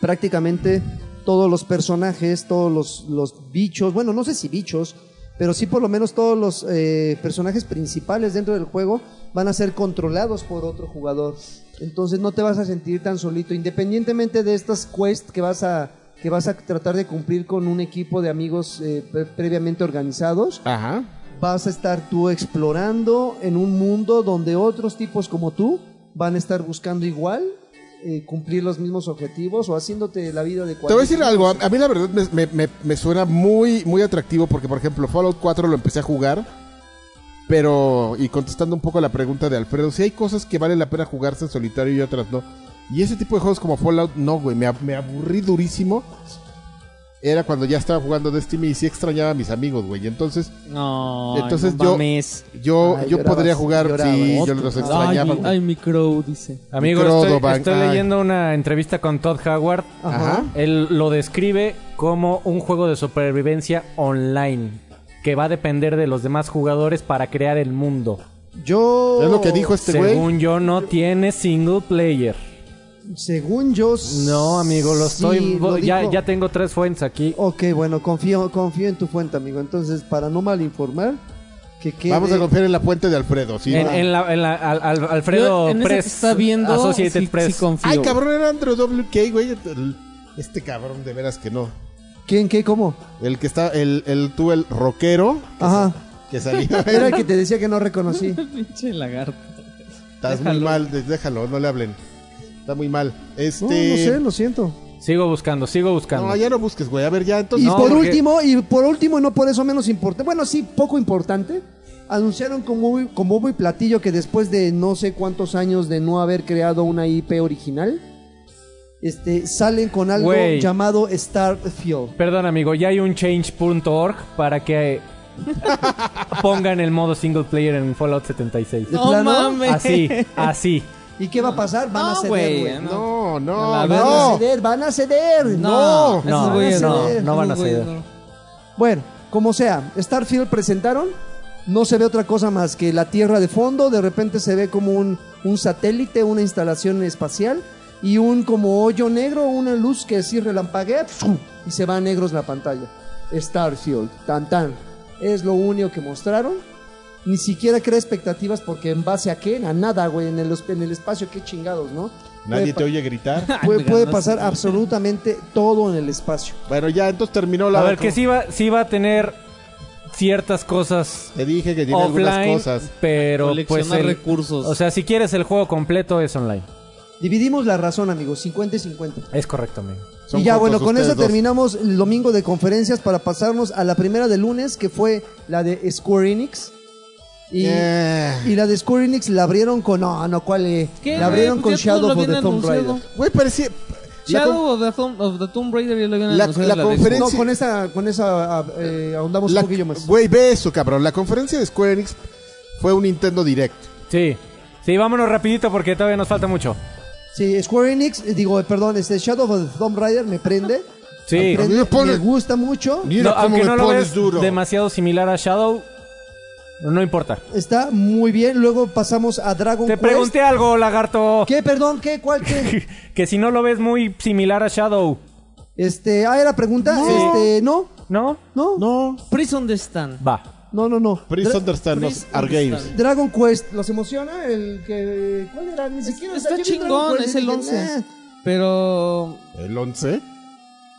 Speaker 2: prácticamente todos los personajes, todos los, los bichos, bueno, no sé si bichos, pero sí por lo menos todos los eh, personajes principales dentro del juego van a ser controlados por otro jugador. Entonces no te vas a sentir tan solito, independientemente de estas quests que vas a que vas a tratar de cumplir con un equipo de amigos eh, pre- previamente organizados
Speaker 1: Ajá.
Speaker 2: vas a estar tú explorando en un mundo donde otros tipos como tú van a estar buscando igual eh, cumplir los mismos objetivos o haciéndote la vida de
Speaker 1: Te voy a decir algo, a, a mí la verdad me, me- me- me suena muy, muy atractivo porque, por ejemplo, Fallout 4 lo empecé a jugar, pero, y contestando un poco la pregunta de Alfredo, si hay cosas que vale la pena jugarse en solitario y otras no. Y ese tipo de juegos como Fallout, no, güey, me, ab- me aburrí durísimo. Era cuando ya estaba jugando Destiny y sí extrañaba a mis amigos, güey. y Entonces,
Speaker 3: No.
Speaker 1: Entonces
Speaker 3: no
Speaker 1: yo-
Speaker 3: mames.
Speaker 1: Yo,
Speaker 2: Ay,
Speaker 1: yo
Speaker 2: llorabas,
Speaker 1: podría jugar
Speaker 2: llorabas.
Speaker 1: si yo los
Speaker 2: Ay,
Speaker 1: extrañaba.
Speaker 3: ay,
Speaker 1: güey.
Speaker 3: ay, mi crow, dice.
Speaker 4: Amigo,
Speaker 1: Micro
Speaker 4: estoy,
Speaker 1: Dobank,
Speaker 4: estoy
Speaker 1: ay.
Speaker 4: leyendo una entrevista con Todd Howard.
Speaker 1: Ajá.
Speaker 4: Él lo describe como un juego de supervivencia online que va a depender de los demás jugadores para crear el mundo.
Speaker 2: Yo
Speaker 1: Es lo que dijo este güey.
Speaker 4: Según yo, no tiene single player.
Speaker 2: según yo
Speaker 4: No, amigo, lo
Speaker 2: sí,
Speaker 4: estoy.
Speaker 2: lo
Speaker 4: ya,
Speaker 2: dijo. Oh,
Speaker 4: ya tengo tres fuentes aquí.
Speaker 2: Ok, bueno, confío confío en tu fuente, amigo. Entonces, para no malinformar, que quede
Speaker 1: Vamos a confiar en la fuente de Alfredo. ¿sí?
Speaker 4: En, en la, en la- al- al- Alfredo
Speaker 3: Yo en ese que
Speaker 4: Press.
Speaker 3: está viendo.
Speaker 4: Associated
Speaker 3: sí-
Speaker 4: Press.
Speaker 3: sí confío.
Speaker 1: Ay, cabrón, era Andrew WK, güey. Este cabrón, de veras que no.
Speaker 2: ¿Quién qué cómo?
Speaker 1: El que está, el, el tú, el rockero
Speaker 2: Ajá.
Speaker 1: que salió.
Speaker 2: Era el que te decía que no reconocí.
Speaker 3: Pinche lagarto.
Speaker 1: Estás muy mal, de- déjalo, no le hablen. Está muy mal. Este.
Speaker 2: No, no sé, lo siento.
Speaker 4: Sigo buscando, sigo buscando.
Speaker 1: no, ya no busques, güey. A ver, ya
Speaker 2: Y
Speaker 1: entonces.
Speaker 4: No,
Speaker 2: por
Speaker 4: porque-
Speaker 2: último, y por último, y no por eso menos importante, bueno, sí, poco importante, anunciaron con muy, con bombo y platillo que después de no sé cuántos años de no haber creado una IP original, este, salen con algo
Speaker 4: Güey.
Speaker 2: llamado Starfield.
Speaker 4: Perdón, amigo, ya hay un change.org para que eh, pongan el modo single player en Fallout 76.
Speaker 2: ¿De plano?
Speaker 4: Así, así.
Speaker 2: ¿Y qué va a pasar? Van a
Speaker 3: No,
Speaker 2: ceder,
Speaker 3: güey,
Speaker 2: güey.
Speaker 1: No,
Speaker 3: no.
Speaker 1: no,
Speaker 3: A la
Speaker 2: Van a
Speaker 1: no.
Speaker 2: ceder, van a ceder.
Speaker 1: No,
Speaker 3: esos
Speaker 4: no,
Speaker 3: güeyes
Speaker 2: no,
Speaker 4: no van a
Speaker 3: esos güeyes
Speaker 4: ceder.
Speaker 3: no.
Speaker 2: Bueno, como sea, Starfield presentaron. No se ve otra cosa más que la Tierra de fondo. De repente se ve como un, un satélite, una instalación espacial y un como hoyo negro, una luz que sí relampaguea ¡psum! y se va a negros la pantalla. Starfield, tan tan. Es lo único que mostraron. ni siquiera crea expectativas porque en base a qué, a nada, güey, en el, en el espacio, qué chingados, ¿no?
Speaker 1: Nadie
Speaker 2: Puede
Speaker 1: te oye gritar.
Speaker 2: pa- Puede, puede
Speaker 3: Ganaste.
Speaker 2: pasar absolutamente todo en el espacio.
Speaker 1: Bueno, ya entonces terminó la.
Speaker 4: A ver, que sí va, sí va a tener ciertas cosas
Speaker 1: Te dije que tiene algunas
Speaker 4: offline,
Speaker 1: cosas.
Speaker 4: pero pues
Speaker 3: Coleccionar
Speaker 4: el-
Speaker 3: recursos.
Speaker 4: O sea, si quieres el juego completo es online.
Speaker 2: Dividimos la razón, amigos, 50 y 50.
Speaker 4: Es correcto, amigo.
Speaker 1: Son
Speaker 2: y ya,
Speaker 1: juntos
Speaker 2: bueno, con
Speaker 1: ustedes
Speaker 2: eso
Speaker 1: dos.
Speaker 2: terminamos el domingo de conferencias para pasarnos a la primera de lunes, que fue la de Square Enix. Y,
Speaker 1: Yeah.
Speaker 2: y la de Square Enix la abrieron con. No, no, ¿cuál? eh?
Speaker 3: ¿Qué,
Speaker 2: La abrieron
Speaker 3: güey?
Speaker 2: con
Speaker 3: Pues ya todos
Speaker 2: Shadow
Speaker 3: lo
Speaker 2: of the
Speaker 3: habían
Speaker 2: Tomb
Speaker 3: anunciado.
Speaker 2: Raider.
Speaker 1: Güey, parecía. la
Speaker 3: Shadow of, the Thom- of the Tomb Raider ya lo habían
Speaker 1: La-
Speaker 3: anunciado,
Speaker 1: la
Speaker 3: de-
Speaker 1: conferencia-
Speaker 2: No, con esa, con esa ah, eh, ahondamos
Speaker 1: La-
Speaker 2: un poquillo más.
Speaker 1: Güey, ve eso, cabrón. La conferencia de Square Enix fue un Nintendo Direct.
Speaker 4: Sí. Sí, vámonos rapidito porque todavía nos falta mucho.
Speaker 2: Sí, Square Enix, eh, digo, eh, perdón, este Shadow of the Tomb Raider me prende.
Speaker 4: Sí.
Speaker 2: Me, prende,
Speaker 1: A mí me pone-
Speaker 2: me gusta mucho.
Speaker 1: Mira
Speaker 4: No,
Speaker 1: cómo
Speaker 4: aunque
Speaker 1: me
Speaker 4: no lo
Speaker 1: pones
Speaker 4: ves
Speaker 1: duro.
Speaker 4: demasiado similar a Shadow, no importa.
Speaker 2: Está muy bien. Luego pasamos a Dragon
Speaker 4: Te
Speaker 2: Quest.
Speaker 4: pregunté algo, lagarto.
Speaker 2: ¿Qué, perdón? ¿Qué? ¿Cuál? ¿Qué?
Speaker 4: que si no lo ves muy similar a Shadow,
Speaker 2: Este, ah, era pregunta.
Speaker 4: No.
Speaker 2: Este, no,
Speaker 4: ¿no?
Speaker 2: no, no,
Speaker 1: No,
Speaker 3: Prison de Stan.
Speaker 4: Va.
Speaker 2: no, no.
Speaker 1: Please
Speaker 2: Dra-
Speaker 1: understand us,
Speaker 3: Please
Speaker 1: our games.
Speaker 3: understand.
Speaker 2: Dragon Quest, ¿los emociona? El que. ¿Cuál era? Ni siquiera o sea, yo
Speaker 3: Está
Speaker 2: vi Dragon
Speaker 3: chingón,
Speaker 2: Quest y
Speaker 3: es el
Speaker 2: dije,
Speaker 3: 11.
Speaker 2: "Nah".
Speaker 3: Pero.
Speaker 1: ¿El 11?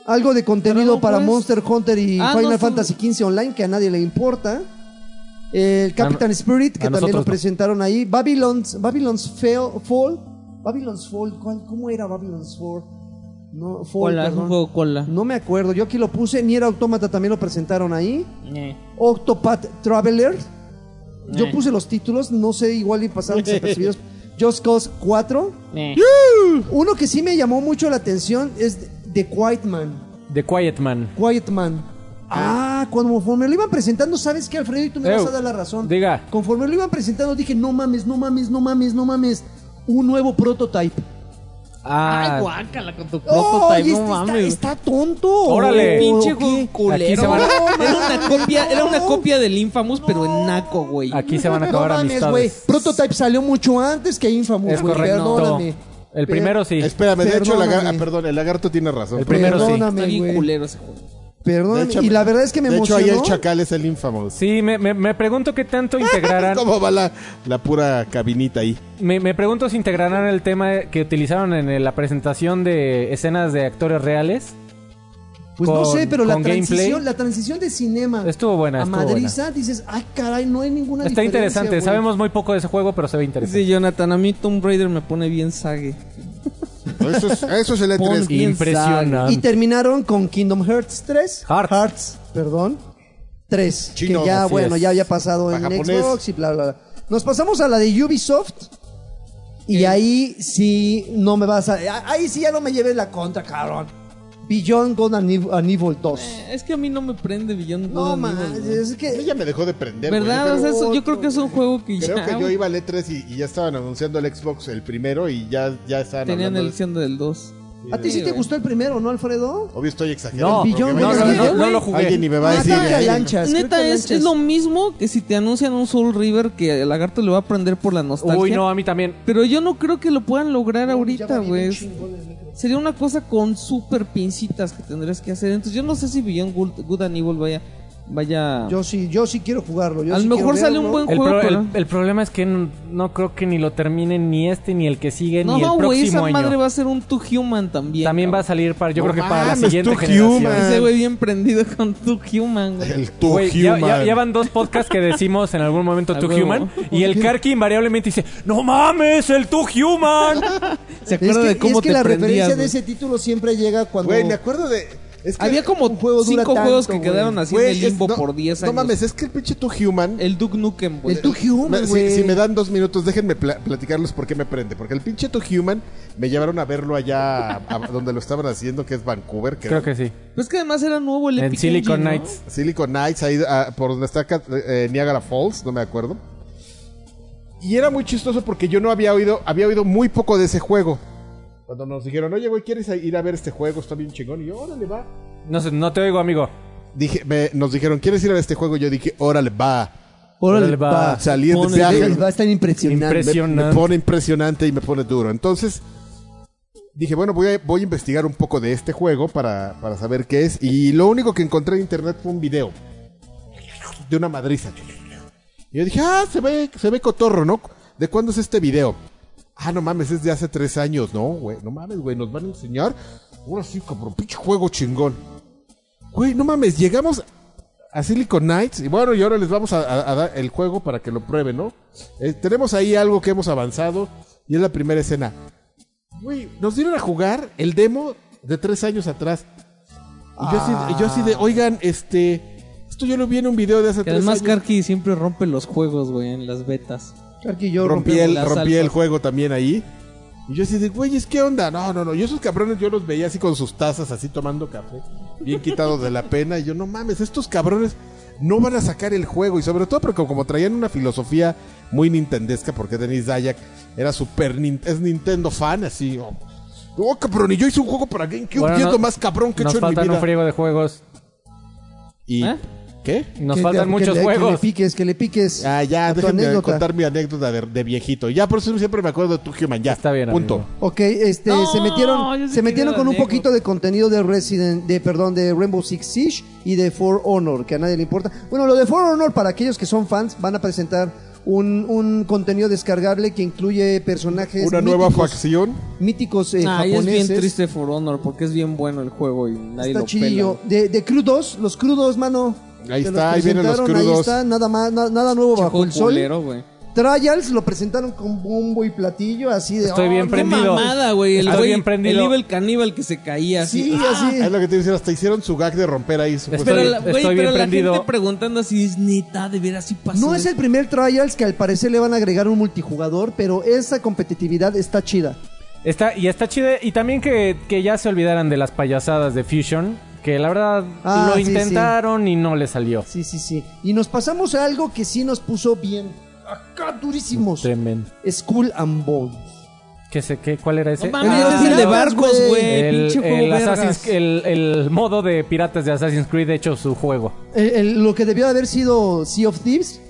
Speaker 2: Algo de contenido
Speaker 3: Dragon
Speaker 2: para
Speaker 3: Quest.
Speaker 2: Monster Hunter y
Speaker 3: Ah,
Speaker 2: Final
Speaker 3: no, son-
Speaker 2: Fantasy XV Online, que a nadie le importa. El Captain Spirit, que
Speaker 4: a
Speaker 2: también
Speaker 4: nosotros
Speaker 2: lo
Speaker 4: no.
Speaker 2: presentaron ahí. Babylon's, Babylon's Fail- Fall. Babylon's Fall, ¿cuál- ¿cómo era Babylon's Fall? No, Fall,
Speaker 3: Cola, es
Speaker 2: perdón.
Speaker 3: un juego cola.
Speaker 2: No me acuerdo, yo aquí lo puse. Nier Automata también lo presentaron ahí.
Speaker 3: Eh.
Speaker 2: Octopath Traveler. Yo
Speaker 3: Eh.
Speaker 2: puse los títulos, no sé, igual y pasaron desapercibidos. Just Cause 4.
Speaker 3: Eh.
Speaker 2: Uno que sí me llamó mucho la atención es The Quiet Man.
Speaker 4: The Quiet Man.
Speaker 2: Quiet Man. Ah, conforme lo iban presentando, ¿sabes qué, Alfredo? Y tú me
Speaker 4: Eh,
Speaker 2: vas a dar la razón.
Speaker 4: diga.
Speaker 2: Conforme lo iban presentando, dije, no mames, no mames, no mames, no mames. Un nuevo prototype.
Speaker 4: Ah,
Speaker 3: Ay, guácala con tu
Speaker 2: ¡Oh,
Speaker 3: prototype,
Speaker 2: este
Speaker 3: no
Speaker 2: está,
Speaker 3: mames.
Speaker 2: está tonto!
Speaker 4: Órale.
Speaker 2: ¿O
Speaker 3: Pinche
Speaker 2: qué?
Speaker 3: juego
Speaker 4: Aquí se
Speaker 3: culero.
Speaker 4: van
Speaker 2: a-
Speaker 3: Era una copia, era una
Speaker 2: No.
Speaker 3: copia del Infamous, pero en naco, güey.
Speaker 4: aquí se van a acabar
Speaker 2: no mames, güey.
Speaker 4: amistades.
Speaker 2: Prototype salió mucho antes que Infamous,
Speaker 4: Es
Speaker 2: güey.
Speaker 4: correcto.
Speaker 2: Perdóname.
Speaker 4: El primero sí.
Speaker 1: Espérame, de hecho, el lagar-
Speaker 2: Perdóname.
Speaker 1: ah, perdón, el lagarto tiene razón.
Speaker 4: El primero sí.
Speaker 3: Está
Speaker 2: Perdóname,
Speaker 3: bien
Speaker 2: güey.
Speaker 3: culero ese juego.
Speaker 1: De
Speaker 2: Perdóname.
Speaker 1: hecho,
Speaker 2: y la verdad es que me
Speaker 1: de hecho,
Speaker 2: emocionó.
Speaker 1: ahí el chacal es el infamous.
Speaker 4: Sí, me, me- me pregunto qué tanto integrarán.
Speaker 1: ¿Cómo va la, la pura cabinita ahí?
Speaker 4: Me, me pregunto si integrarán el tema que utilizaron en la presentación de escenas de actores reales.
Speaker 2: Pues no
Speaker 4: con-
Speaker 2: sé, pero la
Speaker 4: con gameplay.
Speaker 2: transición, la transición de cinema
Speaker 4: Estuvo buena,
Speaker 2: a
Speaker 4: estuvo
Speaker 2: madriza, dices, ay, caray, no hay ninguna
Speaker 4: Está
Speaker 2: diferencia,
Speaker 4: interesante.
Speaker 2: güey".
Speaker 4: Sabemos muy poco de ese juego, pero se ve interesante.
Speaker 3: Sí, Jonathan, a mí Tomb Raider me pone bien sague.
Speaker 1: Eso es, eso es el E3.
Speaker 3: Pon- quién
Speaker 4: Impresionante.
Speaker 2: Y terminaron con Kingdom Hearts 3.
Speaker 4: Hearts.
Speaker 2: perdón. 3.
Speaker 1: Chino,
Speaker 2: que ya,
Speaker 4: así
Speaker 2: bueno,
Speaker 4: es.
Speaker 2: ya había pasado
Speaker 1: Pa'
Speaker 2: en
Speaker 1: japonés.
Speaker 2: Xbox y bla, bla, bla. Nos pasamos a la de Ubisoft. Y
Speaker 4: Eh.
Speaker 2: ahí sí no me vas a... a- Ahí sí ya no me lleves la contra, cabrón. Beyond Good and Evil, and Evil 2.
Speaker 3: Eh, Es que a mí no me prende Beyond
Speaker 2: no,
Speaker 3: Good and
Speaker 2: man.
Speaker 3: Evil, güey.
Speaker 2: Es que...
Speaker 1: Ella me dejó de prender. güey,
Speaker 3: ¿Verdad?
Speaker 1: pero-
Speaker 3: O sea, eso- yo creo que es un juego que
Speaker 1: Creo
Speaker 3: ya
Speaker 1: que yo iba al E3 y, y ya estaban anunciando el Xbox el primero y ya, ya estaban
Speaker 3: tenían
Speaker 1: hablando
Speaker 3: el
Speaker 1: de-
Speaker 3: siendo del 2.
Speaker 2: A ti sí te gustó el primero, ¿no, Alfredo?
Speaker 1: Obvio estoy
Speaker 4: No,
Speaker 1: exagerando.
Speaker 2: El
Speaker 1: porque
Speaker 2: billón,
Speaker 1: me
Speaker 4: no,
Speaker 1: va a
Speaker 4: no,
Speaker 1: decir-
Speaker 4: no, no lo jugué.
Speaker 1: Alguien ni me va a
Speaker 2: Ah,
Speaker 1: decir.
Speaker 2: creo que
Speaker 1: eh,
Speaker 2: lanchas, creo
Speaker 3: Neta,
Speaker 2: que
Speaker 3: es, es
Speaker 2: lanchas.
Speaker 3: lo mismo que si te anuncian un Soul River que el lagarto le va a prender por la nostalgia.
Speaker 4: Uy, no, a mí también.
Speaker 3: Pero yo no creo que lo puedan lograr
Speaker 2: Ya
Speaker 3: ahorita,
Speaker 2: va bien
Speaker 3: güey.
Speaker 2: chingón el micro.
Speaker 3: Sería una cosa con súper pincitas que tendrías que hacer. Entonces yo no sé si Beyond Good, Good and Evil vaya... vaya...
Speaker 2: Yo sí, yo sí quiero jugarlo. yo
Speaker 3: A lo
Speaker 2: sí
Speaker 3: mejor
Speaker 2: quiero
Speaker 3: sale un
Speaker 2: verlo.
Speaker 3: buen
Speaker 4: El,
Speaker 3: juego,
Speaker 4: pro- el-
Speaker 3: pero-
Speaker 4: el problema es que no, no creo que ni lo terminen ni este, ni el que sigue, ni
Speaker 3: No,
Speaker 4: el
Speaker 3: güey, esa
Speaker 4: próximo año.
Speaker 3: madre va a ser un Too Human también.
Speaker 4: También va a
Speaker 3: cabrón.
Speaker 4: salir para, yo
Speaker 1: No
Speaker 4: creo que para la
Speaker 1: mames,
Speaker 4: siguiente
Speaker 1: tú
Speaker 4: generación.
Speaker 1: human.
Speaker 3: Ese güey bien prendido con Too Human, güey.
Speaker 1: El Too
Speaker 4: Güey, ya,
Speaker 1: Human.
Speaker 4: ya- ya van dos podcasts que decimos en algún momento
Speaker 3: A
Speaker 4: Too
Speaker 3: huevo.
Speaker 4: Human. Y el Karki invariablemente dice: ¡No mames, el Too Human!
Speaker 3: ¿Se
Speaker 2: Es
Speaker 3: acuerda
Speaker 2: que,
Speaker 3: de cómo
Speaker 2: es que
Speaker 3: te
Speaker 2: la
Speaker 3: prendías,
Speaker 2: referencia de
Speaker 3: güey?
Speaker 2: ese título siempre llega cuando.
Speaker 1: Güey, me acuerdo de. es que-
Speaker 3: Había como
Speaker 2: un juego dura
Speaker 3: cinco juegos que
Speaker 2: tanto,
Speaker 3: quedaron
Speaker 2: güey.
Speaker 3: así
Speaker 1: güey,
Speaker 3: en
Speaker 1: es-
Speaker 3: el limbo
Speaker 1: no-
Speaker 3: por 10
Speaker 1: No
Speaker 3: años.
Speaker 1: mames, es que el pinche Too Human.
Speaker 3: El Duke Nukem, güey.
Speaker 2: El Too Human,
Speaker 1: Me-
Speaker 2: güey.
Speaker 1: si, si me dan dos minutos, déjenme pla- platicarles por qué me prende. Porque el pinche Too Human me llevaron a verlo allá a- a donde lo estaban haciendo, que es Vancouver.
Speaker 4: Creo que sí.
Speaker 3: Pero es que además era nuevo el
Speaker 4: En
Speaker 3: Epic
Speaker 4: Silicon
Speaker 3: Engine, ¿no?
Speaker 4: Knights.
Speaker 1: Silicon Knights, ahí ah, por donde está Cat- eh, Niagara Falls, no me acuerdo. Y era muy chistoso porque yo no había oído, había oído muy poco de ese juego. Cuando nos dijeron, oye, güey, ¿quieres ir a ver este juego? Está bien chingón. Y yo, órale, va.
Speaker 4: No, sé, no te oigo, amigo.
Speaker 1: Dije, me- nos dijeron, ¿quieres ir a ver este juego? Yo dije, órale, va.
Speaker 4: Órale, va.
Speaker 2: va.
Speaker 1: Salir de
Speaker 2: Ponle,
Speaker 1: viaje.
Speaker 2: Va a estar impresionante.
Speaker 4: Impresi- Impresionante.
Speaker 1: Me, me pone impresionante y me pone duro. Entonces, dije, bueno, voy a, voy a investigar un poco de este juego para, para saber qué es. Y lo único que encontré en internet fue un video de una madriza. Y yo dije, ah, se ve, se ve cotorro, ¿no? ¿De cuándo es este video? Ah, no mames, es de hace tres años, ¿no? Güey, no mames, güey, nos van a enseñar. Ahora sí, cabrón, pinche juego chingón. Güey, no mames, llegamos a Silicon Knights y bueno, y ahora les vamos a, a- a dar el juego para que lo prueben, ¿no? Eh, tenemos ahí algo que hemos avanzado y es la primera escena. Güey, nos dieron a jugar el demo de tres años atrás. Y yo, así, y yo así de, oigan, este, esto yo lo vi en un video de hace
Speaker 3: Ah. Que
Speaker 1: tres
Speaker 3: además
Speaker 1: años.
Speaker 3: Karki siempre rompe los juegos, güey, en las betas.
Speaker 2: Carqui y yo
Speaker 1: rompí
Speaker 2: rompemos
Speaker 1: el,
Speaker 3: las
Speaker 1: rompí el
Speaker 3: alfas.
Speaker 1: juego también ahí. Y yo así de, güeyes, ¿qué onda? No, no, no. Yo esos cabrones yo los veía así con sus tazas, así tomando café, bien quitados de la pena. Y yo, no mames, estos cabrones no van a sacar el juego. Y sobre todo porque como traían una filosofía muy nintendesca, porque Denis Dayak era super nin- es Nintendo fan, así. Oh, oh, cabrón, y yo hice un juego para GameCube,
Speaker 4: Bueno,
Speaker 1: y es
Speaker 4: no-
Speaker 1: lo más cabrón que he
Speaker 4: Nos
Speaker 1: hecho en mi
Speaker 4: faltan un
Speaker 1: vida.
Speaker 4: friego de juegos.
Speaker 1: ¿Y
Speaker 3: ¿Eh?
Speaker 1: qué?
Speaker 4: Nos
Speaker 2: Que-
Speaker 4: faltan
Speaker 2: que
Speaker 4: muchos
Speaker 2: le- Que le
Speaker 4: juegos.
Speaker 2: piques, que le piques.
Speaker 1: Ah, ya,
Speaker 2: a tu
Speaker 1: déjenme
Speaker 2: anécdota.
Speaker 1: contar mi anécdota de, de viejito. Ya, por eso siempre me acuerdo de tu Human, ya.
Speaker 4: Está bien,
Speaker 1: Punto.
Speaker 4: amigo.
Speaker 2: Ok, este,
Speaker 3: No,
Speaker 2: se
Speaker 3: yo
Speaker 2: metieron,
Speaker 3: sí
Speaker 2: se metieron
Speaker 3: quiero
Speaker 2: con un
Speaker 3: anécdota.
Speaker 2: poquito de contenido de Resident, de perdón, de Rainbow Six Siege y de For Honor, que a nadie le importa. Bueno, lo de For Honor, para aquellos que son fans, van a presentar un, un contenido descargable que incluye personajes
Speaker 1: Una nueva
Speaker 2: míticos,
Speaker 1: facción.
Speaker 2: míticos eh,
Speaker 3: Ah, y es
Speaker 2: japoneses.
Speaker 3: bien triste For Honor porque es bien bueno el juego y nadie
Speaker 2: Está
Speaker 3: lo
Speaker 2: chillo.
Speaker 3: pela.
Speaker 2: De, de crudos, los crudos, mano.
Speaker 1: Ahí
Speaker 2: Te
Speaker 1: está, ahí vienen los
Speaker 2: presentaron,
Speaker 1: crudos.
Speaker 2: Ahí está, nada, más, na- nada nuevo
Speaker 3: Pinche
Speaker 2: bajo
Speaker 3: juego
Speaker 2: el sol.
Speaker 3: culero, güey.
Speaker 2: Trials lo presentaron con bombo y platillo, así de. "Oh,
Speaker 4: Estoy bien
Speaker 2: no
Speaker 3: Qué
Speaker 4: prendido.
Speaker 2: mames.
Speaker 3: mamada, güey. El
Speaker 4: Estás
Speaker 3: güey,
Speaker 4: bien
Speaker 3: el
Speaker 4: prendido.
Speaker 3: nivel caníbal que se caía así. Ah,
Speaker 2: Sí, así.
Speaker 1: Ah, Es lo que te dicen, hasta hicieron su gag de romper ahí su
Speaker 4: Espera,
Speaker 3: Pero,
Speaker 4: Estoy-
Speaker 3: la, güey,
Speaker 4: estoy
Speaker 3: pero
Speaker 4: bien
Speaker 3: la
Speaker 4: prendido.
Speaker 3: gente preguntando así, es neta, de veras así pasó.
Speaker 2: No es el primer Trials que al parecer le van a agregar un multijugador, pero esa competitividad está chida.
Speaker 4: Está, y está chido. Y también que, que ya se olvidaran de las payasadas de Fusion. Que la verdad
Speaker 2: Ah,
Speaker 4: lo
Speaker 2: sí, sí.
Speaker 4: intentaron y no le salió.
Speaker 2: Sí, sí, sí. Y nos pasamos a algo que sí nos puso bien. Acá durísimos.
Speaker 4: Tremendo.
Speaker 2: Skull and Bones.
Speaker 4: ¿Qué sé, qué, ¿Cuál era ese?
Speaker 3: No mames,
Speaker 2: Ah,
Speaker 3: es el de
Speaker 2: piratas,
Speaker 3: barcos,
Speaker 2: güey.
Speaker 3: güey.
Speaker 4: el,
Speaker 3: Eh, Pinche juego
Speaker 4: el
Speaker 3: vergas.
Speaker 4: Assassin's- el- el modo de piratas de Assassin's Creed hecho su juego.
Speaker 2: El- Eh, el- lo que debió haber sido Sea of Thieves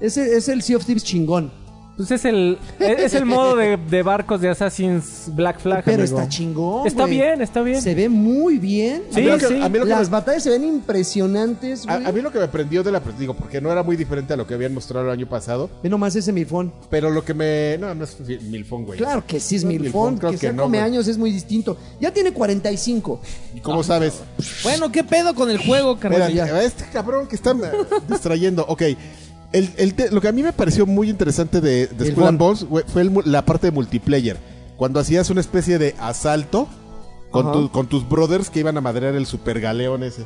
Speaker 2: ese es el Sea of Thieves chingón.
Speaker 4: Pues es el, es, es el modo de, de barcos de Assassin's Black Flag.
Speaker 2: Pero
Speaker 4: amigo.
Speaker 2: está chingón.
Speaker 4: Está
Speaker 2: güey.
Speaker 4: bien, está bien.
Speaker 2: Se ve muy bien.
Speaker 1: A mí lo que-
Speaker 4: sí.
Speaker 1: a mí lo que
Speaker 2: Las
Speaker 1: me-
Speaker 2: batallas se ven impresionantes.
Speaker 1: a-
Speaker 2: güey.
Speaker 1: a mí lo que me prendió de la digo, porque no era muy diferente a lo que habían mostrado el año pasado,
Speaker 2: Ve nomás ese milfón.
Speaker 1: pero lo que me no, no es milfón, güey.
Speaker 2: Claro que sí es
Speaker 1: No,
Speaker 2: milfón.
Speaker 1: creo
Speaker 2: que sea
Speaker 1: no,
Speaker 2: come
Speaker 1: güey.
Speaker 2: años es muy distinto. Ya tiene 45.
Speaker 1: ¿Y cómo sabes?
Speaker 3: Bueno, ¿qué pedo con el juego,
Speaker 1: Mira,
Speaker 3: carnal?
Speaker 1: a este cabrón que está distrayendo. Ok. El, el te- lo que a mí me pareció muy interesante de, de
Speaker 2: El
Speaker 1: Skull and
Speaker 2: bon.
Speaker 1: Bones güey, fue el mu- la parte de multiplayer. Cuando hacías una especie de asalto con,
Speaker 2: Ajá.
Speaker 1: tu- con tus brothers que iban a madrear el super galeón ese.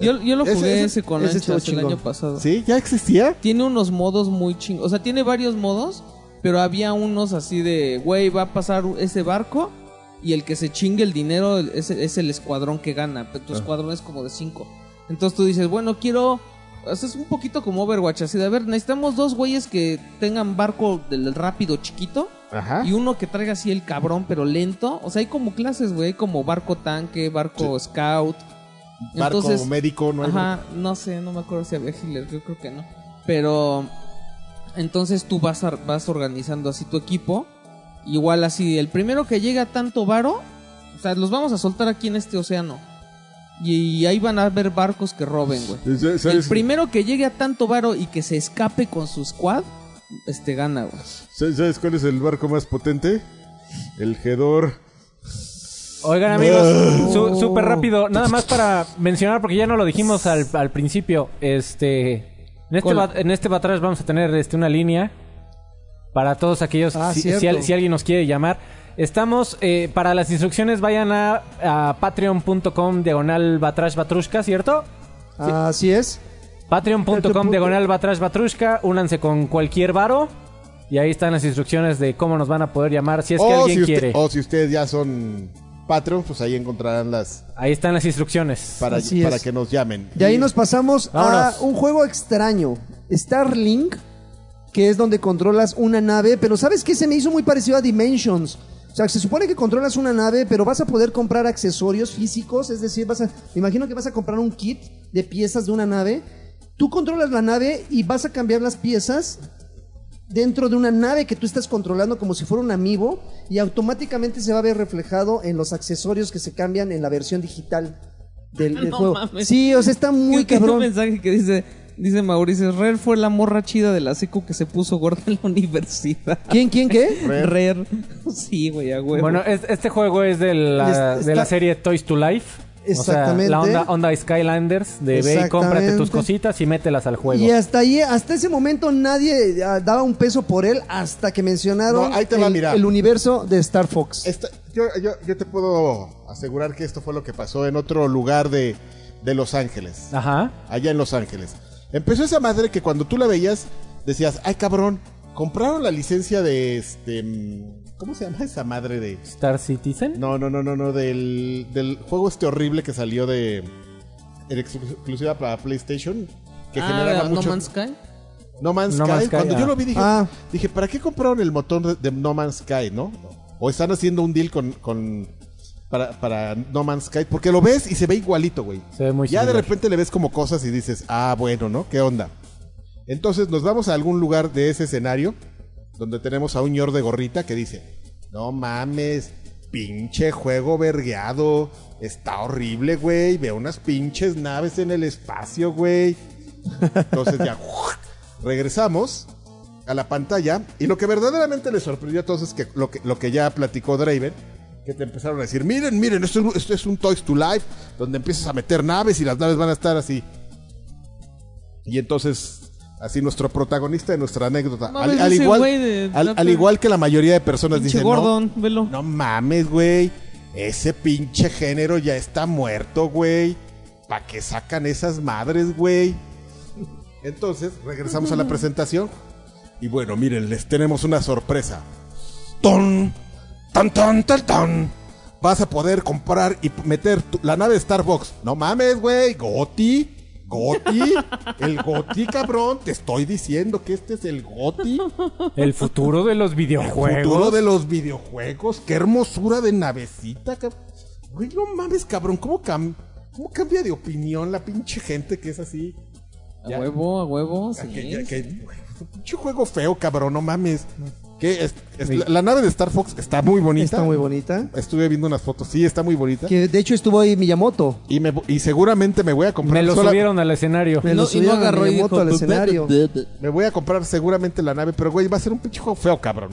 Speaker 3: Yo, yo lo
Speaker 1: Ese-
Speaker 3: jugué
Speaker 1: ese-
Speaker 3: ese, con
Speaker 2: ese
Speaker 3: lanchas
Speaker 2: estuvo
Speaker 3: el año
Speaker 2: chingón.
Speaker 3: pasado.
Speaker 1: ¿Sí? ¿Ya existía?
Speaker 3: Tiene unos modos muy chingos. O sea, tiene varios modos, pero había unos así de, güey, va a pasar ese barco y el que se chingue el dinero es, es el escuadrón que gana. Pero tu escuadrón es como de cinco. Entonces tú dices, bueno, quiero... o sea, Es un poquito como Overwatch, así de, a ver, necesitamos dos güeyes que tengan barco del rápido chiquito
Speaker 1: Ajá.
Speaker 3: y uno que traiga así el cabrón pero lento. O sea, hay como clases, güey, hay como barco tanque, barco scout.
Speaker 1: Barco
Speaker 3: Entonces,
Speaker 1: médico, no hay
Speaker 3: Ajá, no sé, no me acuerdo si había Hitler, yo creo que no. Pero entonces tú vas, ar- vas organizando así tu equipo. Igual así, el primero que llega a tanto varo, o sea, los vamos a soltar aquí en este océano. Y, ahí van a haber barcos que roben, güey. El primero que llegue a tanto varo y que se escape con su squad, este gana, güey.
Speaker 1: ¿Sabes sabes cuál es el barco más potente? El Gedor.
Speaker 4: Oigan amigos, su- súper rápido, nada más para mencionar, porque ya no lo dijimos al, al principio, este, en este,
Speaker 3: Cola.
Speaker 4: bat- en este Batrash vamos a tener este, una línea para todos aquellos,
Speaker 2: Ah,
Speaker 4: si,
Speaker 2: cierto.
Speaker 4: si al- si alguien nos quiere llamar. Estamos, eh, para las instrucciones vayan a, a patreon.com diagonal Batrash Batrushka, ¿cierto?
Speaker 2: Así es.
Speaker 4: Patreon.com diagonal Batrash Batrushka, únanse con cualquier varo y ahí están las instrucciones de cómo nos van a poder llamar si es que alguien
Speaker 1: Oh, si usted-
Speaker 4: quiere.
Speaker 1: o si ustedes ya son Patreon, pues ahí encontrarán las
Speaker 4: Ahí están las instrucciones.
Speaker 1: para,
Speaker 2: Así
Speaker 1: para
Speaker 2: es.
Speaker 1: que nos llamen.
Speaker 2: De ahí nos pasamos
Speaker 4: Vámonos.
Speaker 2: a un juego extraño, Starlink, que es donde controlas una nave, pero ¿sabes qué? Se me hizo muy parecido a Dimensions. O sea, se supone que controlas una nave, pero vas a poder comprar accesorios físicos, es decir, vas a, me imagino que vas a comprar un kit de piezas de una nave. Tú controlas la nave y vas a cambiar las piezas dentro de una nave que tú estás controlando como si fuera un amiibo y automáticamente se va a ver reflejado en los accesorios que se cambian en la versión digital del, del
Speaker 3: No
Speaker 2: juego.
Speaker 3: mames.
Speaker 2: Sí, o sea, está muy
Speaker 3: Creo que hay un
Speaker 2: cabrón.
Speaker 3: mensaje que dice, Dice Mauricio, Rare fue la morra chida de la secu que se puso gorda en la universidad.
Speaker 2: ¿Quién, quién, qué?
Speaker 1: Rare.
Speaker 3: Rare. Sí, güey, a huevo.
Speaker 4: Bueno, es- este juego es de la,
Speaker 2: Es-
Speaker 4: de la
Speaker 2: está-
Speaker 4: serie Toys to Life.
Speaker 2: Exactamente.
Speaker 4: O sea, la onda, onda Skylanders de ve y cómprate tus
Speaker 2: Exactamente.
Speaker 4: cositas y mételas al juego.
Speaker 2: Y hasta ahí, hasta ese momento nadie ah, daba un peso por él hasta que mencionaron
Speaker 1: No, ahí te va,
Speaker 2: el,
Speaker 1: mira.
Speaker 2: el universo de Star Fox.
Speaker 1: Esta- yo, yo- yo te puedo asegurar que esto fue lo que pasó en otro lugar de, de Los Ángeles.
Speaker 4: Ajá.
Speaker 1: Allá en Los Ángeles. Empezó esa madre que cuando tú la veías, decías, ay cabrón, compraron la licencia de este... mm, ¿Cómo se llama esa madre de...?
Speaker 4: Star Citizen.
Speaker 1: No, no, no, no, no, del, del juego este horrible que salió de... En exclu- exclusiva para PlayStation. Que generaba
Speaker 3: ah,
Speaker 1: mucho...
Speaker 3: No Man's Sky.
Speaker 1: No Man's
Speaker 4: No
Speaker 1: Sky.
Speaker 4: Man's Sky,
Speaker 1: Cuando
Speaker 4: ah.
Speaker 1: yo lo vi dije,
Speaker 2: Ah.
Speaker 1: dije, ¿para qué compraron el motor de, de No Man's Sky, no? O están haciendo un deal con, con para, para No Man's Sky, porque lo ves y se ve igualito, güey.
Speaker 4: Se ve muy
Speaker 1: Ya de
Speaker 4: similar.
Speaker 1: repente le ves como cosas y dices, ah, bueno, ¿no? ¿Qué onda? Entonces nos vamos a algún lugar de ese escenario donde tenemos a un ñor de gorrita que dice, no mames, pinche juego vergueado, está horrible, güey, veo unas pinches naves en el espacio, güey. Entonces ya regresamos a la pantalla y lo que verdaderamente le sorprendió a todos es que lo que, lo que ya platicó Draven, que te empezaron a decir, miren, miren, esto, es un- esto es un Toys to Life, donde empiezas a meter naves y las naves van a estar así. Y entonces, así nuestro protagonista de nuestra anécdota,
Speaker 3: No,
Speaker 1: al,
Speaker 3: ves
Speaker 1: al
Speaker 3: ese
Speaker 1: igual,
Speaker 3: güey de-
Speaker 1: al, al igual que la mayoría de personas
Speaker 3: Pinche
Speaker 1: dicen, no,
Speaker 3: Gordon, velo.
Speaker 1: no mames, güey. Ese pinche género ya está muerto, güey. ¿Para qué sacan esas madres, güey? Entonces, regresamos a la presentación. Y bueno, miren, les tenemos una sorpresa. ¡Ton! ¡Tan, tan, tan, tan! Vas a poder comprar y meter tu- la nave de Starbucks. No mames, güey. Goti. Goti. El Goti, cabrón. Te estoy diciendo que este es el Goti.
Speaker 4: El futuro de los videojuegos.
Speaker 1: Futuro de los videojuegos. Qué hermosura de navecita, cabrón. Güey, no mames, cabrón. ¿Cómo, cam- cómo cambia de opinión la pinche gente que es así?
Speaker 3: A huevo, a huevo, sí.
Speaker 1: Que- que- que- güey, pinche juego feo, cabrón. No mames. Que es- es- la, la nave de Star Fox está muy bonita.
Speaker 2: Está muy bonita.
Speaker 1: Estuve viendo unas fotos. Sí, está muy bonita.
Speaker 2: Que de hecho estuvo ahí Miyamoto.
Speaker 1: Y, me, y seguramente me voy a comprar.
Speaker 4: Me lo
Speaker 1: sola-
Speaker 4: subieron al escenario.
Speaker 2: Me lo
Speaker 3: No, y no
Speaker 2: subieron a
Speaker 3: agarró y
Speaker 2: Miyamoto
Speaker 3: dijo,
Speaker 2: al
Speaker 3: "Tú,
Speaker 2: escenario.
Speaker 1: Me voy a comprar seguramente la nave. Pero, güey, va a ser un pinche juego feo, cabrón.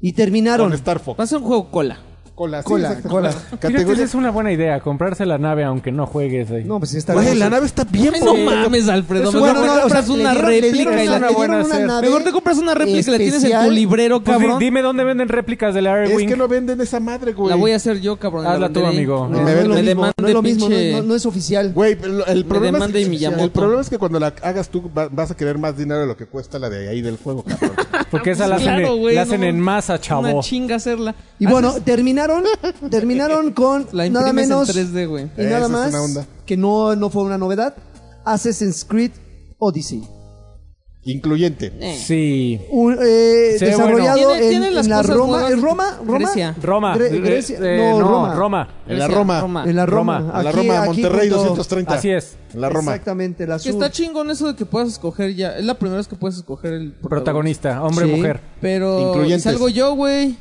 Speaker 2: Y terminaron.
Speaker 1: Con Star
Speaker 3: Va a
Speaker 1: Fox.
Speaker 3: ser un juego cola.
Speaker 1: Cola, sí,
Speaker 2: Cola,
Speaker 1: exacto.
Speaker 2: cola.
Speaker 4: Fíjate, esa
Speaker 1: Categoría.
Speaker 4: es una buena idea, comprarse la nave aunque no juegues ahí.
Speaker 2: No, pues está
Speaker 1: Güey,
Speaker 2: hermoso.
Speaker 1: la nave está bien
Speaker 3: No
Speaker 1: bonita,
Speaker 3: mames, Alfredo.
Speaker 2: Es
Speaker 3: Mejor
Speaker 2: bueno,
Speaker 3: te
Speaker 2: no, o sea,
Speaker 3: compras
Speaker 2: le
Speaker 3: una
Speaker 2: dieron- le dieron-
Speaker 3: réplica y
Speaker 2: le
Speaker 3: la
Speaker 2: dieron
Speaker 4: buena
Speaker 2: una
Speaker 4: hacer.
Speaker 2: nave
Speaker 3: Mejor te compras una réplica y la tienes en tu
Speaker 2: especial.
Speaker 3: librero,
Speaker 4: Pues di-
Speaker 3: cabrón.
Speaker 4: dime dónde venden réplicas del Air
Speaker 1: Es
Speaker 4: Wing.
Speaker 1: que no venden esa madre, güey.
Speaker 3: La voy a hacer yo, cabrón. ¿eh?
Speaker 4: Hazla
Speaker 3: la
Speaker 4: tú,
Speaker 3: venderé.
Speaker 2: No,
Speaker 4: amigo. Me
Speaker 2: no
Speaker 4: ven-
Speaker 2: es lo mismo,
Speaker 3: me demanda
Speaker 2: no es lo mismo, no,
Speaker 3: pinche-
Speaker 2: no- no es oficial.
Speaker 1: Güey, pero el problema,
Speaker 3: demanda
Speaker 1: es
Speaker 3: y Miyamoto.
Speaker 1: el problema es que cuando la hagas tú va- vas a querer más dinero de lo que cuesta la de ahí del juego, cabrón.
Speaker 4: Porque
Speaker 2: Ah,
Speaker 4: esa
Speaker 3: Pues
Speaker 4: la hacen,
Speaker 3: claro,
Speaker 4: en-
Speaker 3: güey,
Speaker 4: la hacen
Speaker 3: no.
Speaker 4: en masa, chavo.
Speaker 3: Una chinga hacerla.
Speaker 2: Y
Speaker 3: Haces-
Speaker 2: bueno, terminaron, terminaron con
Speaker 3: la
Speaker 2: nada
Speaker 3: imprimes
Speaker 2: menos
Speaker 3: en 3D, güey.
Speaker 2: y nada
Speaker 1: Esa es una
Speaker 2: más
Speaker 1: onda.
Speaker 2: que no, no fue una novedad. Assassin's Creed Odyssey.
Speaker 1: Incluyente.
Speaker 3: Eh.
Speaker 4: Sí.
Speaker 2: Un, eh,
Speaker 4: Sí,
Speaker 2: desarrollado
Speaker 3: bueno. Tiene-
Speaker 2: en,
Speaker 3: tiene las
Speaker 2: en la
Speaker 3: cosas
Speaker 2: Roma,
Speaker 3: buenas.
Speaker 2: ¿en Roma, Roma,
Speaker 3: Grecia.
Speaker 4: Roma.
Speaker 2: Gre-
Speaker 4: Eh,
Speaker 2: Grecia,
Speaker 4: eh,
Speaker 2: no,
Speaker 4: no,
Speaker 2: Roma.
Speaker 1: En la Roma.
Speaker 2: en la Roma,
Speaker 4: Roma.
Speaker 1: En la
Speaker 2: aquí-
Speaker 1: Roma,
Speaker 2: aquí
Speaker 1: Monterrey
Speaker 2: junto-
Speaker 1: 230.
Speaker 4: Así es.
Speaker 1: En la Roma.
Speaker 2: Exactamente, la
Speaker 3: Que
Speaker 2: sur.
Speaker 3: está chingón eso de que puedas escoger ya. Es la primera vez que puedes escoger el protagonista.
Speaker 4: Protagonista, hombre,
Speaker 2: Sí.
Speaker 4: mujer.
Speaker 3: Pero
Speaker 1: Incluyentes.
Speaker 3: salgo yo, güey.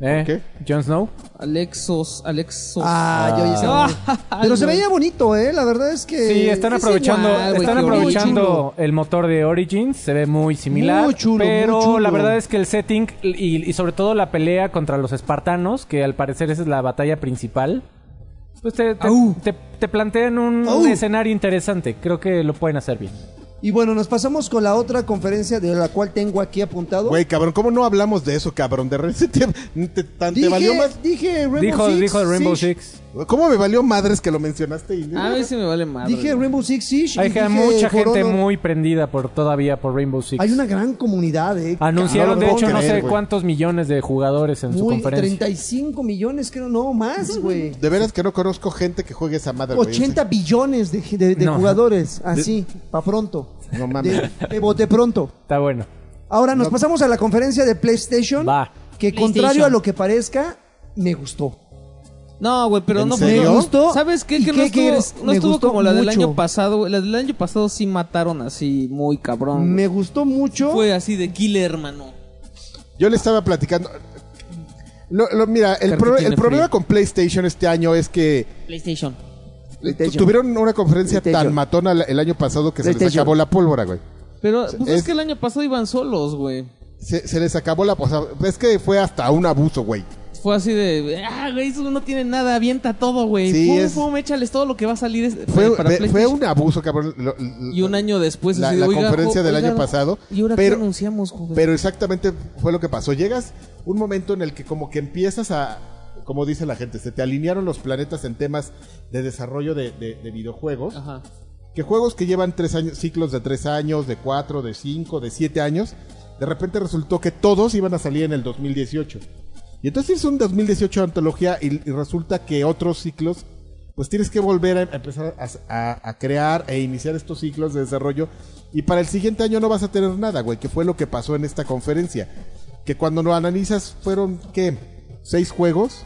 Speaker 4: ¿Eh?
Speaker 1: ¿Qué?
Speaker 4: Jon Snow.
Speaker 3: Alexos, Alexos.
Speaker 2: Ah, yo Pero se veía bonito, eh, la verdad es que
Speaker 4: Sí, están
Speaker 3: es
Speaker 4: aprovechando,
Speaker 3: igual, güey,
Speaker 4: están
Speaker 3: que
Speaker 4: aprovechando el motor de Origins, se ve muy similar,
Speaker 2: Muy chulo, muy
Speaker 4: pero
Speaker 2: chulo.
Speaker 4: la verdad es que el setting y, y sobre todo la pelea contra los espartanos, que al parecer esa es la batalla principal, pues te, te,
Speaker 2: Au.
Speaker 4: te- te plantean un,
Speaker 2: Au.
Speaker 4: un escenario interesante, creo que lo pueden hacer bien.
Speaker 2: Y bueno, nos pasamos con la otra conferencia de la cual tengo aquí apuntado.
Speaker 1: Güey, cabrón, ¿cómo no hablamos de eso, cabrón? De repente te, te- tan- te
Speaker 2: dije,
Speaker 1: valió más.
Speaker 2: dije Rainbow
Speaker 4: Dijo,
Speaker 2: Six
Speaker 4: dijo Rainbow
Speaker 2: Siege.
Speaker 4: Six.
Speaker 1: ¿Cómo me valió madres que lo mencionaste? Y,
Speaker 3: A mí sí me vale madre.
Speaker 2: Dije Rainbow Six Siege.
Speaker 4: Hay
Speaker 2: y
Speaker 4: que-
Speaker 2: dije
Speaker 4: mucha
Speaker 2: For
Speaker 4: gente
Speaker 2: Honor.
Speaker 4: muy prendida por todavía por Rainbow Six.
Speaker 2: eh, Hay una gran comunidad, eh.
Speaker 4: Anunciaron
Speaker 1: Cabrón,
Speaker 4: de
Speaker 1: no
Speaker 4: hecho
Speaker 1: puedo
Speaker 4: no sé
Speaker 1: creer, güey.
Speaker 4: cuántos millones de jugadores en su
Speaker 2: Muy-
Speaker 4: conferencia.
Speaker 2: 35 millones, creo, no más, güey.
Speaker 1: de veras que no conozco gente que juegue esa madre, güey.
Speaker 2: 80 billones de, de- de
Speaker 4: No.
Speaker 2: jugadores, así, pa' pronto.
Speaker 1: No mames.
Speaker 2: De, de bote pronto.
Speaker 4: Está bueno.
Speaker 2: Ahora nos pasamos a la conferencia de PlayStation,
Speaker 4: Va.
Speaker 2: que
Speaker 3: PlayStation.
Speaker 2: contrario a lo que parezca, me gustó.
Speaker 3: No, güey, pero
Speaker 1: ¿En
Speaker 3: no
Speaker 1: serio?
Speaker 2: Me gustó.
Speaker 3: ¿Sabes qué?
Speaker 2: ¿Y
Speaker 3: Que no
Speaker 2: qué crees?
Speaker 3: estuvo, no
Speaker 2: Me
Speaker 3: estuvo
Speaker 2: gustó
Speaker 3: como la del
Speaker 2: mucho.
Speaker 3: año pasado. güey. La del año pasado sí mataron así muy cabrón.
Speaker 2: Me
Speaker 3: güey.
Speaker 2: gustó mucho.
Speaker 3: Fue así de killer, hermano.
Speaker 1: Yo le estaba platicando. Lo- lo- mira, el,
Speaker 3: Claro que
Speaker 1: pro-
Speaker 3: tiene
Speaker 1: el problema
Speaker 3: frío.
Speaker 1: con PlayStation este año es que
Speaker 3: PlayStation.
Speaker 6: PlayStation.
Speaker 1: Tuvieron una conferencia
Speaker 6: PlayStation.
Speaker 1: tan matona la- el año pasado que se les
Speaker 6: PlayStation.
Speaker 1: acabó la pólvora, güey.
Speaker 3: Pero pues, es...
Speaker 1: es-
Speaker 3: que el año pasado iban solos, güey.
Speaker 1: Se, se les acabó la... O sea, es que fue hasta un abuso, güey.
Speaker 3: Fue así de, ah, güey, eso no tiene nada, avienta todo, güey.
Speaker 1: Sí,
Speaker 3: pum,
Speaker 1: es-
Speaker 3: pum, échales todo lo que va a salir es-
Speaker 1: Fue,
Speaker 3: para
Speaker 1: de- fue
Speaker 3: PlayStation.
Speaker 1: un abuso, cabrón. Lo- lo-
Speaker 3: Y un año después...
Speaker 1: La-
Speaker 3: así de,
Speaker 1: la
Speaker 3: "Oiga,
Speaker 1: conferencia
Speaker 3: jo-
Speaker 1: del
Speaker 3: oiga,
Speaker 1: año pasado,
Speaker 3: ¿Y ahora
Speaker 1: pero-
Speaker 3: qué anunciamos, joven?
Speaker 1: Pero exactamente fue lo que pasó. Llegas un momento en el que como que empiezas a, como dice la gente, se te alinearon los planetas en temas de desarrollo de, de- de videojuegos.
Speaker 3: Ajá.
Speaker 1: Que juegos que llevan tres años, ciclos de tres años, de cuatro, de cinco, de siete años, de repente resultó que todos iban a salir en el 2018. Y entonces es un 2018 antología y, y resulta que otros ciclos, pues tienes que volver a empezar a, a- a crear e iniciar estos ciclos de desarrollo. Y para el siguiente año no vas a tener nada, güey, que fue lo que pasó en esta conferencia. Que cuando lo analizas fueron, ¿qué? ¿Seis juegos?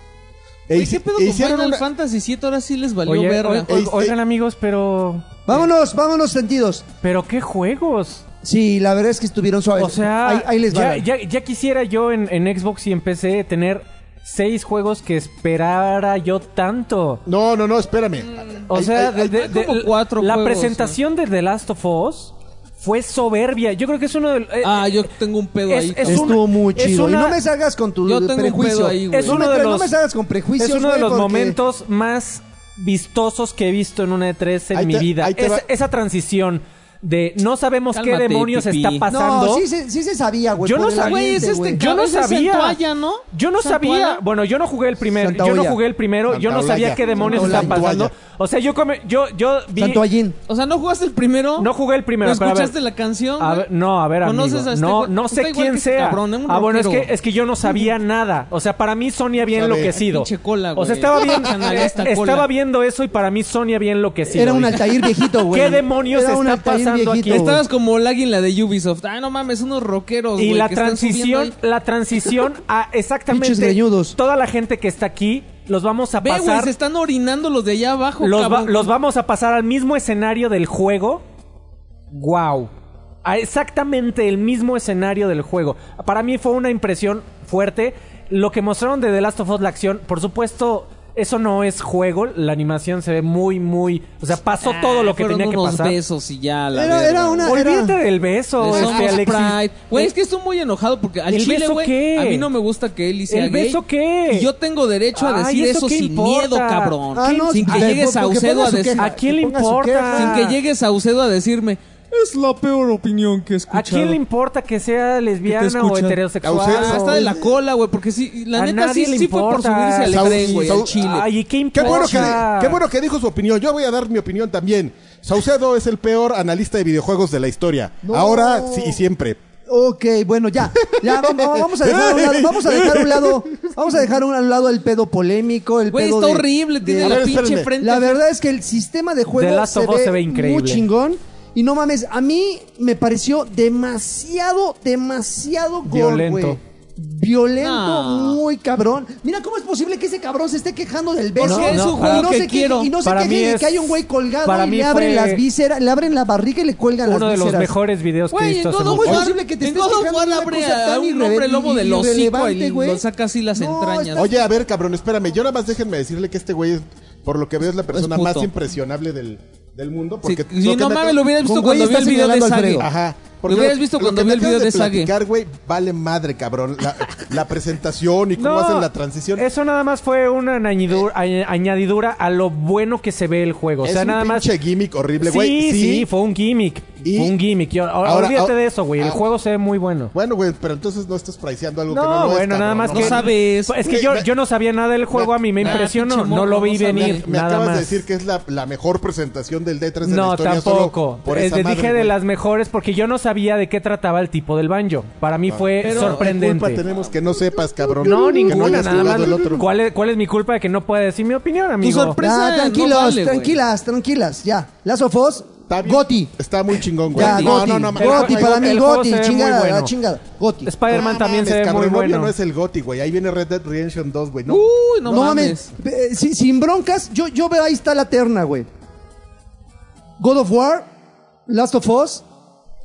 Speaker 1: E
Speaker 3: Güey,
Speaker 1: hici-
Speaker 3: ¿Qué pedo
Speaker 1: e
Speaker 3: con
Speaker 1: hicieron
Speaker 3: Final
Speaker 1: una-
Speaker 3: Fantasy VII? Ahora sí les valió
Speaker 4: Oye,
Speaker 3: verga.
Speaker 4: o- o- oigan amigos, pero...
Speaker 2: Vámonos, vámonos sentidos.
Speaker 4: ¿Pero qué juegos?
Speaker 2: Sí, la verdad es que estuvieron suaves.
Speaker 4: O sea,
Speaker 2: ahí, ahí les va.
Speaker 4: ya, ya- ya quisiera yo en, en Xbox y en PC tener seis juegos que esperara yo tanto.
Speaker 1: No, no, no, espérame.
Speaker 3: Mm.
Speaker 4: O
Speaker 1: Hay-
Speaker 4: sea,
Speaker 1: hay- hay-
Speaker 4: de- de-
Speaker 3: como
Speaker 4: de-
Speaker 3: cuatro
Speaker 4: la
Speaker 3: juegos,
Speaker 4: presentación de The Last of Us fue soberbia. Yo creo que es uno de eh,
Speaker 3: Ah, yo tengo un pedo
Speaker 4: es-
Speaker 3: ahí.
Speaker 4: es
Speaker 3: cabrón.
Speaker 2: Estuvo
Speaker 4: una-
Speaker 2: muy
Speaker 4: es
Speaker 2: chido.
Speaker 4: una-
Speaker 2: Y no me salgas con tu
Speaker 3: Yo tengo un
Speaker 2: prejuicio.
Speaker 3: pedo ahí, güey.
Speaker 4: Es
Speaker 2: no,
Speaker 4: uno
Speaker 2: me,
Speaker 4: de
Speaker 2: tra- no
Speaker 4: los-
Speaker 2: me salgas con prejuicios.
Speaker 4: es uno de
Speaker 2: güey,
Speaker 4: los
Speaker 2: porque-
Speaker 4: momentos más vistosos que he visto en una E3 en
Speaker 1: Ahí
Speaker 4: mi
Speaker 1: te-
Speaker 4: vida.
Speaker 1: ahí te
Speaker 4: Es-
Speaker 1: va-
Speaker 4: esa transición de no sabemos
Speaker 3: Cálmate,
Speaker 4: qué demonios
Speaker 3: pipí.
Speaker 4: está pasando.
Speaker 2: No, sí, se- sí se sabía, güey.
Speaker 4: Yo
Speaker 2: por
Speaker 4: no
Speaker 2: el
Speaker 4: sabía,
Speaker 3: Güey, es
Speaker 2: ambiente,
Speaker 3: este
Speaker 2: güey.
Speaker 4: Yo no
Speaker 3: cabrón, es
Speaker 4: sabía.
Speaker 3: Santoalla, ¿no?
Speaker 4: Yo no
Speaker 3: Santoalla.
Speaker 4: sabía, bueno, yo no jugué el primero,
Speaker 2: Santa
Speaker 4: yo no
Speaker 2: Olla.
Speaker 4: jugué el primero, yo no
Speaker 1: Santa
Speaker 4: sabía
Speaker 1: Olla.
Speaker 4: qué demonios
Speaker 2: Santa
Speaker 4: está
Speaker 1: Olla.
Speaker 4: pasando. O sea, yo come- yo yo vi
Speaker 2: Santoallín.
Speaker 3: O sea, ¿no jugaste el primero?
Speaker 4: No jugué el primero,
Speaker 3: ¿No
Speaker 4: pero a ver.
Speaker 3: escuchaste la canción?
Speaker 4: A
Speaker 3: güey?
Speaker 4: ver, no, a ver, amigo.
Speaker 3: ¿Conoces a este
Speaker 4: no,
Speaker 3: güey?
Speaker 4: no
Speaker 3: Está
Speaker 4: sé
Speaker 3: igual
Speaker 4: quién
Speaker 3: que este
Speaker 4: sea.
Speaker 3: cabrón, es un
Speaker 4: ah, bueno, es
Speaker 3: rockero.
Speaker 4: que, es que yo no sabía nada. O sea, para mí Sony había
Speaker 1: Sabe.
Speaker 4: enloquecido.
Speaker 3: Pinche cola,
Speaker 4: o sea,
Speaker 3: güey.
Speaker 4: estaba, bien,
Speaker 3: Analista, cola.
Speaker 4: estaba viendo eso y para mí Sony había enloquecido.
Speaker 2: Era un
Speaker 4: Dije,
Speaker 2: Altair viejito, güey.
Speaker 4: ¿Qué demonios
Speaker 2: Era un
Speaker 4: está
Speaker 2: Altair
Speaker 4: pasando
Speaker 2: viejito,
Speaker 4: aquí?
Speaker 2: güey.
Speaker 3: Estabas como el águila de Ubisoft. Ah, no mames, unos rockeros,
Speaker 4: Y
Speaker 3: Pues, güey,
Speaker 4: la
Speaker 3: que están
Speaker 4: transición,
Speaker 3: subiendo ahí.
Speaker 4: la transición a
Speaker 2: Pinches
Speaker 4: exactamente
Speaker 2: greñudos.
Speaker 4: toda la gente que está aquí, los vamos a
Speaker 3: Ve, güey,
Speaker 4: pasar
Speaker 3: se están orinando los de allá abajo,
Speaker 4: los, va-
Speaker 3: cabrón.
Speaker 4: los vamos a pasar al mismo escenario del juego. Wow. A exactamente el mismo escenario del juego. Para mí fue una impresión fuerte. Lo que mostraron de The Last of Us, la acción, por supuesto, eso no es juego. La animación se ve muy, muy... O sea, pasó
Speaker 3: Ah,
Speaker 4: todo lo que
Speaker 3: fueron
Speaker 4: tenía que
Speaker 3: unos
Speaker 4: pasar.
Speaker 3: besos y ya, la
Speaker 2: Era,
Speaker 3: verga.
Speaker 2: era una. era-
Speaker 4: Olvídate del beso,
Speaker 3: De
Speaker 4: este,
Speaker 3: Somos
Speaker 4: Alexis.
Speaker 3: Pride. Güey, es que estoy muy enojado porque al
Speaker 4: ¿El
Speaker 3: chile,
Speaker 4: beso
Speaker 3: güey,
Speaker 4: qué?
Speaker 3: a mí no me gusta que Eli sea
Speaker 4: ¿El
Speaker 3: gay.
Speaker 4: beso qué?
Speaker 3: Y yo tengo derecho a
Speaker 4: Ay,
Speaker 3: decir
Speaker 4: ¿eso
Speaker 3: eso
Speaker 4: qué
Speaker 3: sin
Speaker 4: importa?
Speaker 3: miedo, cabrón.
Speaker 2: Ah, no,
Speaker 3: sin que
Speaker 2: ah, porque
Speaker 3: llegue
Speaker 2: ponga
Speaker 3: Saucedo a
Speaker 2: su
Speaker 3: decir...
Speaker 2: queja,
Speaker 4: ¿A quién le
Speaker 2: que ponga su
Speaker 4: importa?
Speaker 2: queja.
Speaker 3: Sin que llegue Saucedo a decirme... Es la peor opinión que he
Speaker 4: ¿A quién le importa que sea lesbiana o
Speaker 3: escucha.
Speaker 4: heterosexual?
Speaker 1: A usted-
Speaker 4: o-
Speaker 3: Ah, está de la cola, güey, porque sí, la
Speaker 4: A
Speaker 3: neta sí,
Speaker 4: nadie le
Speaker 3: sí fue por
Speaker 4: importa.
Speaker 3: subirse al
Speaker 1: Sau-
Speaker 3: tren, güey, al
Speaker 1: Sau-
Speaker 3: chile.
Speaker 4: Ay, ¿y qué
Speaker 1: Qué
Speaker 4: importa?
Speaker 1: bueno, que, qué bueno que dijo su opinión. Yo voy a dar mi opinión también. Saucedo es el peor analista de videojuegos de la historia.
Speaker 2: No.
Speaker 1: Ahora sí, y siempre.
Speaker 2: Ok, bueno, ya. Ya, vamos, vamos a dejar a un lado. Vamos a dejar a un lado. Vamos a dejar a un lado el pedo polémico. El
Speaker 3: Güey,
Speaker 2: pedo
Speaker 3: está
Speaker 2: de-
Speaker 3: horrible,
Speaker 2: de-
Speaker 3: tiene
Speaker 1: A
Speaker 3: la
Speaker 1: ver,
Speaker 3: pinche
Speaker 1: espérenme.
Speaker 3: frente.
Speaker 2: La verdad es que el sistema de juego
Speaker 4: The Last
Speaker 2: se,
Speaker 4: of Us
Speaker 2: ve
Speaker 4: se ve increíble.
Speaker 2: muy chingón. Y no mames, a mí me pareció demasiado, demasiado gore,
Speaker 4: Violento.
Speaker 2: güey. Violento,
Speaker 3: No.
Speaker 2: muy cabrón. Mira cómo es posible que ese cabrón se esté quejando del beso.
Speaker 4: Porque es un
Speaker 2: y
Speaker 4: juego
Speaker 2: no
Speaker 3: que
Speaker 2: se queje-
Speaker 3: quiero.
Speaker 2: Y no se
Speaker 4: Para
Speaker 2: queje
Speaker 4: mí
Speaker 2: de
Speaker 4: es-
Speaker 2: que hay un güey colgado
Speaker 4: para
Speaker 2: y
Speaker 4: mí
Speaker 2: le abren
Speaker 4: fue
Speaker 2: las vísceras, le abren la barriga y le cuelgan
Speaker 4: Uno
Speaker 2: las
Speaker 4: de
Speaker 2: vísceras.
Speaker 4: los mejores videos que he
Speaker 3: Güey,
Speaker 4: visto
Speaker 3: en
Speaker 4: hace
Speaker 3: God of
Speaker 4: mucho.
Speaker 2: ¿Cómo es
Speaker 3: War-
Speaker 2: posible que te
Speaker 3: en
Speaker 2: estés
Speaker 3: God of
Speaker 2: quejando
Speaker 3: War
Speaker 2: de una
Speaker 3: abre
Speaker 2: cosa
Speaker 3: a
Speaker 2: tan
Speaker 3: un
Speaker 2: irre-
Speaker 3: hombre lobo del hocico
Speaker 2: irrelevante,
Speaker 3: y
Speaker 2: güey?
Speaker 3: lo saca así las
Speaker 2: No,
Speaker 3: entrañas.
Speaker 2: está-
Speaker 1: Oye, a ver, cabrón, espérame. Yo nada más déjenme decirle que este güey es, por lo que veo, es la persona más
Speaker 3: puto.
Speaker 1: impresionable del, del mundo.
Speaker 3: Sí,
Speaker 1: Porque
Speaker 3: si
Speaker 1: que
Speaker 3: no
Speaker 1: me-
Speaker 3: mames, lo hubieras
Speaker 2: Con
Speaker 3: visto
Speaker 2: güey
Speaker 3: cuando vi
Speaker 2: está
Speaker 3: el video de
Speaker 2: señalando a
Speaker 3: Sage.
Speaker 2: Alfredo.
Speaker 1: Ajá.
Speaker 3: Lo hubieras visto
Speaker 1: que
Speaker 3: cuando
Speaker 1: me
Speaker 3: vi el video
Speaker 1: acabas
Speaker 3: de Sage.
Speaker 1: platicar, güey, vale madre, cabrón. La, la presentación y cómo hacen la transición. Eh.
Speaker 4: Eso nada más fue una añadidura, añ- añadidura a lo bueno que se ve el juego. O
Speaker 1: es
Speaker 4: sea,
Speaker 1: un
Speaker 4: nada más.
Speaker 1: pinche gimmick horrible, güey.
Speaker 4: sí, sí, fue un gimmick.
Speaker 1: Y-
Speaker 4: Fue un gimmick. Yo- ahora,
Speaker 1: Ahora,
Speaker 4: olvídate
Speaker 1: ahora-
Speaker 4: de eso, güey. El
Speaker 1: ahora-
Speaker 4: juego se ve muy bueno.
Speaker 1: Bueno, güey, pero entonces no estás priceando algo
Speaker 4: No,
Speaker 1: que no lo es,
Speaker 4: bueno, nada
Speaker 1: cabrón,
Speaker 4: más
Speaker 1: no
Speaker 4: que.
Speaker 3: No sabes.
Speaker 4: Es que
Speaker 1: Güey,
Speaker 4: yo,
Speaker 1: me-
Speaker 4: yo no sabía nada del juego, a mí me
Speaker 3: Ah,
Speaker 4: impresionó.
Speaker 3: pinche
Speaker 4: No
Speaker 3: morro,
Speaker 4: lo vi
Speaker 3: no sabía.
Speaker 4: venir,
Speaker 1: Me
Speaker 4: nada
Speaker 1: acabas
Speaker 4: más.
Speaker 1: de decir que es la, la mejor presentación del D3 de la
Speaker 4: No,
Speaker 1: historia. solo
Speaker 4: tampoco.
Speaker 1: por
Speaker 4: Es-
Speaker 1: esa
Speaker 4: dije
Speaker 1: madre,
Speaker 4: de
Speaker 1: güey.
Speaker 4: las mejores porque yo no sabía de qué trataba el tipo del banjo. Para
Speaker 1: Ah.
Speaker 4: mí fue
Speaker 1: Pero, ¿qué
Speaker 4: sorprendente.
Speaker 1: culpa tenemos que no sepas, cabrón?
Speaker 4: No,
Speaker 1: que
Speaker 4: ninguna,
Speaker 1: no hayas
Speaker 4: nada
Speaker 1: jugado
Speaker 4: más.
Speaker 1: el otro.
Speaker 4: ¿Cuál, es, ¿Cuál es mi culpa de que no pueda decir mi opinión, amigo?
Speaker 3: sorpresa
Speaker 2: Ya,
Speaker 3: no
Speaker 2: Ah, tranquilos,
Speaker 3: vale, güey.
Speaker 2: tranquilas, tranquilas, ya. Las ofos,
Speaker 1: Está bien.
Speaker 2: Goti.
Speaker 1: Está muy chingón, güey.
Speaker 2: Ya,
Speaker 1: no,
Speaker 2: Goti.
Speaker 1: no, no, mames.
Speaker 2: Goti,
Speaker 1: Ay,
Speaker 2: para
Speaker 1: no,
Speaker 2: mí,
Speaker 4: el juego
Speaker 2: Goti,
Speaker 4: se ve muy
Speaker 2: chingada,
Speaker 4: bueno.
Speaker 2: la chingada. Goti.
Speaker 4: Spider-Man
Speaker 1: mames,
Speaker 4: también se ve
Speaker 1: cabrón,
Speaker 4: muy
Speaker 1: el obvio
Speaker 4: bueno. Uh,
Speaker 1: no es el Goti, güey. Ahí viene Red Dead Redemption 2, güey. No.
Speaker 3: Uy, no,
Speaker 2: No, mames.
Speaker 3: mames.
Speaker 2: Eh, sin, sin broncas, yo, yo veo ahí está la terna, güey. God of War, Last of Us.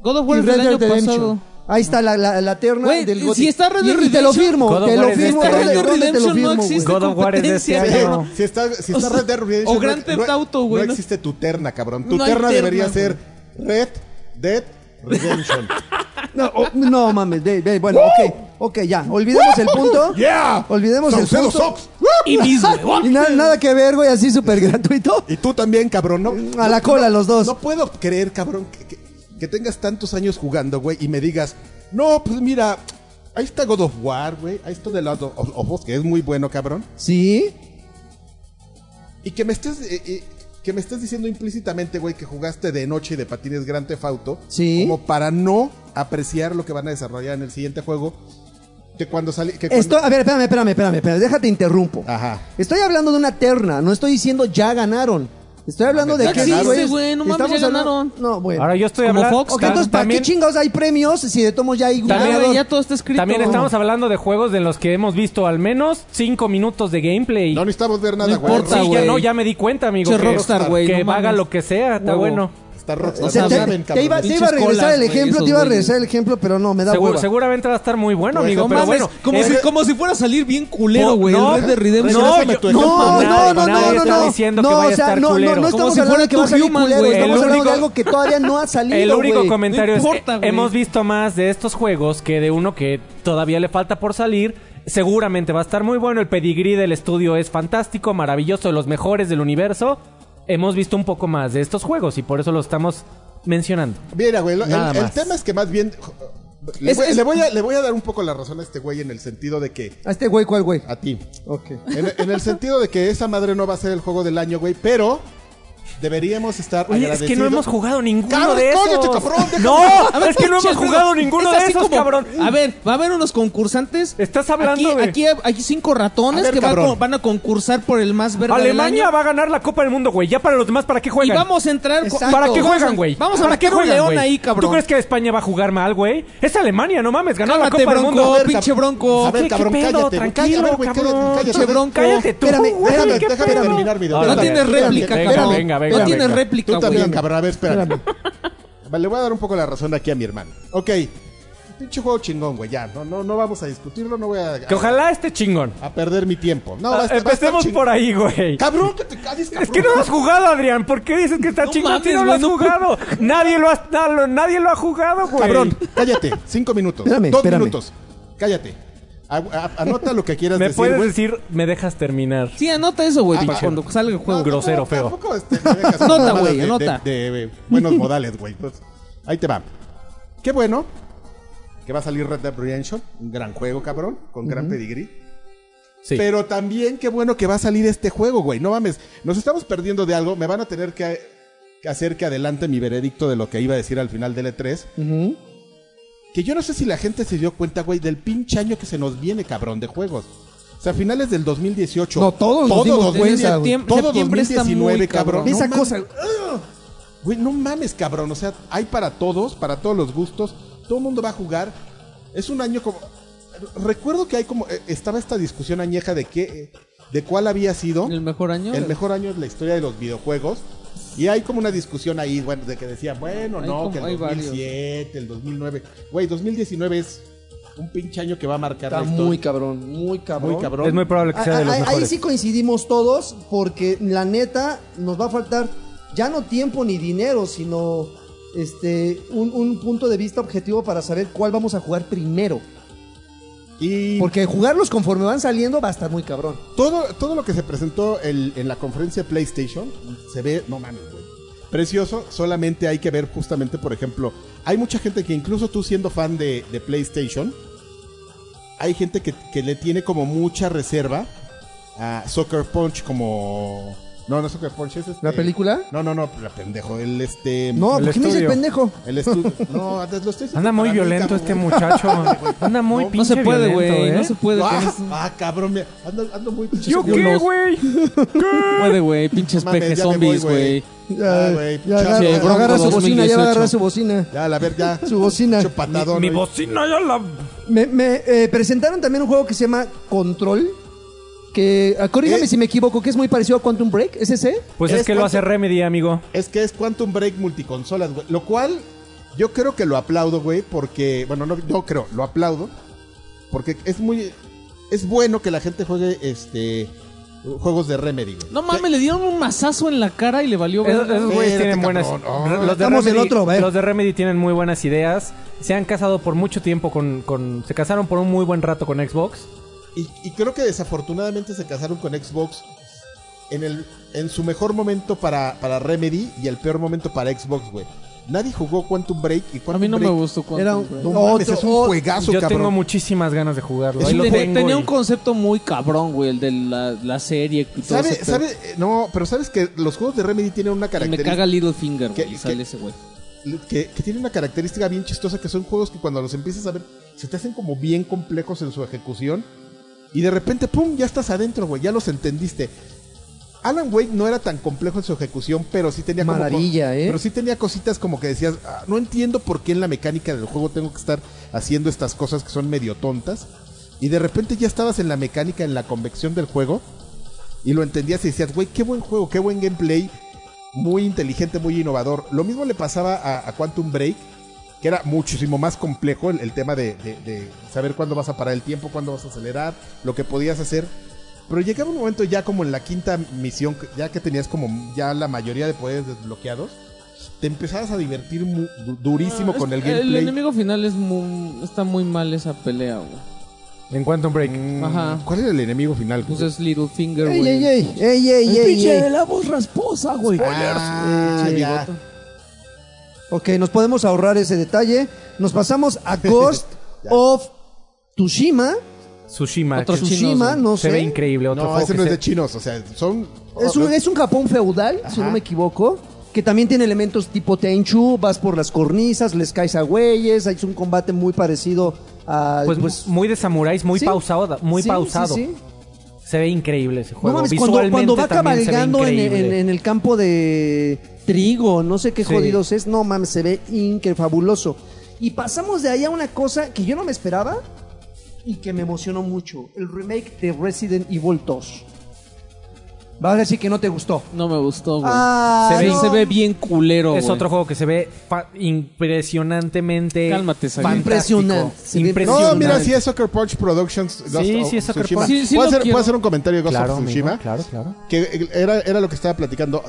Speaker 3: God of War
Speaker 2: Y
Speaker 3: del
Speaker 2: Red Dead
Speaker 3: año
Speaker 2: Redemption.
Speaker 3: pasado.
Speaker 2: Ahí está la, la, la terna
Speaker 3: Güey,
Speaker 2: del
Speaker 3: si
Speaker 2: GOTY.
Speaker 3: está Red Dead
Speaker 2: Y- y te lo
Speaker 3: Redemption-
Speaker 2: firmo,
Speaker 4: God of
Speaker 2: te lo
Speaker 4: War es
Speaker 2: firmo.
Speaker 4: este
Speaker 2: ¿dónde-
Speaker 4: año.
Speaker 2: dónde te lo
Speaker 3: Redemption no
Speaker 2: firmo, güey?
Speaker 3: existe
Speaker 4: God of War es de este
Speaker 3: competencia,
Speaker 4: año.
Speaker 3: güey.
Speaker 1: Si está, si está
Speaker 3: O sea,
Speaker 1: Red Dead Redemption,
Speaker 3: o Grand
Speaker 1: no-
Speaker 3: Theft
Speaker 1: no-
Speaker 3: Auto, güey,
Speaker 1: No
Speaker 3: no-
Speaker 1: existe tu terna, cabrón. Tu
Speaker 3: No hay
Speaker 1: terna,
Speaker 3: terna,
Speaker 1: debería
Speaker 3: güey.
Speaker 1: ser Red Dead Redemption.
Speaker 2: No, oh, no mames, de- de- bueno, ok, ok, ya. Olvidemos el punto.
Speaker 1: ¡Yeah!
Speaker 2: Olvidemos el
Speaker 1: Saucedo
Speaker 2: punto.
Speaker 1: Sox.
Speaker 3: Y mis
Speaker 2: Y na- nada que ver, güey, así súper gratuito.
Speaker 1: Y tú también, cabrón. No,
Speaker 2: A la
Speaker 1: no-
Speaker 2: cola,
Speaker 1: no-
Speaker 2: los dos.
Speaker 1: No puedo creer, cabrón, que, que- que tengas tantos años jugando, güey, y me digas, no, pues mira, ahí está God of War, güey, ahí está The Last of of Us, que es muy bueno, cabrón.
Speaker 2: Sí.
Speaker 1: Y que me estés, eh, eh, que me estés diciendo implícitamente, güey, que jugaste de noche y de patines Gran Tefauto.
Speaker 2: Sí.
Speaker 1: Como para no apreciar lo que van a desarrollar en el siguiente juego. Que cuando sale. Que cuando-
Speaker 2: Esto, a ver, espérame, espérame, espérame, espérame, déjate interrumpo.
Speaker 1: Ajá.
Speaker 2: Estoy hablando de una terna, no estoy diciendo ya ganaron. Estoy hablando
Speaker 1: mames, ya
Speaker 2: de que
Speaker 1: ganaron.
Speaker 3: Ah, Sí, güey, no mames,
Speaker 2: estamos
Speaker 3: ya
Speaker 2: hablando-
Speaker 3: ganaron.
Speaker 2: No, bueno.
Speaker 4: Ahora yo estoy
Speaker 3: Como
Speaker 4: hablando...
Speaker 3: Fox,
Speaker 2: Ok,
Speaker 4: ta-
Speaker 2: entonces, ¿para qué
Speaker 4: también-
Speaker 2: chingados hay premios si de tomos ya hay
Speaker 4: También-
Speaker 2: ganado?
Speaker 3: güey, ya todo está escrito.
Speaker 4: También estamos hablando de juegos en los que hemos visto al menos 5 minutos de gameplay.
Speaker 1: No necesitamos ver nada,
Speaker 3: No
Speaker 1: güey.
Speaker 3: importa,
Speaker 4: Sí, ya
Speaker 3: güey.
Speaker 4: no, ya me di cuenta, amigo.
Speaker 3: Che,
Speaker 4: que
Speaker 3: Rockstar, güey,
Speaker 4: que
Speaker 3: no
Speaker 4: haga
Speaker 3: mames.
Speaker 4: lo que sea, está
Speaker 3: Huevo.
Speaker 4: bueno.
Speaker 1: Está roto.
Speaker 2: O sea,
Speaker 1: no
Speaker 2: te,
Speaker 1: saben,
Speaker 2: te iba,
Speaker 1: cabrones.
Speaker 2: te iba a
Speaker 3: Pinches
Speaker 2: regresar
Speaker 3: colas,
Speaker 2: el
Speaker 3: güey,
Speaker 2: ejemplo, te
Speaker 3: esos
Speaker 2: iba a
Speaker 3: güeyes.
Speaker 2: regresar el ejemplo, pero no, me da
Speaker 4: Segu-
Speaker 2: hueva.
Speaker 4: seguramente va a estar muy bueno,
Speaker 1: Pues,
Speaker 4: amigo.
Speaker 1: no
Speaker 4: pero
Speaker 1: mames,
Speaker 4: bueno.
Speaker 3: como,
Speaker 4: Eh,
Speaker 3: si, como si fuera a salir bien culero, güey.
Speaker 4: No,
Speaker 3: el Red Dead Redemption.
Speaker 1: no,
Speaker 3: Está-
Speaker 1: yo- tu
Speaker 2: no,
Speaker 1: ejemplo,
Speaker 2: no,
Speaker 4: nadie-
Speaker 2: no, no,
Speaker 4: nadie
Speaker 2: no,
Speaker 4: está
Speaker 2: no,
Speaker 4: diciendo que
Speaker 2: no,
Speaker 4: vaya
Speaker 2: o
Speaker 4: a
Speaker 2: sea,
Speaker 4: estar
Speaker 2: no, no,
Speaker 4: culero.
Speaker 2: no
Speaker 3: Como
Speaker 2: estamos
Speaker 3: si
Speaker 2: hablando de
Speaker 3: fuera
Speaker 2: que va a
Speaker 3: tu
Speaker 2: salir
Speaker 3: Human,
Speaker 2: culero,
Speaker 3: güey.
Speaker 2: estamos
Speaker 4: El
Speaker 2: hablando
Speaker 4: único-
Speaker 2: de algo que todavía no ha salido,
Speaker 4: El único
Speaker 2: güey.
Speaker 4: comentario
Speaker 3: No
Speaker 4: es,
Speaker 3: importa,
Speaker 4: eh,
Speaker 3: güey.
Speaker 4: hemos visto más de estos juegos que de uno que todavía le falta por salir. Seguramente va a estar muy bueno. El pedigrí del estudio es fantástico, maravilloso, de los mejores del universo. Hemos visto un poco más de estos juegos y por eso los estamos mencionando.
Speaker 1: Mira, güey, lo- el,
Speaker 4: Nada
Speaker 1: el
Speaker 4: más.
Speaker 1: tema es que más bien. Le,
Speaker 3: Es-
Speaker 1: voy,
Speaker 3: es-
Speaker 1: le voy a, le voy a dar un poco la razón a este güey en el sentido de que.
Speaker 2: A este güey, ¿cuál güey?
Speaker 1: A ti.
Speaker 2: Ok.
Speaker 1: En, en el sentido de que esa madre no va a ser el juego del año, güey, pero deberíamos estar
Speaker 4: Oye, es que no
Speaker 1: agradecidos.
Speaker 4: hemos jugado ninguno
Speaker 1: Cabrón,
Speaker 4: de esos.
Speaker 1: cállate, cabrón, déjame-
Speaker 4: no,
Speaker 3: A ver,
Speaker 4: es que no
Speaker 3: pinche
Speaker 4: hemos jugado
Speaker 3: juego.
Speaker 4: ninguno
Speaker 3: Es
Speaker 4: de
Speaker 3: así
Speaker 4: esos,
Speaker 3: como-
Speaker 4: cabrón.
Speaker 3: A ver, va a haber unos concursantes.
Speaker 4: Estás hablando,
Speaker 3: Aquí,
Speaker 4: güey.
Speaker 3: aquí hay cinco ratones
Speaker 1: A ver,
Speaker 3: que van,
Speaker 1: cabrón.
Speaker 3: con- van a concursar por el más verde del
Speaker 4: Alemania
Speaker 3: año.
Speaker 4: va a ganar la Copa del Mundo, güey. Ya para los demás, ¿para qué
Speaker 3: Y
Speaker 4: juegan?
Speaker 3: vamos a entrar. con-
Speaker 2: Exacto.
Speaker 4: ¿Para qué
Speaker 3: vamos a-
Speaker 4: juegan, güey?
Speaker 3: Vamos a
Speaker 4: ¿Para qué
Speaker 3: meter un
Speaker 4: juegan,
Speaker 3: león
Speaker 4: güey?
Speaker 3: ahí, cabrón.
Speaker 4: ¿Tú crees que España va a jugar mal, güey? Es Alemania, no mames, ganó
Speaker 3: Cálmate,
Speaker 4: la Copa
Speaker 3: bronco,
Speaker 4: del Mundo.
Speaker 1: A ver,
Speaker 3: pinche
Speaker 1: cab-
Speaker 3: bronco.
Speaker 1: A ver,
Speaker 4: ¿Qué- qué
Speaker 1: cabrón,
Speaker 4: pedo?
Speaker 1: cállate, güey,
Speaker 4: Tranquilo,
Speaker 1: cállate, güey,
Speaker 4: cabrón,
Speaker 1: cállate,
Speaker 4: pinche
Speaker 1: cállate.
Speaker 3: bronco.
Speaker 4: Cállate tú,
Speaker 2: Espérame,
Speaker 4: güey,
Speaker 2: espérame,
Speaker 4: ¿qué
Speaker 1: déjame
Speaker 4: pedo?
Speaker 1: terminar mi-
Speaker 3: No
Speaker 1: Órale,
Speaker 3: tienes
Speaker 1: espérame,
Speaker 3: réplica,
Speaker 1: venga,
Speaker 3: cabrón.
Speaker 4: venga, venga,
Speaker 3: no tienes
Speaker 4: venga.
Speaker 1: Tú
Speaker 3: réplica, güey.
Speaker 1: también, cabrón. A ver, espérame. Vale, le voy a dar un poco la razón aquí a mi hermano. Ok. Pinche juego chingón, güey. Ya, no, no, no vamos a discutirlo, no voy a, a-
Speaker 4: Que ojalá esté chingón.
Speaker 1: a perder mi tiempo. No, va a
Speaker 4: Ah,
Speaker 1: estar- va a estar
Speaker 4: Empecemos
Speaker 1: ching-
Speaker 4: por ahí, güey.
Speaker 1: Cabrón, que te calles, cabrón.
Speaker 4: Es que no lo has jugado, Adrián. ¿Por qué dices que está
Speaker 3: No
Speaker 4: chingón si
Speaker 3: mames,
Speaker 4: no lo
Speaker 3: güey,
Speaker 4: has
Speaker 3: no-
Speaker 4: jugado? Nadie lo, ha, na- lo- nadie lo ha jugado, güey.
Speaker 1: Cabrón, cállate. Cinco minutos.
Speaker 2: Espérame,
Speaker 1: dos
Speaker 2: espérame.
Speaker 1: minutos. Cállate. A- a- anota lo que quieras
Speaker 4: Me
Speaker 1: decir,
Speaker 4: puedes
Speaker 1: güey.
Speaker 4: decir, me dejas terminar.
Speaker 3: Sí, anota eso, güey, para
Speaker 1: pinche-
Speaker 3: cuando salga el juego.
Speaker 1: Ah, No,
Speaker 4: grosero, feo.
Speaker 1: tampoco, este, me dejas
Speaker 3: Anota,
Speaker 1: mamadas
Speaker 3: güey,
Speaker 1: de- de-
Speaker 3: anota.
Speaker 1: De, de eh, buenos modales, güey. Pues, ahí te va. Qué bueno que va a salir Red Dead Redemption. Un gran juego, cabrón. Con gran pedigrí.
Speaker 4: Sí.
Speaker 1: Pero también qué bueno que va a salir este juego, güey. No mames. Nos estamos perdiendo de algo. Me van a tener que, que hacer que adelante mi veredicto de lo que iba a decir al final del E3. Que yo no sé si la gente se dio cuenta, güey, del pinche año que se nos viene, cabrón, de juegos. O sea, finales del 2018.
Speaker 2: No, todos nos dimos
Speaker 1: dos-
Speaker 2: cuenta, güey.
Speaker 3: Septiembre-
Speaker 1: todo
Speaker 3: septiembre está
Speaker 1: 2019,
Speaker 3: muy
Speaker 1: cabrón.
Speaker 3: cabrón.
Speaker 1: No
Speaker 2: Esa
Speaker 1: mames.
Speaker 2: cosa.
Speaker 1: Güey, no mames, cabrón. O sea, hay para todos, para todos los gustos. Todo el mundo va a jugar. Es un año como. Recuerdo que hay como. eh, Estaba esta discusión añeja de qué. eh, De cuál había sido
Speaker 3: El mejor año.
Speaker 1: el mejor año de la historia de los videojuegos. Y hay como una discusión ahí, bueno, de que decían, bueno,
Speaker 3: Hay
Speaker 1: no,
Speaker 3: como-
Speaker 1: que el
Speaker 3: hay varios.
Speaker 1: 2007, el 2009. Güey, 2019 es un pinche año que va a marcar
Speaker 2: Está
Speaker 1: la historia.
Speaker 2: muy cabrón, muy cabrón.
Speaker 1: Muy cabrón.
Speaker 4: Es muy probable que
Speaker 2: Ah,
Speaker 4: sea de
Speaker 2: ah,
Speaker 4: los
Speaker 2: ahí,
Speaker 4: mejores.
Speaker 2: sí coincidimos todos porque la neta nos va a faltar ya no tiempo ni dinero, sino este un, un punto de vista objetivo para saber cuál vamos a jugar primero.
Speaker 1: Y
Speaker 2: Porque jugarlos conforme van saliendo va a estar muy cabrón.
Speaker 1: todo, todo lo que se presentó el- en la conferencia de PlayStation se ve, no mames, güey. Precioso, solamente hay que ver justamente, por ejemplo, hay mucha gente que incluso tú siendo fan de, de PlayStation, hay gente que, que le tiene como mucha reserva a Soccer Punch como... No, no Soccer Punch, es este-
Speaker 2: ¿La película?
Speaker 1: No, no, no, la pendejo, el este...
Speaker 2: No, pues,
Speaker 4: El
Speaker 2: ¿por qué me dice
Speaker 4: estudio.
Speaker 2: pendejo?
Speaker 1: El estudio. No, te- lo estoy
Speaker 4: Anda muy
Speaker 1: separando,
Speaker 4: violento
Speaker 1: cabrón.
Speaker 4: este muchacho. Anda muy
Speaker 1: No, no
Speaker 3: No
Speaker 4: pinche
Speaker 3: se puede,
Speaker 4: violento,
Speaker 3: güey.
Speaker 4: ¿eh?
Speaker 3: No se puede. con
Speaker 1: Ah,
Speaker 3: eso.
Speaker 1: ah, cabrón, mira, ando, ando muy... pinche
Speaker 4: ¿Yo qué,
Speaker 1: seguro.
Speaker 4: güey?
Speaker 3: No puede, güey. Pinches
Speaker 1: No mames,
Speaker 3: pejes
Speaker 1: ya me voy,
Speaker 3: zombies,
Speaker 1: güey.
Speaker 3: güey.
Speaker 1: Ya, Ah, güey,
Speaker 2: Ah, ya
Speaker 1: chavo,
Speaker 2: agarra,
Speaker 3: bronco
Speaker 2: agarra su bocina, ya va a
Speaker 3: 2018.
Speaker 2: agarrar su bocina.
Speaker 1: Ya, la ver, ya.
Speaker 2: Su bocina.
Speaker 1: Pinche patadón,
Speaker 4: Mi
Speaker 1: oye.
Speaker 4: bocina ya la...
Speaker 2: Me, me, eh, presentaron también un juego que se llama Control. Que, ah, corrígame
Speaker 1: Eh.
Speaker 2: si me equivoco, que es muy parecido a Quantum Break, ¿es ese?
Speaker 4: Pues
Speaker 1: ¿Eres
Speaker 4: es que lo
Speaker 1: cuánto?
Speaker 4: hace Remedy, amigo.
Speaker 1: Es que es Quantum Break multiconsolas, güey. Lo cual Yo creo que lo aplaudo, güey, porque. Bueno, no, yo creo, lo aplaudo. Porque es muy. Es bueno que la gente juegue este. Juegos de Remedy, güey.
Speaker 3: No mames, le dieron un mazazo en la cara y le valió
Speaker 4: Es-
Speaker 3: verga.
Speaker 4: Esos güeyes
Speaker 1: Espérate,
Speaker 4: tienen buenas.
Speaker 1: cabrón. Oh,
Speaker 4: los, de
Speaker 2: estamos
Speaker 4: Remedy,
Speaker 2: del otro, a ver.
Speaker 4: los de Remedy tienen muy buenas ideas. Se han casado por mucho tiempo con, con- Se casaron por un muy buen rato con Xbox.
Speaker 1: Y, y creo que desafortunadamente se casaron con Xbox en, el, en su mejor momento para, para Remedy y el peor momento para Xbox, güey. Nadie jugó Quantum Break y Quantum
Speaker 3: A mí no me
Speaker 1: Break-
Speaker 3: gustó cuando.
Speaker 2: Era un-
Speaker 1: No
Speaker 3: güey.
Speaker 1: mames,
Speaker 2: Otro-
Speaker 1: es un
Speaker 2: otro-
Speaker 1: juegazo,
Speaker 4: Yo
Speaker 1: Ah, cabrón.
Speaker 4: tengo muchísimas ganas de jugarlo.
Speaker 1: Es
Speaker 4: Ahí
Speaker 1: un
Speaker 4: lo
Speaker 1: de-
Speaker 4: tengo
Speaker 3: Tenía
Speaker 4: y-
Speaker 3: un concepto muy cabrón, güey, el de la, la serie y todo
Speaker 1: ¿Sabe,
Speaker 3: ese pedo.
Speaker 1: sabe- eh, No, pero sabes que los juegos de Remedy tienen una
Speaker 3: Que Me
Speaker 1: característica.
Speaker 3: caga Littlefinger,
Speaker 1: ¿Qué-
Speaker 3: güey, y
Speaker 1: qué-
Speaker 3: sale ese güey.
Speaker 1: que, que tiene una característica bien chistosa que son juegos que cuando los empiezas a ver se te hacen como bien complejos en su ejecución y de repente pum ya estás adentro güey ya los entendiste Alan Wake no era tan complejo en su ejecución pero sí tenía como-
Speaker 2: Maravilla, ¿eh?
Speaker 1: pero sí tenía cositas como que decías "Ah, no entiendo por qué en la mecánica del juego tengo que estar haciendo estas cosas que son medio tontas y de repente ya estabas en la mecánica en la convección del juego y lo entendías y decías, güey, qué buen juego, qué buen gameplay, muy inteligente, muy innovador. Lo mismo le pasaba a, a Quantum Break, que era muchísimo más complejo el, el tema de, de- de saber cuándo vas a parar el tiempo, cuándo vas a acelerar, lo que podías hacer. Pero llegaba un momento ya como en la quinta misión, que- ya que tenías como ya la mayoría de poderes desbloqueados, te empezabas a divertir mu- du- durísimo
Speaker 3: Ah,
Speaker 1: con el
Speaker 3: es- El
Speaker 1: gameplay.
Speaker 3: enemigo final es muy- está muy mal esa pelea, güey.
Speaker 4: En Quantum Break.
Speaker 1: Mm,
Speaker 3: Ajá.
Speaker 1: ¿Cuál era el enemigo final?
Speaker 3: Pues es Littlefinger,
Speaker 2: Ey,
Speaker 3: güey.
Speaker 2: ey, ey, ey, ey,
Speaker 3: El
Speaker 2: ey,
Speaker 3: pinche
Speaker 2: ey.
Speaker 3: de la voz rasposa, güey.
Speaker 1: Ah,
Speaker 2: Sí,
Speaker 1: ya.
Speaker 2: Ok, nos podemos ahorrar ese detalle. Nos pasamos a Ghost
Speaker 1: Ya.
Speaker 2: of Tsushima.
Speaker 4: Tsushima.
Speaker 3: Otro
Speaker 4: que
Speaker 3: chinos,
Speaker 2: Tsushima,
Speaker 3: güey.
Speaker 2: no
Speaker 4: se ve
Speaker 2: sé.
Speaker 4: increíble. Otro
Speaker 1: No,
Speaker 4: juego
Speaker 1: ese
Speaker 4: que
Speaker 1: no es
Speaker 4: se-
Speaker 1: de chinos, o sea, son... e-
Speaker 2: Es un, es un Japón feudal, si
Speaker 1: Ajá.
Speaker 2: no me equivoco, que también tiene elementos tipo Tenchu, vas por las cornisas, les caes a güeyes, hay un combate muy parecido a...
Speaker 4: Pues, muy de samuráis, muy
Speaker 2: sí.
Speaker 4: pausado, muy
Speaker 2: Sí,
Speaker 4: pausado.
Speaker 2: sí, sí.
Speaker 4: Se ve increíble ese juego.
Speaker 2: No mames, cuando,
Speaker 4: Visualmente
Speaker 2: cuando va
Speaker 4: también se ve
Speaker 2: cabalgando en, en-
Speaker 4: increíble.
Speaker 2: en el campo de trigo, no sé qué
Speaker 4: Sí.
Speaker 2: jodidos es, no mames, se ve increíble, fabuloso. Y pasamos de ahí a una cosa que yo no me esperaba y que me emocionó mucho, el remake de Resident Evil 2. Vas a decir que no te gustó.
Speaker 3: No me gustó, güey.
Speaker 2: Ah,
Speaker 3: se, ve,
Speaker 2: no.
Speaker 3: se ve bien culero,
Speaker 4: Es
Speaker 3: güey.
Speaker 4: otro juego que se ve fa- impresionantemente.
Speaker 3: Cálmate, Xavier.
Speaker 4: fantástico.
Speaker 2: Impresionante, se ve
Speaker 4: Impresionante.
Speaker 1: No, mira, sí es Sucker Punch Productions. Ghost
Speaker 4: Sí,
Speaker 1: of
Speaker 4: sí es Sucker
Speaker 1: Tsushima.
Speaker 4: Punch.
Speaker 3: Sí, sí
Speaker 1: ¿Puedo
Speaker 3: lo
Speaker 1: hacer,
Speaker 3: quiero.
Speaker 1: puedo hacer un comentario de Ghost
Speaker 4: Claro,
Speaker 1: of
Speaker 4: amigo,
Speaker 1: Tsushima?
Speaker 4: claro, claro.
Speaker 1: Que era, era lo que estaba platicando.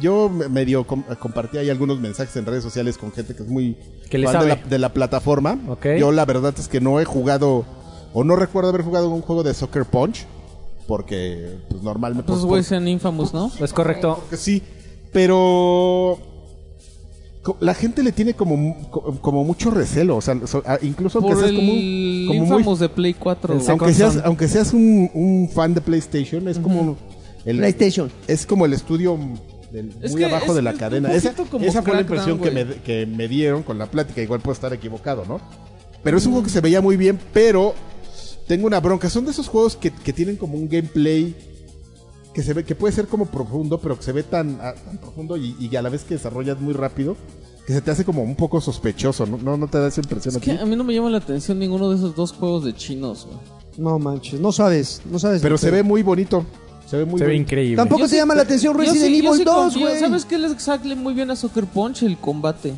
Speaker 1: Yo me- medio com- compartí ahí algunos mensajes en redes sociales con gente que es muy
Speaker 4: Que le
Speaker 1: fan de
Speaker 4: sabe.
Speaker 1: la, de la plataforma.
Speaker 4: Ok.
Speaker 1: Yo la verdad es que no he jugado o no recuerdo haber jugado un juego de Soccer Punch porque pues normalmente
Speaker 3: Esos
Speaker 1: pues,
Speaker 3: güeyes sean infamous, ¿no?
Speaker 4: Es correcto.
Speaker 1: que sí, pero co- la gente le tiene como mu- co- como mucho recelo, o sea, so- a- incluso aunque
Speaker 3: Por
Speaker 1: seas
Speaker 3: el
Speaker 1: como, un- como muy-
Speaker 3: infamous de Play 4,
Speaker 4: El
Speaker 3: güey.
Speaker 4: Second
Speaker 1: aunque seas
Speaker 4: Son.
Speaker 1: aunque seas un, un fan de PlayStation, es como el
Speaker 2: PlayStation.
Speaker 1: es como el estudio del-
Speaker 3: Es
Speaker 1: muy
Speaker 3: que
Speaker 1: abajo
Speaker 3: es-
Speaker 1: de la
Speaker 3: es un
Speaker 1: cadena.
Speaker 3: poquito
Speaker 1: Esa,
Speaker 3: como
Speaker 1: esa fue la
Speaker 3: Crackdown,
Speaker 1: impresión que me, que me dieron con la plática. Igual puedo estar equivocado, ¿no? Pero es un juego que se veía muy bien, pero tengo una bronca. Son de esos juegos que, que tienen como un gameplay que se ve que puede ser como profundo, pero que se ve tan, ah, tan profundo y, y a la vez que desarrollas muy rápido que se te hace como un poco sospechoso. No, no, no te da esa impresión.
Speaker 3: Es
Speaker 1: a
Speaker 3: que
Speaker 1: ti?
Speaker 3: a mí no me llama la atención ninguno de esos dos juegos de chinos, güey.
Speaker 2: No manches, no sabes, no sabes.
Speaker 1: Pero se ve muy bonito. Se ve muy
Speaker 4: Se ve
Speaker 1: bonito.
Speaker 4: increíble.
Speaker 2: Tampoco
Speaker 3: Yo
Speaker 2: te
Speaker 3: sí-
Speaker 2: llama la atención
Speaker 3: yo
Speaker 2: Resident
Speaker 3: sí- yo
Speaker 2: Evil
Speaker 3: sí
Speaker 2: 2,
Speaker 3: confío.
Speaker 2: güey.
Speaker 3: ¿Sabes qué le sale muy bien a Soccer Punch? El combate.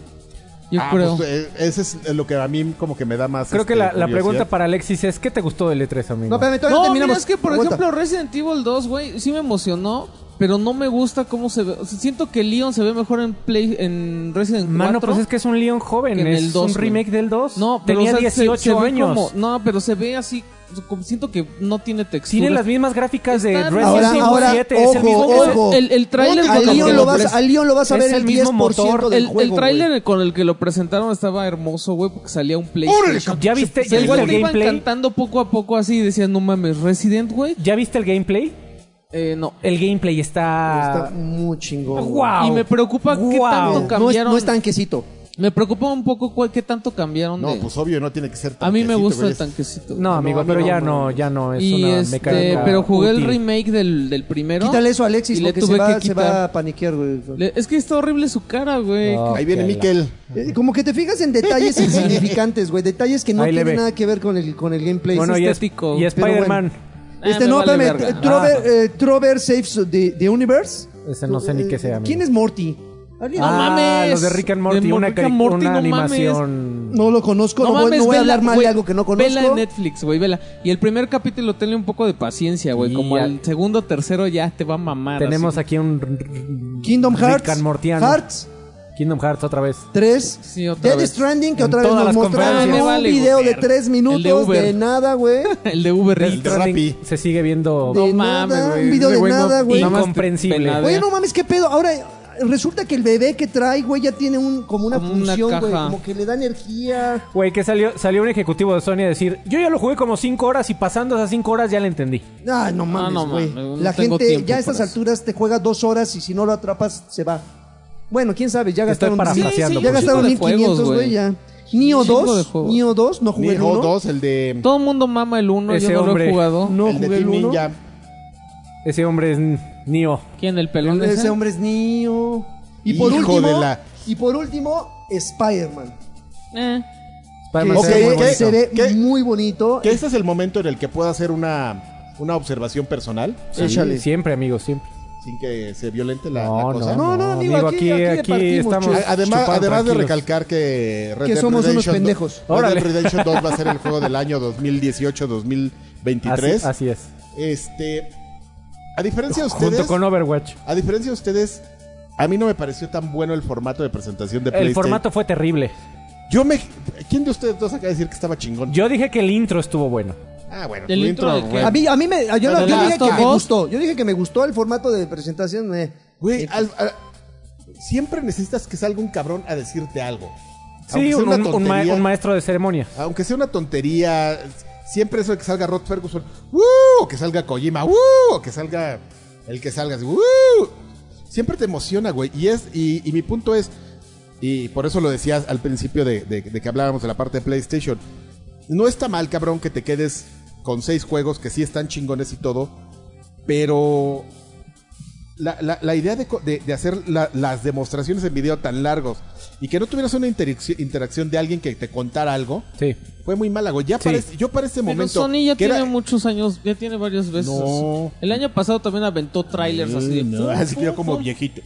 Speaker 3: Yo
Speaker 1: Ah,
Speaker 3: creo.
Speaker 1: pues, eh, ese es lo que a mí como que me da más.
Speaker 4: Creo que
Speaker 1: este,
Speaker 4: la, la pregunta
Speaker 1: curiosidad.
Speaker 4: para Alexis es: ¿qué te gustó del E3, amigo?
Speaker 2: No, espérame, todavía
Speaker 3: No,
Speaker 2: terminamos.
Speaker 3: mira, es que por
Speaker 2: Aguanta.
Speaker 3: ejemplo Resident Evil 2, güey, sí me emocionó, pero no me gusta cómo se ve. O sea, siento que Leon se ve mejor en Play en Resident
Speaker 4: Mano,
Speaker 3: 4.
Speaker 4: pues es que es un León joven.
Speaker 3: que en
Speaker 4: es
Speaker 3: el dos,
Speaker 4: un remake del 2.
Speaker 3: No, pero,
Speaker 4: tenía
Speaker 3: o sea, se-
Speaker 4: 18
Speaker 3: se ve
Speaker 4: años.
Speaker 3: como- no, pero se ve así, o sea, como- siento que no tiene textura.
Speaker 4: Tiene las mismas gráficas de
Speaker 3: Están-
Speaker 4: Resident
Speaker 2: Ahora-
Speaker 4: Evil
Speaker 2: ahora,
Speaker 4: 7. es el
Speaker 2: ojo,
Speaker 4: mismo,
Speaker 2: ojo.
Speaker 3: el, el tráiler
Speaker 2: Al
Speaker 3: con el que
Speaker 2: Leon,
Speaker 3: lo
Speaker 2: lo vas,
Speaker 3: pres-
Speaker 2: al Leon lo vas a
Speaker 4: Es
Speaker 2: ver
Speaker 4: el
Speaker 2: el
Speaker 4: mismo
Speaker 2: 10%
Speaker 4: motor,
Speaker 2: del
Speaker 3: el,
Speaker 2: juego,
Speaker 3: el tráiler con el que lo presentaron estaba hermoso, güey, porque salía un Play.
Speaker 4: ¿Ya viste, ya
Speaker 3: el
Speaker 4: viste
Speaker 3: güey
Speaker 4: el
Speaker 3: te iban
Speaker 4: gameplay?
Speaker 3: cantando poco a poco así y decían, no mames, Resident, güey.
Speaker 4: ¿Ya viste el gameplay?
Speaker 3: Eh, no.
Speaker 4: El gameplay está.
Speaker 2: Está muy chingón. güey.
Speaker 4: ¡Wow!
Speaker 3: Y me preocupa qué
Speaker 4: Wow.
Speaker 2: No,
Speaker 3: tanto
Speaker 2: no, es,
Speaker 3: cambiaron.
Speaker 2: no es tanquecito.
Speaker 3: Me preocupa un poco cuál, qué tanto cambiaron
Speaker 1: No,
Speaker 3: de...
Speaker 1: pues obvio, no tiene que ser
Speaker 3: a mí me
Speaker 1: tanquecito,
Speaker 3: gusta
Speaker 1: güey,
Speaker 3: el
Speaker 1: es-
Speaker 3: tanquecito. güey.
Speaker 4: No, amigo, pero
Speaker 1: no,
Speaker 4: ya
Speaker 1: no,
Speaker 4: no, ya no es
Speaker 3: y
Speaker 4: una
Speaker 3: este,
Speaker 4: mecánica
Speaker 3: pero jugué el
Speaker 4: útil.
Speaker 3: remake del, del primero.
Speaker 2: Quítale eso a Alexis
Speaker 3: y le
Speaker 2: porque se
Speaker 3: tuve
Speaker 2: va,
Speaker 3: que
Speaker 2: se
Speaker 3: quitar.
Speaker 2: va a paniquear, güey.
Speaker 3: Le- Es que está horrible su cara, güey.
Speaker 4: No.
Speaker 1: Ahí viene
Speaker 4: Ok,
Speaker 1: Miquel.
Speaker 2: Eh, Como que te fijas en detalles insignificantes, güey. Detalles que no
Speaker 4: Ahí le
Speaker 2: tienen
Speaker 4: ve.
Speaker 2: nada que ver con el, con el gameplay.
Speaker 4: Bueno, y, es-
Speaker 3: estético,
Speaker 4: y
Speaker 2: pero
Speaker 4: Spider-Man.
Speaker 2: este
Speaker 3: Ah, me
Speaker 2: no,
Speaker 3: vale
Speaker 2: espérame.
Speaker 3: verga. Ah.
Speaker 2: Trover, eh, Trover Saves the, the Universe. Eh,
Speaker 4: Ese no sé ni qué sea, amigo. Ah,
Speaker 2: ¿Quién es Morty?
Speaker 3: No mames.
Speaker 4: Los de Rick and Morty,
Speaker 3: De
Speaker 4: una,
Speaker 3: Rick and
Speaker 4: cari-
Speaker 3: Morty,
Speaker 4: una
Speaker 3: no Ah.
Speaker 4: animación.
Speaker 2: No lo conozco, no, voy, no voy a
Speaker 3: vela,
Speaker 2: hablar mal
Speaker 3: güey,
Speaker 2: de algo que no conozco.
Speaker 3: Vela en Netflix, güey, vela. Y el primer capítulo tenle un poco de paciencia, güey.
Speaker 4: Y
Speaker 3: Como
Speaker 4: ya-
Speaker 3: el segundo, tercero ya te va a mamar.
Speaker 4: Tenemos
Speaker 3: así.
Speaker 4: aquí un
Speaker 2: Kingdom Hearts.
Speaker 4: Rick and Mortiano.
Speaker 2: Hearts
Speaker 4: Kingdom Hearts otra vez.
Speaker 2: 3.
Speaker 3: Sí, otra
Speaker 2: Dead
Speaker 3: vez.
Speaker 2: Stranding, que
Speaker 4: En
Speaker 2: otra vez
Speaker 4: todas
Speaker 2: nos
Speaker 4: las
Speaker 2: mostraron
Speaker 4: conferencias.
Speaker 2: un
Speaker 3: Ah, me vale,
Speaker 2: video de
Speaker 3: Uber.
Speaker 2: 3
Speaker 3: El de
Speaker 2: minutos
Speaker 3: Uber.
Speaker 2: de nada, güey.
Speaker 3: el de Uber
Speaker 4: Death
Speaker 3: Eats.
Speaker 1: de
Speaker 4: Stranding
Speaker 1: Rappi.
Speaker 4: se sigue viendo
Speaker 2: No
Speaker 3: No mames,
Speaker 2: nada,
Speaker 3: güey.
Speaker 2: un video
Speaker 3: Ese
Speaker 2: de
Speaker 3: güey no-
Speaker 2: nada, güey.
Speaker 3: nada más te
Speaker 4: Incomprensible.
Speaker 3: penadea.
Speaker 2: Güey, no mames, qué pedo. Ahora resulta que el bebé que trae, güey, ya tiene un como una
Speaker 3: Como una
Speaker 2: función, güey,
Speaker 3: caja.
Speaker 2: como que le da energía.
Speaker 4: Güey, que salió, salió un ejecutivo de Sony a decir, yo ya lo jugué como 5 horas y pasando esas 5 horas ya la entendí.
Speaker 2: Ah, no mames,
Speaker 3: no
Speaker 2: güey.
Speaker 3: mames, no
Speaker 2: La
Speaker 3: tengo
Speaker 2: gente
Speaker 3: tiempo
Speaker 2: ya a
Speaker 3: para
Speaker 2: estas
Speaker 3: eso.
Speaker 2: alturas te juega dos horas y si no lo atrapas, se va. Bueno, quién sabe, ya
Speaker 4: Te estoy
Speaker 2: gastaron,
Speaker 4: parafraseando,
Speaker 2: ya
Speaker 4: por
Speaker 2: gastaron
Speaker 3: cierto.
Speaker 2: 1500,
Speaker 3: Juegos,
Speaker 2: güey,
Speaker 3: güey.
Speaker 2: ya. Nio
Speaker 3: Chingo de
Speaker 2: 2,
Speaker 3: juegos.
Speaker 2: Nio 2, no jugué el
Speaker 1: Neo
Speaker 2: 1.
Speaker 1: 2, el de.
Speaker 3: Todo el mundo mama el uno,
Speaker 4: Ese
Speaker 3: yo no lo
Speaker 4: hombre.
Speaker 3: he jugado.
Speaker 2: No
Speaker 1: el de
Speaker 2: jugué el
Speaker 1: Team
Speaker 2: 1.
Speaker 1: Ninja.
Speaker 4: Ese hombre es N- Neo.
Speaker 3: ¿Quién? ¿El pelón ese?
Speaker 2: Ese hombre es Nio. Y por
Speaker 1: Hijo
Speaker 2: último,
Speaker 1: de la-
Speaker 2: y por último, Spider-Man.
Speaker 3: Eh.
Speaker 4: Spider-Man
Speaker 1: Ok,
Speaker 4: se ve muy
Speaker 1: ok.
Speaker 4: bonito.
Speaker 2: Se ve
Speaker 1: ¿Qué?
Speaker 2: muy bonito.
Speaker 1: Que este es el momento en el que puedo hacer una, una observación personal.
Speaker 4: Sí,
Speaker 2: Échale.
Speaker 4: siempre, amigos, siempre.
Speaker 1: Sin que se violente la, la
Speaker 4: No,
Speaker 1: cosa.
Speaker 4: no, no,
Speaker 2: No, no,
Speaker 4: digo,
Speaker 2: amigo,
Speaker 4: aquí,
Speaker 2: aquí-
Speaker 4: aquí,
Speaker 2: aquí le partimos,
Speaker 4: estamos.
Speaker 2: chus.
Speaker 1: A- Además,
Speaker 4: chupados,
Speaker 1: además de
Speaker 4: tranquilos.
Speaker 1: recalcar que Red
Speaker 2: Que
Speaker 1: Dead
Speaker 2: somos unos
Speaker 1: Redemption do-
Speaker 2: pendejos.
Speaker 1: Red Dead
Speaker 4: Órale.
Speaker 1: Redemption 2 va a ser el juego del año 2018-2023.
Speaker 4: Así, así es.
Speaker 1: Este, a diferencia de ustedes,
Speaker 4: Junto con Overwatch.
Speaker 1: a diferencia de ustedes, a mí no me pareció tan bueno el formato de presentación de PlayStation.
Speaker 4: El formato fue terrible.
Speaker 1: Yo me, ¿quién de ustedes dos acaba de decir que estaba chingón?
Speaker 4: Yo dije que el intro estuvo bueno.
Speaker 1: Ah, bueno.
Speaker 3: ¿Del
Speaker 1: tu
Speaker 3: intro de qué?
Speaker 1: güey.
Speaker 2: A mí, a mí me, yo, yo
Speaker 3: ¿Pero de
Speaker 2: dije
Speaker 3: Last
Speaker 2: que me
Speaker 3: of Us?
Speaker 2: gustó. Yo dije que me gustó el formato de presentación. eh.
Speaker 1: Güey, al- al- siempre necesitas que salga un cabrón a decirte algo.
Speaker 4: Sí,
Speaker 1: sea
Speaker 4: un,
Speaker 1: una
Speaker 4: un- un ma-
Speaker 1: tontería.
Speaker 4: un maestro de ceremonia.
Speaker 1: Aunque sea una tontería, siempre eso de que salga Rod Ferguson, ¡uh! o que salga Kojima, ¡uh! o que salga el que salgas, ¡uh! Siempre te emociona, güey. Y es, y, y mi punto es, y por eso lo decías al principio de, de- de que hablábamos de la parte de PlayStation. No está mal, cabrón, que te quedes con seis juegos que sí están chingones y todo, pero la, la- la idea de, co- de- de hacer la- las demostraciones en video tan largos y que no tuvieras una interacci- interacción de alguien que te contara algo,
Speaker 4: Sí.
Speaker 1: fue muy mala, güey. Ya
Speaker 4: Sí.
Speaker 1: para este- yo para este
Speaker 3: Pero
Speaker 1: momento.
Speaker 3: Sony ya
Speaker 1: que
Speaker 3: tiene
Speaker 1: era-
Speaker 3: muchos años, ya tiene varias veces.
Speaker 1: No.
Speaker 3: así. El año pasado también aventó trailers así. de-
Speaker 1: No, así que yo como viejito.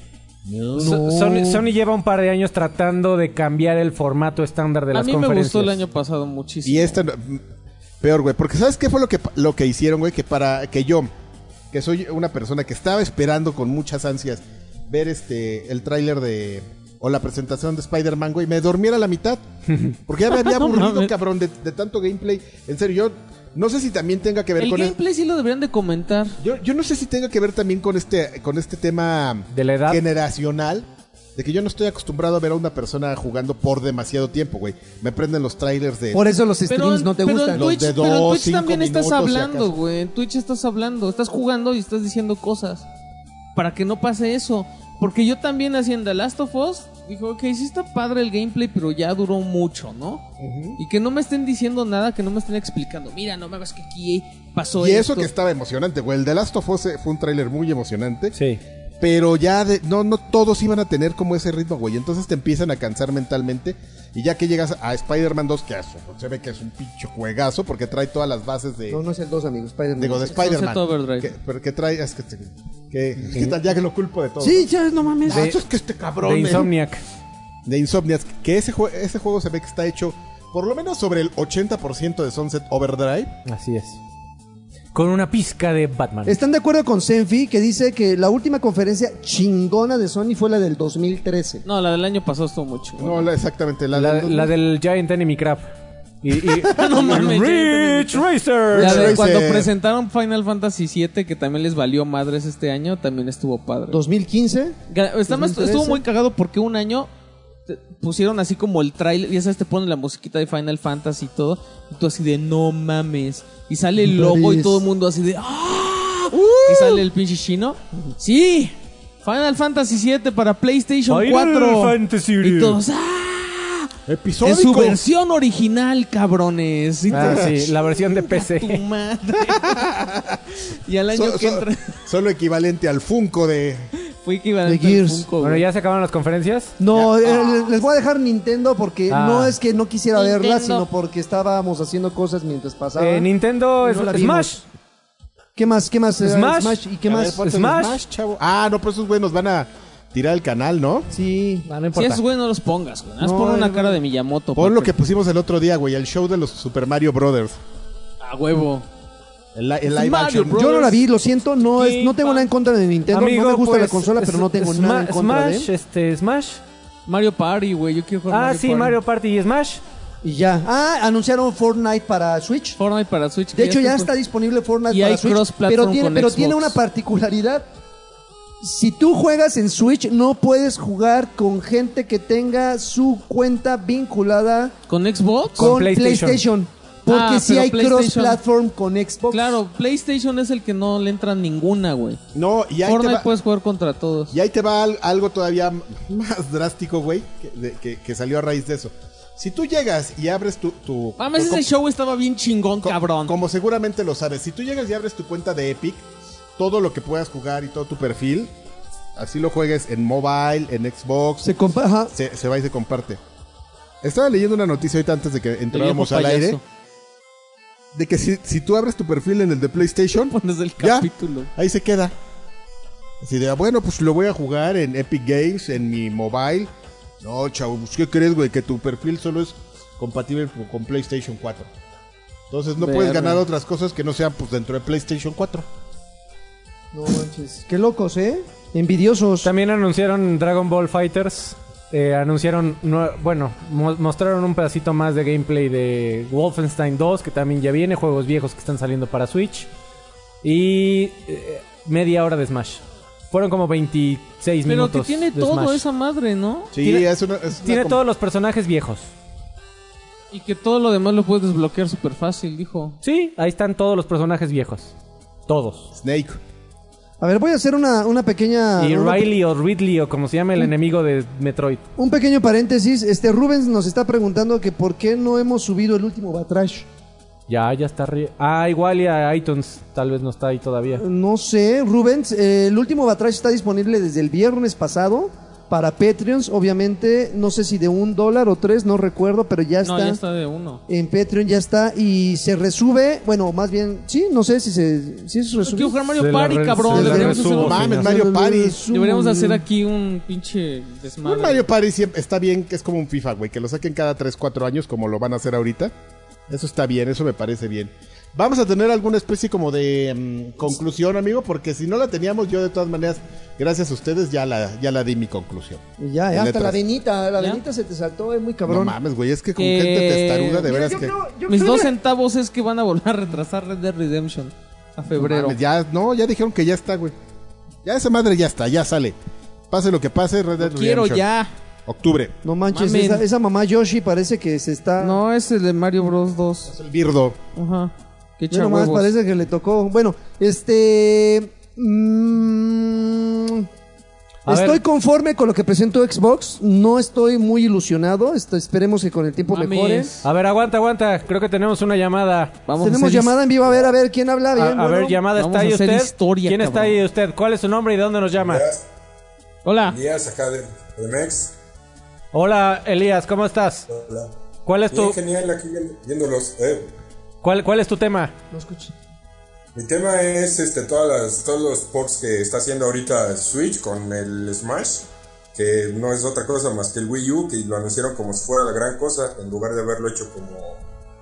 Speaker 4: So- Sony, Sony lleva un par de años tratando de cambiar el formato estándar de
Speaker 3: A
Speaker 4: las
Speaker 3: mí me
Speaker 4: conferencias.
Speaker 3: gustó el año pasado muchísimo.
Speaker 1: Y esta no- mm, peor, güey. Porque ¿sabes qué fue lo que, pa- lo que hicieron, güey? Que para que yo, que soy una persona que estaba esperando con muchas ansias ver este el tráiler de o la presentación de Spider-Man, güey, me dormiera a la mitad. Porque ya me había
Speaker 3: No
Speaker 1: aburrido,
Speaker 3: mames.
Speaker 1: cabrón, de, de tanto gameplay. En serio, yo no sé si también tenga que ver
Speaker 3: el
Speaker 1: con el-
Speaker 3: gameplay sí lo deberían de comentar.
Speaker 1: Yo, yo no sé si tenga que ver también con este, con este tema
Speaker 4: ¿De la edad?
Speaker 1: generacional. De que yo no estoy acostumbrado a ver a una persona jugando por demasiado tiempo, güey. Me prenden los trailers de...
Speaker 2: Por eso los streams no te
Speaker 3: pero
Speaker 2: gustan.
Speaker 3: En
Speaker 1: Los
Speaker 3: Twitch,
Speaker 1: de
Speaker 3: pero en
Speaker 1: dos,
Speaker 3: Twitch
Speaker 1: cinco
Speaker 3: también estás
Speaker 1: minutos, si
Speaker 3: hablando,
Speaker 1: acaso.
Speaker 3: güey. En Twitch estás hablando, estás jugando y estás diciendo cosas. Para que no pase eso. Porque yo también haciendo The Last of Us, dijo, ok, sí está padre el gameplay, pero ya duró mucho, ¿no? Y que no me estén diciendo nada, que no me estén explicando. Mira, no me hagas que aquí pasó
Speaker 1: y
Speaker 3: esto.
Speaker 1: eso que estaba emocionante, güey. El de Last of Us eh, fue un tráiler muy emocionante.
Speaker 4: Sí.
Speaker 1: Pero ya de- no, no todos iban a tener como ese ritmo, güey. Entonces te empiezan a cansar mentalmente. Y ya que llegas a Spider-Man 2, que es- se ve que es un pinche juegazo porque trae todas las bases de...
Speaker 2: No, no es el 2, amigos. Spider-Man.
Speaker 1: Digo, de Spider-Man.
Speaker 3: Sunset Overdrive.
Speaker 1: Que, pero que trae... Es que, te- que- ¿Qué tal? Ya que lo culpo de todo.
Speaker 2: Sí, ya, no mames.
Speaker 1: Ah, eso es que este cabrón...
Speaker 4: De
Speaker 1: eh.
Speaker 4: Insomniac.
Speaker 1: de Insomniac, que ese, jue- ese juego se ve que está hecho por lo menos sobre el 80% de Sunset Overdrive.
Speaker 4: Así es. Con una pizca de Batman.
Speaker 1: Este,
Speaker 2: ¿Están de acuerdo con Senfi que dice que la última conferencia chingona de Sony fue la del 2013?
Speaker 3: No, la del año pasado estuvo mucho.
Speaker 1: No, la- exactamente, la,
Speaker 4: La,
Speaker 1: de-
Speaker 4: la del Giant Enemy Crab. Y, y-
Speaker 3: No mames,
Speaker 4: Rich Racer.
Speaker 3: La de
Speaker 1: Racer.
Speaker 3: cuando presentaron Final Fantasy VII, que también les valió madres este año, también estuvo padre.
Speaker 2: ¿2015?
Speaker 3: Ga- está más-
Speaker 2: 2013.
Speaker 3: estuvo muy cagado porque un año te- pusieron así como el trailer, ya sabes, te ponen la musiquita de Final Fantasy y todo, y tú así de no mames. Y sale el logo y
Speaker 2: Mames.
Speaker 3: todo el mundo así de ¡Ah!
Speaker 4: ¡Uh!
Speaker 3: Y sale el pinche chino. ¡Sí! Final Fantasy 7 para PlayStation
Speaker 4: Final
Speaker 3: 4.
Speaker 4: Fantasy.
Speaker 3: Y todos ¡Ah! En
Speaker 1: episódico.
Speaker 3: su versión original, cabrones. Y
Speaker 4: Ah,
Speaker 3: todos,
Speaker 4: sí, la versión de
Speaker 3: "Chinga tu
Speaker 4: PC.
Speaker 3: madre". y al año
Speaker 1: So-
Speaker 3: que
Speaker 1: so-
Speaker 3: entra
Speaker 1: solo equivalente al Funko de...
Speaker 3: fue equivalente
Speaker 2: The
Speaker 3: al
Speaker 2: Gears.
Speaker 3: Funko,
Speaker 4: Bueno,
Speaker 3: güey.
Speaker 4: ya se acabaron las conferencias.
Speaker 2: No, eh, les voy a dejar Nintendo porque
Speaker 4: Ah.
Speaker 2: no es que no quisiera verla,
Speaker 5: Nintendo.
Speaker 2: sino porque estábamos haciendo cosas mientras pasaba.
Speaker 4: Eh, Nintendo es
Speaker 2: No la
Speaker 4: Smash.
Speaker 2: vimos. ¿Qué más? ¿Qué más? eh,
Speaker 4: Smash.
Speaker 2: ¿Y qué
Speaker 1: A
Speaker 2: más?
Speaker 1: ver, ponte el
Speaker 4: Smash.
Speaker 1: chavo. Ah, no, pero esos güeyes nos van a... tirar el canal, ¿no?
Speaker 2: Sí.
Speaker 4: No, no
Speaker 3: Si
Speaker 4: importa.
Speaker 3: es güey, no los pongas, güey. Nada más
Speaker 2: No,
Speaker 3: pon una
Speaker 2: no,
Speaker 3: cara
Speaker 2: no.
Speaker 3: de
Speaker 1: Pon
Speaker 3: Miyamoto. porque-
Speaker 1: lo que pusimos el otro día, güey, el show de los Super Mario Brothers.
Speaker 3: A huevo.
Speaker 1: El, li- el
Speaker 3: Mario
Speaker 1: live action.
Speaker 3: Bros.
Speaker 2: Yo no la vi, lo siento, no es, no tengo nada en contra de Nintendo, no me gusta la
Speaker 4: pues,
Speaker 2: consola, pero no tengo
Speaker 4: Sma-
Speaker 2: nada en contra de
Speaker 4: Smash,
Speaker 2: él.
Speaker 4: este, Smash.
Speaker 3: Mario Party, güey. Yo quiero jugar
Speaker 4: Ah, sí,
Speaker 3: Party.
Speaker 4: Mario Party y Smash.
Speaker 2: Y ya. Ah, anunciaron Fortnite para Switch.
Speaker 3: Fortnite para Switch. que
Speaker 2: De hecho, ya
Speaker 3: está-
Speaker 2: está disponible Fortnite
Speaker 3: Y
Speaker 2: para
Speaker 3: hay
Speaker 2: Switch.
Speaker 3: cross-platform
Speaker 2: pero tiene,
Speaker 3: con
Speaker 2: pero
Speaker 3: Xbox.
Speaker 2: tiene una particularidad. Si tú juegas en Switch, no puedes jugar con gente que tenga su cuenta vinculada
Speaker 3: ¿Con Xbox?
Speaker 2: con, PlayStation.
Speaker 4: PlayStation.
Speaker 2: Porque
Speaker 3: Ah,
Speaker 2: si
Speaker 3: pero
Speaker 2: hay
Speaker 3: PlayStation.
Speaker 2: cross-platform con Xbox.
Speaker 3: Claro, PlayStation es el que no le entra ninguna, güey.
Speaker 1: No, y ahí te
Speaker 3: Fortnite
Speaker 1: va-
Speaker 3: puedes jugar contra todos.
Speaker 1: Y ahí te va al- algo todavía m- más drástico, güey, que, de- que- que salió a raíz de eso. Si tú llegas y abres tu... tu
Speaker 3: Mames,
Speaker 1: tu-
Speaker 3: ese
Speaker 1: co-
Speaker 3: show estaba bien chingón,
Speaker 1: co-
Speaker 3: cabrón.
Speaker 1: Como seguramente lo sabes, si tú llegas y abres tu cuenta de Epic, todo lo que puedas jugar y todo tu perfil, así lo juegues en mobile, en Xbox,
Speaker 2: Se
Speaker 1: se,
Speaker 2: compa- ajá.
Speaker 1: se va y se comparte. Estaba leyendo una noticia ahorita antes de que entráramos al
Speaker 3: payaso.
Speaker 1: aire, de que si, si tú abres tu perfil en el de PlayStation,
Speaker 3: Pones el
Speaker 1: Ya.
Speaker 3: capítulo.
Speaker 1: Ahí se queda. Así de, ah, bueno, pues lo voy a jugar en Epic Games, en mi mobile. No, chavo, pues, ¿qué crees, güey? Que tu perfil solo es compatible con- con PlayStation 4. Entonces no puedes
Speaker 3: Verga.
Speaker 1: ganar otras cosas que no sean pues dentro de PlayStation 4.
Speaker 2: No manches. Qué locos, ¿eh? Envidiosos.
Speaker 4: También anunciaron Dragon Ball Fighters. Eh, anunciaron, nue- bueno, mo- mostraron un pedacito más de gameplay de Wolfenstein 2, que también ya viene, juegos viejos que están saliendo para Switch. Y eh, media hora de Smash. Fueron como 26
Speaker 3: Pero que
Speaker 4: minutos.
Speaker 3: tiene
Speaker 4: de
Speaker 3: todo
Speaker 4: Smash.
Speaker 3: esa madre, ¿no?
Speaker 1: Sí,
Speaker 4: Tiene-
Speaker 1: es una... es una
Speaker 4: Tiene
Speaker 1: com-
Speaker 4: todos los personajes viejos.
Speaker 3: Y que todo lo demás lo puedes desbloquear súper fácil, dijo.
Speaker 4: Sí, ahí están todos los personajes viejos. Todos.
Speaker 1: Snake.
Speaker 2: A ver, voy a hacer una, una pequeña...
Speaker 4: y
Speaker 2: una-
Speaker 4: Riley o Ridley o como se llama el enemigo de Metroid.
Speaker 2: Un pequeño paréntesis. Este Rubens nos está preguntando que por qué no hemos subido el último Batrash.
Speaker 4: Ya, ya está. arri- Ah, igual y a iTunes. Tal vez no está ahí todavía.
Speaker 2: No sé, Rubens, eh, el último Batrash está disponible desde el viernes pasado para Patreons, obviamente, no sé si de un dólar o tres, no recuerdo, pero ya está.
Speaker 3: No, ya está de uno.
Speaker 2: En Patreon ya está y se resube, bueno, más bien, sí, no sé si se, si se
Speaker 3: Quiero
Speaker 2: resube.
Speaker 3: jugar Mario
Speaker 4: Se la
Speaker 3: Party,
Speaker 4: re-
Speaker 3: cabrón.
Speaker 2: se la
Speaker 3: Deberíamos hacer,
Speaker 4: resubo,
Speaker 3: un-
Speaker 4: sí.
Speaker 1: Mames,
Speaker 4: no.
Speaker 1: Mario Party.
Speaker 3: deberíamos hacer aquí un pinche desmadre.
Speaker 1: Un Mario Party siempre está bien, que es como un FIFA, güey, que lo saquen cada 3, 4 años como lo van a hacer ahorita. Eso está bien, eso me parece bien. Vamos a tener alguna especie como de mm, conclusión, amigo, porque si no la teníamos yo de todas maneras, gracias a ustedes ya la, ya la di mi conclusión.
Speaker 2: Y Ya,
Speaker 1: En
Speaker 2: hasta la
Speaker 1: letras.
Speaker 2: venita, la
Speaker 3: ¿Ya?
Speaker 2: venita se te saltó, es muy
Speaker 1: No
Speaker 2: cabrón.
Speaker 1: mames, güey, es que con
Speaker 3: Eh,
Speaker 1: gente testaruda de veras
Speaker 2: yo
Speaker 1: que
Speaker 2: creo, yo
Speaker 3: Mis
Speaker 2: creo
Speaker 3: dos
Speaker 2: que-
Speaker 3: centavos es que van a volver a retrasar Red Dead Redemption a
Speaker 1: no
Speaker 3: febrero.
Speaker 1: mames, ya no, ya dijeron que ya está, güey. Ya esa madre ya está, ya sale. Pase lo que pase, Red Dead
Speaker 3: Quiero
Speaker 1: Redemption.
Speaker 3: ya.
Speaker 1: Octubre.
Speaker 2: No manches,
Speaker 3: Mamen.
Speaker 2: esa, esa mamá Yoshi parece que se está...
Speaker 3: No, es el de Mario Bros 2.
Speaker 1: Es el birdo.
Speaker 3: Ajá. Qué
Speaker 2: Ya nomás
Speaker 3: chahuevos.
Speaker 2: parece que le tocó. Bueno, este. mm,
Speaker 4: A
Speaker 2: estoy
Speaker 4: ver.
Speaker 2: conforme con lo que presentó Xbox. No estoy muy ilusionado. Esto- esperemos que con el tiempo
Speaker 3: Mames.
Speaker 2: mejore.
Speaker 4: A ver, aguanta, aguanta. Creo que tenemos una llamada.
Speaker 3: Vamos a
Speaker 2: Tenemos
Speaker 3: hacer
Speaker 2: llamada en vivo. A ver, a ver, ¿quién habla?
Speaker 4: A,
Speaker 2: Bien,
Speaker 4: a
Speaker 2: bueno.
Speaker 4: ver, llamada,
Speaker 3: vamos
Speaker 4: ¿está
Speaker 3: a
Speaker 4: ahí
Speaker 3: hacer
Speaker 4: usted?
Speaker 3: historia,
Speaker 4: ¿Quién está
Speaker 3: cabrón.
Speaker 4: ahí usted? ¿Cuál es su nombre y de dónde nos llama?
Speaker 6: Días,
Speaker 3: Hola.
Speaker 6: días acá de, de Mex.
Speaker 4: Hola, Elías, ¿cómo estás?
Speaker 6: Hola.
Speaker 4: ¿Cuál es tu
Speaker 6: Bien genial aquí viendo- viéndolos. eh.
Speaker 4: cuál, cuál es tu tema?
Speaker 6: Mi tema es este todas las, todos los ports que está haciendo ahorita Switch con el Smash, que no es otra cosa más que el Wii U, que lo anunciaron como si fuera la gran cosa, en lugar de haberlo hecho como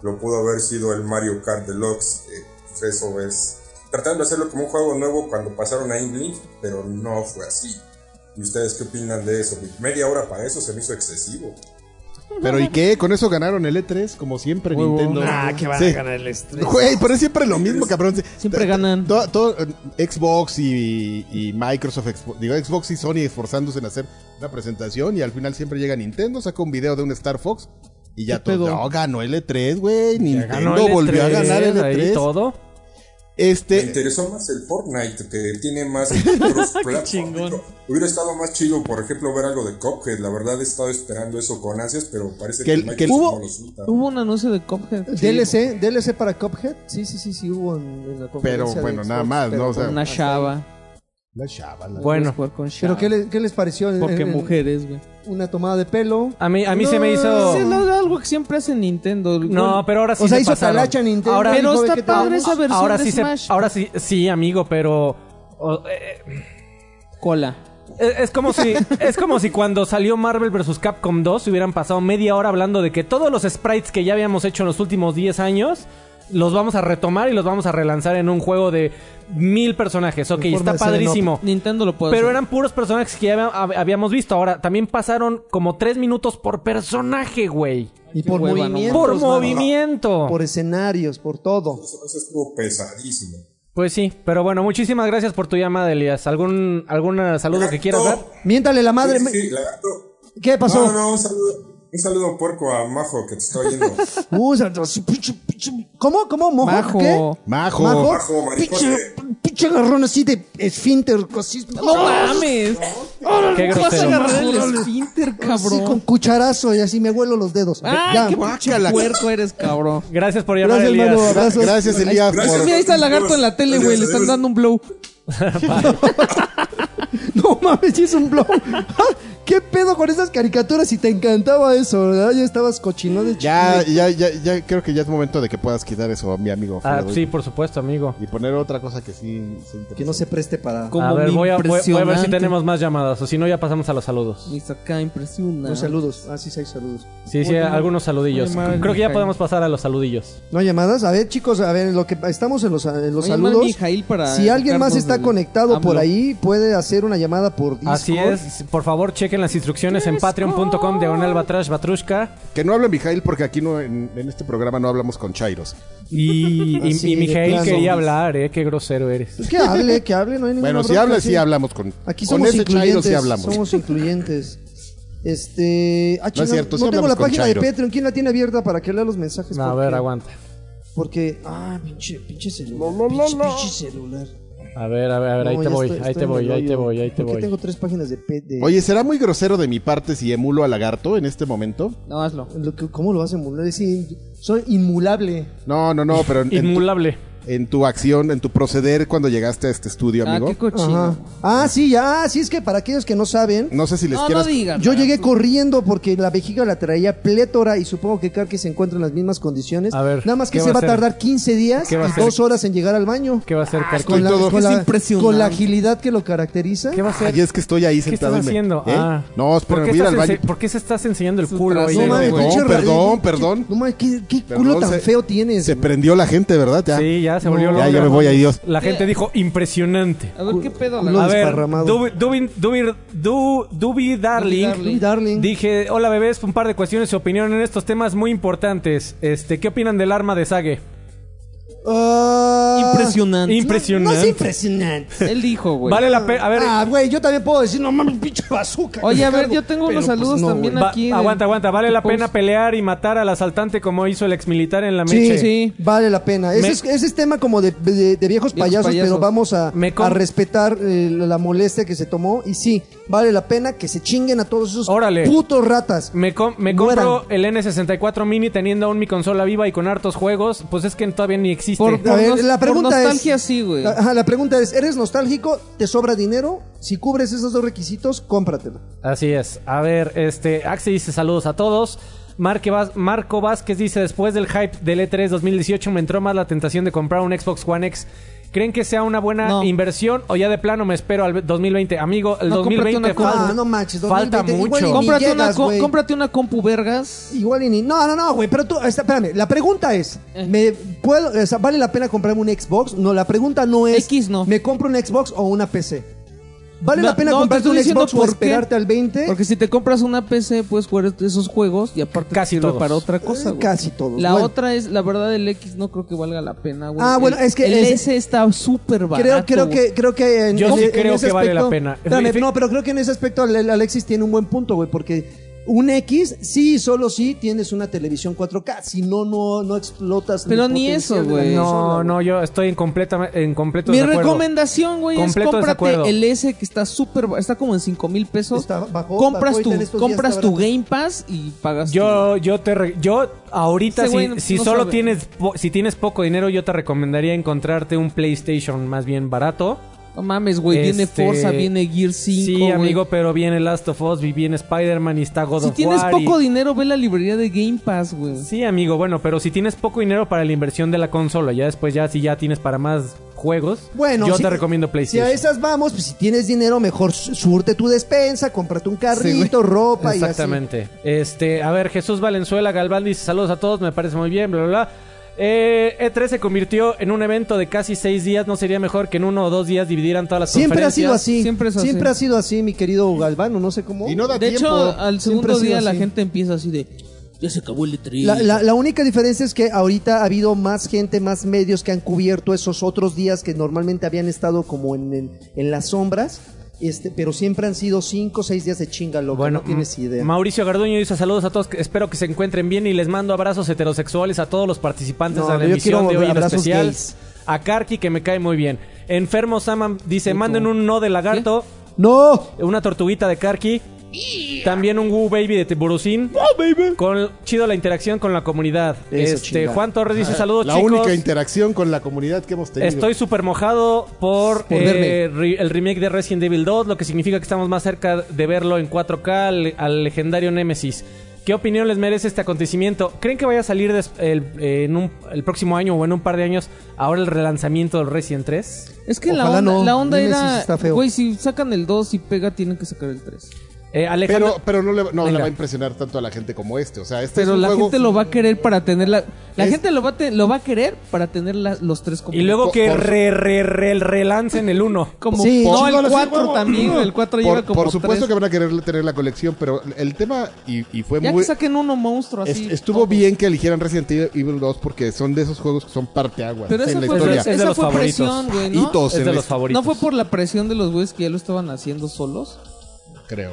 Speaker 6: lo pudo haber sido el Mario Kart Deluxe. eh, pues eso es. Tratando de hacerlo como un juego nuevo cuando pasaron a Inglink, pero no fue así. ¿Y ustedes qué opinan de eso? Media hora para eso se me hizo excesivo.
Speaker 1: Pero ¿y qué? Con eso ganaron el E3, como siempre,
Speaker 3: Huevo.
Speaker 1: Nintendo.
Speaker 3: Nah,
Speaker 1: que van a ganar el E3. Güey, pero es siempre lo mismo, cabrón. Sí.
Speaker 3: Siempre
Speaker 1: T-
Speaker 3: ganan.
Speaker 1: Todo, todo, eh, Xbox y, y Microsoft, expo- digo, Xbox y Sony esforzándose en hacer una presentación y al final siempre llega Nintendo, saca un video de un Star Fox y ya todo. No, ganó el E3, güey. Nintendo
Speaker 4: Ganó el
Speaker 1: volvió a
Speaker 4: E3,
Speaker 1: ganar el
Speaker 3: E
Speaker 4: ahí
Speaker 1: E3.
Speaker 4: todo.
Speaker 6: Me
Speaker 1: Este,
Speaker 6: interesó más el Fortnite, que tiene más cross-platform.
Speaker 3: chingón.
Speaker 6: Hubiera estado más chido, por ejemplo, ver algo de Cuphead. La verdad he estado esperando eso con ansias, pero parece
Speaker 1: Que
Speaker 6: que,
Speaker 1: el-
Speaker 6: Microsoft
Speaker 1: que el-
Speaker 6: no lo suelta.
Speaker 3: Hubo un anuncio de Cophead.
Speaker 2: DLC, DLC para Cuphead. Sí, sí, sí, sí, hubo en, en la conferencia.
Speaker 1: Pero,
Speaker 2: de
Speaker 1: bueno,
Speaker 2: Xbox,
Speaker 1: nada más,
Speaker 2: pero
Speaker 1: ¿no? O sea-
Speaker 2: con
Speaker 3: Una chava.
Speaker 1: la chava, la-
Speaker 4: Bueno,
Speaker 3: Puedes jugar con chava.
Speaker 2: Ah, ¿Pero qué, le- qué les pareció? En-
Speaker 3: Porque Ah,
Speaker 2: en- en
Speaker 3: mujeres, güey.
Speaker 2: Una tomada de pelo.
Speaker 4: a mí, a mí se me hizo...
Speaker 3: Sí, Es lo- algo que siempre hace Nintendo.
Speaker 4: No,
Speaker 3: Bueno,
Speaker 4: pero ahora sí
Speaker 2: o sea,
Speaker 4: se
Speaker 2: hizo
Speaker 4: pasaron.
Speaker 2: talacha Nintendo.
Speaker 4: Ahora,
Speaker 2: Dijo,
Speaker 3: Pero
Speaker 2: "Ve
Speaker 3: está
Speaker 2: que te
Speaker 3: padre
Speaker 2: vamos".
Speaker 3: esa versión
Speaker 4: ahora
Speaker 3: de
Speaker 4: sí se...
Speaker 3: Smash.
Speaker 4: Ahora sí, sí, amigo, pero... oh, eh,
Speaker 3: Cola.
Speaker 4: Es, es como si, es como si cuando salió Marvel vs. Capcom 2 hubieran pasado media hora hablando de que todos los sprites que ya habíamos hecho en los últimos 10 años los vamos a retomar y los vamos a relanzar en un juego de mil personajes. Ok,
Speaker 2: En forma
Speaker 4: está
Speaker 2: de seven
Speaker 4: padrísimo.
Speaker 3: Nintendo lo puede
Speaker 4: Pero
Speaker 3: hacer.
Speaker 4: eran puros personajes que ya hab- hab- habíamos visto. Ahora, también pasaron como tres minutos por personaje, güey.
Speaker 2: Y por
Speaker 3: hueva, no
Speaker 2: movimientos.
Speaker 4: Por
Speaker 2: mano.
Speaker 4: movimiento.
Speaker 2: Por escenarios, por todo.
Speaker 6: Eso, eso estuvo pesadísimo.
Speaker 4: Pues sí, pero bueno, muchísimas gracias por tu llamada, Elías. ¿Algún alguna saludo que quieras dar?
Speaker 2: Miéntale la madre.
Speaker 6: Sí,
Speaker 2: me-
Speaker 6: sí, lagarto.
Speaker 2: ¿Qué pasó?
Speaker 6: No, no, un saludo, un saludo puerco a Majo que te está oyendo.
Speaker 2: Uh, sa- sa- su- puchu- puchu- ¿Cómo? ¿Cómo? ¿Mojo?
Speaker 3: Majo.
Speaker 2: ¿Qué?
Speaker 1: Majo.
Speaker 6: Majo, mariposa.
Speaker 2: Pinche, pinche agarrón así de esfínter. Así,
Speaker 3: ¡No mames! ¿Cómo
Speaker 4: Qué
Speaker 3: vas a
Speaker 4: grosero.
Speaker 3: agarrar el esfínter,
Speaker 2: así con
Speaker 3: cabrón?
Speaker 2: cucharazo y así me huelo los dedos.
Speaker 3: ¡Ay,
Speaker 2: Ya.
Speaker 3: qué pinche puerco eres, cabrón!
Speaker 4: Gracias por llamar,
Speaker 2: Gracias,
Speaker 4: Elías.
Speaker 2: hermano. Abrazos.
Speaker 1: Gracias, Elías.
Speaker 6: Gracias.
Speaker 1: por-
Speaker 3: Mira, ahí está el lagarto en la tele, güey. Le están dando un blow.
Speaker 2: No mames, sí es un blog. Ah, ¿Qué pedo con esas caricaturas? Si te encantaba eso, ¿verdad? Ya estabas cochino de
Speaker 1: Ya,
Speaker 2: chiquito.
Speaker 1: ya, ya, ya creo que ya es momento de que puedas quitar eso, mi amigo.
Speaker 4: Ah,
Speaker 1: Fredo,
Speaker 4: sí, por supuesto, amigo.
Speaker 1: Y poner otra cosa que sí. sea interesante.
Speaker 2: Que no se preste para.
Speaker 3: Como
Speaker 4: a ver,
Speaker 3: mi
Speaker 4: voy a, voy- voy a ver si
Speaker 3: impresionante.
Speaker 4: tenemos más llamadas o si no ya pasamos a los saludos.
Speaker 3: Mis acá
Speaker 2: Los
Speaker 3: impresionante.
Speaker 2: saludos. Ah, sí, sí hay saludos.
Speaker 4: Sí, sí, algunos saludillos.
Speaker 3: Oye, madre,
Speaker 4: Creo que ya
Speaker 3: Mijail.
Speaker 4: podemos pasar a los saludillos.
Speaker 2: ¿No hay llamadas? A ver, chicos, a ver, lo que estamos en los, en los
Speaker 3: Oye,
Speaker 2: saludos.
Speaker 3: mal, Mijail, para
Speaker 2: si alguien más
Speaker 3: sacarnos
Speaker 2: está
Speaker 3: del
Speaker 2: conectado por
Speaker 3: AMLO.
Speaker 2: ahí, puede hacer una llamada por Discord.
Speaker 4: Así es, por favor chequen las instrucciones en patreon.com de Onel Batrash Batrushka
Speaker 1: Que no hable Mijail porque aquí no, en, en este programa no hablamos con Chairos.
Speaker 4: y, y,
Speaker 2: Así
Speaker 4: y
Speaker 2: de
Speaker 4: Mijail
Speaker 2: plano.
Speaker 4: quería hablar, eh, qué grosero eres.
Speaker 2: Pues que hable, que hable, no hay ninguna
Speaker 1: Bueno, si
Speaker 2: bronca,
Speaker 1: habla, sí hablamos con.
Speaker 2: Aquí
Speaker 1: con
Speaker 2: somos
Speaker 1: ese Chairo
Speaker 2: incluyentes.
Speaker 1: sí hablamos.
Speaker 2: Somos incluyentes. Este. ah, chingado,
Speaker 1: cierto, sí
Speaker 2: no tengo
Speaker 1: hablamos
Speaker 2: la
Speaker 1: con
Speaker 2: página
Speaker 1: Chairo.
Speaker 2: de Patreon. ¿Quién la tiene abierta para que lea los mensajes?
Speaker 4: No, a
Speaker 2: Porque-
Speaker 4: ver, aguanta.
Speaker 2: Porque. Ah, pinche, pinche celular. pinche, pinche celular.
Speaker 4: A ver, a ver, a ver, ahí
Speaker 2: No,
Speaker 4: te
Speaker 2: ya
Speaker 4: voy,
Speaker 2: estoy-
Speaker 4: ahí
Speaker 2: estoy
Speaker 4: te
Speaker 2: en
Speaker 4: voy,
Speaker 2: el
Speaker 4: ahí te
Speaker 2: hoyo.
Speaker 4: voy, ahí te
Speaker 2: ¿Por qué tengo
Speaker 4: voy.
Speaker 2: tres páginas de. pe- de-
Speaker 1: Oye, ¿será muy grosero de mi parte si emulo a Lagarto en este momento?
Speaker 3: No, hazlo.
Speaker 2: Lo que- ¿Cómo lo vas a emular? Es in- soy inmulable.
Speaker 1: No, no, no, pero en, en tu,
Speaker 4: Inmulable.
Speaker 1: en tu acción, en tu proceder cuando llegaste a este estudio,
Speaker 3: Ah,
Speaker 1: amigo.
Speaker 3: qué cochino.
Speaker 2: Ajá. Ah, sí, ya. ah, sí, es que para aquellos que no saben,
Speaker 1: No sé si les
Speaker 3: No, no
Speaker 1: quieras.
Speaker 3: digas.
Speaker 2: Yo llegué corriendo porque la vejiga la traía plétora y supongo que Karki se encuentra en las mismas condiciones.
Speaker 4: A ver,
Speaker 2: Nada más que
Speaker 4: ¿qué
Speaker 2: se
Speaker 4: va
Speaker 2: va
Speaker 4: a
Speaker 2: a
Speaker 4: hacer?
Speaker 2: tardar 15 días
Speaker 4: ¿Qué va a
Speaker 2: y
Speaker 4: hacer?
Speaker 2: dos horas en llegar al baño.
Speaker 4: ¿Qué va a hacer Carlos?
Speaker 2: Con la,
Speaker 1: todo.
Speaker 2: con,
Speaker 3: Es
Speaker 2: la,
Speaker 3: impresionante.
Speaker 2: con la agilidad que lo caracteriza.
Speaker 4: ¿Qué va a hacer?
Speaker 1: Ay, es que estoy ahí
Speaker 4: ¿Qué
Speaker 1: sentado.
Speaker 4: estás
Speaker 1: y me-
Speaker 4: haciendo?
Speaker 1: ¿Eh?
Speaker 4: Ah.
Speaker 1: No, espérame, voy a ir al
Speaker 4: estás
Speaker 1: baño.
Speaker 4: ense- por qué se estás enseñando el
Speaker 3: Su
Speaker 4: culo?
Speaker 3: trasero,
Speaker 4: oye,
Speaker 1: mames,
Speaker 4: güey?
Speaker 1: pinche-
Speaker 2: ra-
Speaker 1: perdón,
Speaker 2: qué-
Speaker 1: perdón.
Speaker 2: No mames, qué, qué
Speaker 1: Perdón,
Speaker 2: culo tan
Speaker 1: se-
Speaker 2: feo tienes.
Speaker 1: Se prendió la gente, ¿verdad? Ya.
Speaker 4: Sí, ya se volvió
Speaker 1: Ya,
Speaker 4: loca.
Speaker 1: ya me voy, adiós.
Speaker 4: La gente dijo impresionante.
Speaker 3: A ver, ¿qué pedo?
Speaker 2: Culo
Speaker 4: A
Speaker 3: la-
Speaker 4: ver,
Speaker 2: desparramado.
Speaker 4: Dubi, Dubi, Dubi- Du- Dubi Darling.
Speaker 3: Darling.
Speaker 2: Uy, darling.
Speaker 4: Dije, hola bebés, un par de cuestiones y opinión en estos temas muy importantes. Este, ¿qué opinan del arma de Sage?
Speaker 2: Ah,
Speaker 3: Impresionante.
Speaker 2: No,
Speaker 4: Impresionante.
Speaker 2: no es impresionante.
Speaker 3: Él dijo, güey.
Speaker 4: vale la pena. A ver,
Speaker 2: Pues ah, güey, yo también puedo decir, no mames, pinche bazooka.
Speaker 3: Oye, a ver,
Speaker 2: Ricardo.
Speaker 3: yo tengo unos
Speaker 2: Pero, pues,
Speaker 3: saludos
Speaker 2: no,
Speaker 3: también
Speaker 4: va-
Speaker 3: aquí. del-
Speaker 4: aguanta, aguanta. ¿Vale la
Speaker 3: post.
Speaker 4: pena pelear y matar al asaltante como hizo el exmilitar en la
Speaker 2: Sí,
Speaker 4: meche?
Speaker 2: sí, vale la pena. Ese,
Speaker 4: Me-
Speaker 2: es, ese es tema como de, de- de viejos,
Speaker 3: Viejos
Speaker 2: payasos,
Speaker 3: payasos.
Speaker 2: pero vamos a,
Speaker 4: Me com-
Speaker 2: a respetar eh, la molestia que se tomó. Y sí, vale la pena que se chinguen a todos esos
Speaker 4: Órale.
Speaker 2: putos ratas.
Speaker 4: Me, com- me
Speaker 2: Mueran.
Speaker 4: compro el N64 Mini teniendo aún mi consola viva y con hartos juegos. Pues es que todavía ni existe.
Speaker 3: Por-
Speaker 2: A ver,
Speaker 3: nos-
Speaker 2: la
Speaker 3: por
Speaker 2: pregunta
Speaker 3: nostalgia,
Speaker 2: es,
Speaker 3: sí, güey.
Speaker 2: Ajá, la pregunta es, ¿eres nostálgico? ¿Te sobra dinero? Si cubres esos dos requisitos, cómpratelo.
Speaker 4: Así es. A ver, este, Axi dice saludos a todos. Marque Vaz- Marco Vázquez dice, después del hype del E E3 2018 me entró más la tentación de comprar un Xbox One X. ¿Creen que sea una buena
Speaker 3: No.
Speaker 4: inversión o ya de plano me espero al 2020? Amigo, el
Speaker 3: No, cómprate
Speaker 4: 2020
Speaker 3: una
Speaker 4: falta,
Speaker 2: cosa. Ah, no manches,
Speaker 4: falta
Speaker 2: 2020 igual y
Speaker 4: mucho.
Speaker 2: ni-
Speaker 3: Cómprate, una,
Speaker 2: llegas,
Speaker 3: co-
Speaker 2: güey.
Speaker 3: cómprate una compu vergas.
Speaker 2: Igual y ni... No, no, no, güey, pero tú... está, Espérame, la pregunta es,
Speaker 3: Eh.
Speaker 2: ¿me puedo, o sea, ¿vale la pena comprarme un Xbox? No, la pregunta no es...
Speaker 3: X no.
Speaker 2: ¿Me compro un Xbox o una PC? ¿Vale
Speaker 3: No,
Speaker 2: la pena
Speaker 3: no, te
Speaker 2: comprarte
Speaker 3: estoy
Speaker 2: un
Speaker 3: diciendo
Speaker 2: Xbox o
Speaker 3: por qué.
Speaker 2: esperarte al 20?
Speaker 3: Porque si te compras una PC, puedes jugar esos juegos y aparte te
Speaker 4: Casi
Speaker 3: sirve
Speaker 4: todos.
Speaker 3: para otra cosa,
Speaker 2: Eh,
Speaker 3: güey.
Speaker 2: Casi todos.
Speaker 3: La
Speaker 2: Bueno,
Speaker 3: otra es, la verdad, el X no creo que valga la pena, güey.
Speaker 2: Ah, bueno,
Speaker 3: El-
Speaker 2: es que
Speaker 3: El
Speaker 2: es-
Speaker 3: S está súper barato.
Speaker 2: Creo, creo
Speaker 3: güey.
Speaker 2: que creo que en,
Speaker 4: Yo sí
Speaker 2: en- en
Speaker 4: creo
Speaker 2: ese
Speaker 4: que vale la
Speaker 2: aspecto-
Speaker 4: pena.
Speaker 2: Espérame,
Speaker 4: Fíjate-
Speaker 2: no, pero creo que en ese aspecto Ale- Alexis tiene un buen punto, güey, porque un X sí, solo sí tienes una televisión 4K, si no no no explotas. el
Speaker 3: Pero ni
Speaker 2: potencial
Speaker 3: eso,
Speaker 2: de la
Speaker 3: güey.
Speaker 2: consola,
Speaker 4: No, no, yo estoy en, completa, en completo
Speaker 3: Mi
Speaker 4: desacuerdo.
Speaker 3: recomendación, güey, es
Speaker 4: Completo desacuerdo.
Speaker 3: cómprate el S que está súper, ba- está como en 5 mil pesos.
Speaker 2: Está bajó,
Speaker 3: compras
Speaker 2: bajó y en estos
Speaker 3: tu,
Speaker 2: días
Speaker 3: compras
Speaker 2: está
Speaker 3: tu
Speaker 2: barato.
Speaker 3: Game Pass y pagas. tu-
Speaker 4: Yo, yo te, re- yo ahorita
Speaker 3: Ese
Speaker 4: si,
Speaker 3: güey no-
Speaker 4: si
Speaker 3: no
Speaker 4: solo
Speaker 3: sabe.
Speaker 4: tienes, po- si tienes poco dinero, yo te recomendaría encontrarte un PlayStation más bien barato
Speaker 3: No mames, güey. Viene
Speaker 4: Este,
Speaker 3: Forza, viene Gear 5.
Speaker 4: Sí,
Speaker 3: güey.
Speaker 4: amigo, pero viene Last of Us, y viene Spider-Man y está God
Speaker 3: Si
Speaker 4: of
Speaker 3: tienes
Speaker 4: War y-
Speaker 3: poco dinero, ve la librería de Game Pass, güey.
Speaker 4: Sí, amigo, bueno, pero si tienes poco dinero para la inversión de la consola, ya después ya si ya tienes para más juegos,
Speaker 2: Bueno,
Speaker 4: yo
Speaker 2: si-
Speaker 4: te recomiendo PlayStation.
Speaker 2: Si a esas vamos, pues si tienes dinero, mejor su- surte tu despensa, cómprate un carrito, ropa y así.
Speaker 4: Exactamente. Este, a ver, Jesús Valenzuela Galván dice saludos a todos, me parece muy bien, bla, bla, bla. Eh, E3 se convirtió en un evento de casi seis días, ¿no sería mejor que en uno o dos días dividieran todas las
Speaker 2: Siempre ha sido
Speaker 4: conferencias?
Speaker 2: así. Siempre,
Speaker 3: siempre es
Speaker 2: ha
Speaker 3: así.
Speaker 2: sido así, mi querido Galvano, no sé cómo.
Speaker 1: Y no da
Speaker 3: De
Speaker 1: tiempo.
Speaker 3: hecho, al
Speaker 2: Siempre ha
Speaker 3: segundo
Speaker 2: sido
Speaker 3: día la
Speaker 2: así.
Speaker 3: gente empieza así de. Ya se acabó el E3.
Speaker 2: La, la- la única diferencia es que ahorita ha habido más gente, más medios que han cubierto esos otros días que normalmente habían estado como en, en- en las sombras, este, pero siempre han sido cinco o seis días de chinga, loco, no tienes idea.
Speaker 4: Mauricio Garduño dice saludos a todos, que- espero que se encuentren bien y les mando abrazos heterosexuales a todos los participantes
Speaker 2: No,
Speaker 4: de la
Speaker 2: yo
Speaker 4: emisión
Speaker 2: quiero
Speaker 4: de hoy en
Speaker 2: abrazos
Speaker 4: especial.
Speaker 2: gays.
Speaker 4: A Karki que me cae muy bien. Enfermo Saman dice, manden un no de lagarto,
Speaker 2: ¡No!
Speaker 4: una tortuguita de Karki, también un Woo Baby de Tiburucín. Con chido la interacción con la comunidad.
Speaker 2: Eso,
Speaker 4: este
Speaker 2: chingada.
Speaker 4: Juan Torres dice saludos
Speaker 1: la
Speaker 4: chicos.
Speaker 1: única interacción con la comunidad que hemos tenido.
Speaker 4: Estoy súper mojado por,
Speaker 2: Por
Speaker 4: eh,
Speaker 2: verme.
Speaker 4: re- el remake de Resident Evil 2, lo que significa que estamos más cerca de verlo en 4K al, al legendario Nemesis. ¿Qué opinión les merece este acontecimiento? ¿Creen que vaya a salir des- el, eh, en un- el próximo año o en un par de años ahora el relanzamiento del Resident 3?
Speaker 3: es que la
Speaker 2: Ojalá
Speaker 3: onda,
Speaker 2: no.
Speaker 3: la onda
Speaker 2: Nemesis
Speaker 3: era.
Speaker 2: está feo.
Speaker 3: Güey, si sacan el 2 y pega, tienen que sacar el 3.
Speaker 4: Eh, Alejandro,
Speaker 1: pero, pero no, le, no le
Speaker 4: Venga.
Speaker 1: va a impresionar tanto a la gente como este. O sea, este
Speaker 3: Pero
Speaker 1: es un
Speaker 3: la
Speaker 1: juego-
Speaker 3: gente lo va a querer para tener la. La
Speaker 1: Es-
Speaker 3: gente lo va, a te- lo va a querer para tener la- los tres
Speaker 4: y luego
Speaker 1: por-
Speaker 4: que
Speaker 1: por-
Speaker 4: re, re, re- relancen el 1.
Speaker 3: Como
Speaker 2: Sí.
Speaker 3: no,
Speaker 1: Por-
Speaker 3: el
Speaker 1: Chingón, así,
Speaker 3: 4
Speaker 1: huevo.
Speaker 3: también, el 4
Speaker 1: Por-
Speaker 3: llega
Speaker 1: por,
Speaker 3: como
Speaker 1: supuesto que
Speaker 3: tres.
Speaker 1: van a querer tener la colección, pero el tema, y, y fue
Speaker 3: Ya
Speaker 1: muy...
Speaker 3: que saquen uno monstruo
Speaker 1: es-
Speaker 3: así.
Speaker 1: estuvo
Speaker 3: todo.
Speaker 1: bien que eligieran Resident Evil 2 porque son de esos juegos que son parteaguas
Speaker 3: Pero esa
Speaker 1: en la
Speaker 3: fue,
Speaker 1: historia.
Speaker 3: esa
Speaker 4: Es de los
Speaker 3: fue
Speaker 4: favoritos.
Speaker 3: presión, güey, ¿no?
Speaker 1: Hitos
Speaker 4: Es
Speaker 1: en
Speaker 4: de
Speaker 1: la historia,
Speaker 4: los favoritos.
Speaker 3: ¿No fue por la presión de los güeyes que ya lo estaban haciendo solos?
Speaker 1: creo.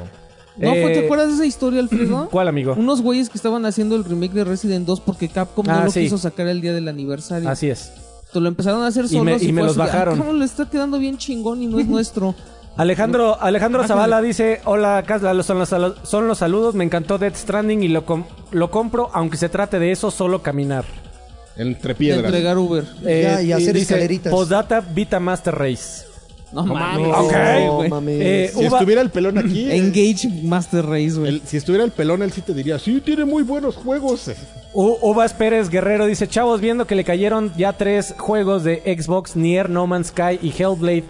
Speaker 3: ¿No fue-
Speaker 4: Eh,
Speaker 3: ¿Te acuerdas de esa historia, Alfredo?
Speaker 4: ¿Cuál, amigo?
Speaker 3: Unos güeyes que estaban haciendo el remake de Resident 2 porque Capcom
Speaker 4: Ah,
Speaker 3: no lo
Speaker 4: sí.
Speaker 3: quiso sacar el día del aniversario.
Speaker 4: Así es.
Speaker 3: Te lo empezaron a hacer
Speaker 4: Y
Speaker 3: solos
Speaker 4: me- y me
Speaker 3: fue
Speaker 4: los
Speaker 3: así de, "Ah,
Speaker 4: bajaron".
Speaker 3: cabrón, le está quedando bien chingón y no es nuestro.
Speaker 4: Alejandro, Alejandro Zavala dice, hola Casla, son los, salu- son los saludos, me encantó Dead Stranding y lo, com- lo compro, aunque se trate de eso, solo caminar.
Speaker 1: Entre
Speaker 3: De
Speaker 1: piedras.
Speaker 3: entregar Uber.
Speaker 4: Eh,
Speaker 2: Ya, y hacer
Speaker 4: dice,
Speaker 2: escaleritas.
Speaker 4: Postdata Vita Master Race.
Speaker 3: No, mames.
Speaker 2: No,
Speaker 4: Ok,
Speaker 3: güey.
Speaker 2: mames.
Speaker 4: Eh,
Speaker 1: Si
Speaker 4: Uva-
Speaker 1: estuviera el pelón aquí... eh,
Speaker 3: Engage Master Race, güey.
Speaker 1: el- si estuviera el pelón, él sí te diría, sí, tiene muy buenos juegos.
Speaker 4: U- Uvas Pérez Guerrero dice, chavos, viendo que le cayeron ya tres juegos de Xbox, Nier, No Man's Sky y Hellblade,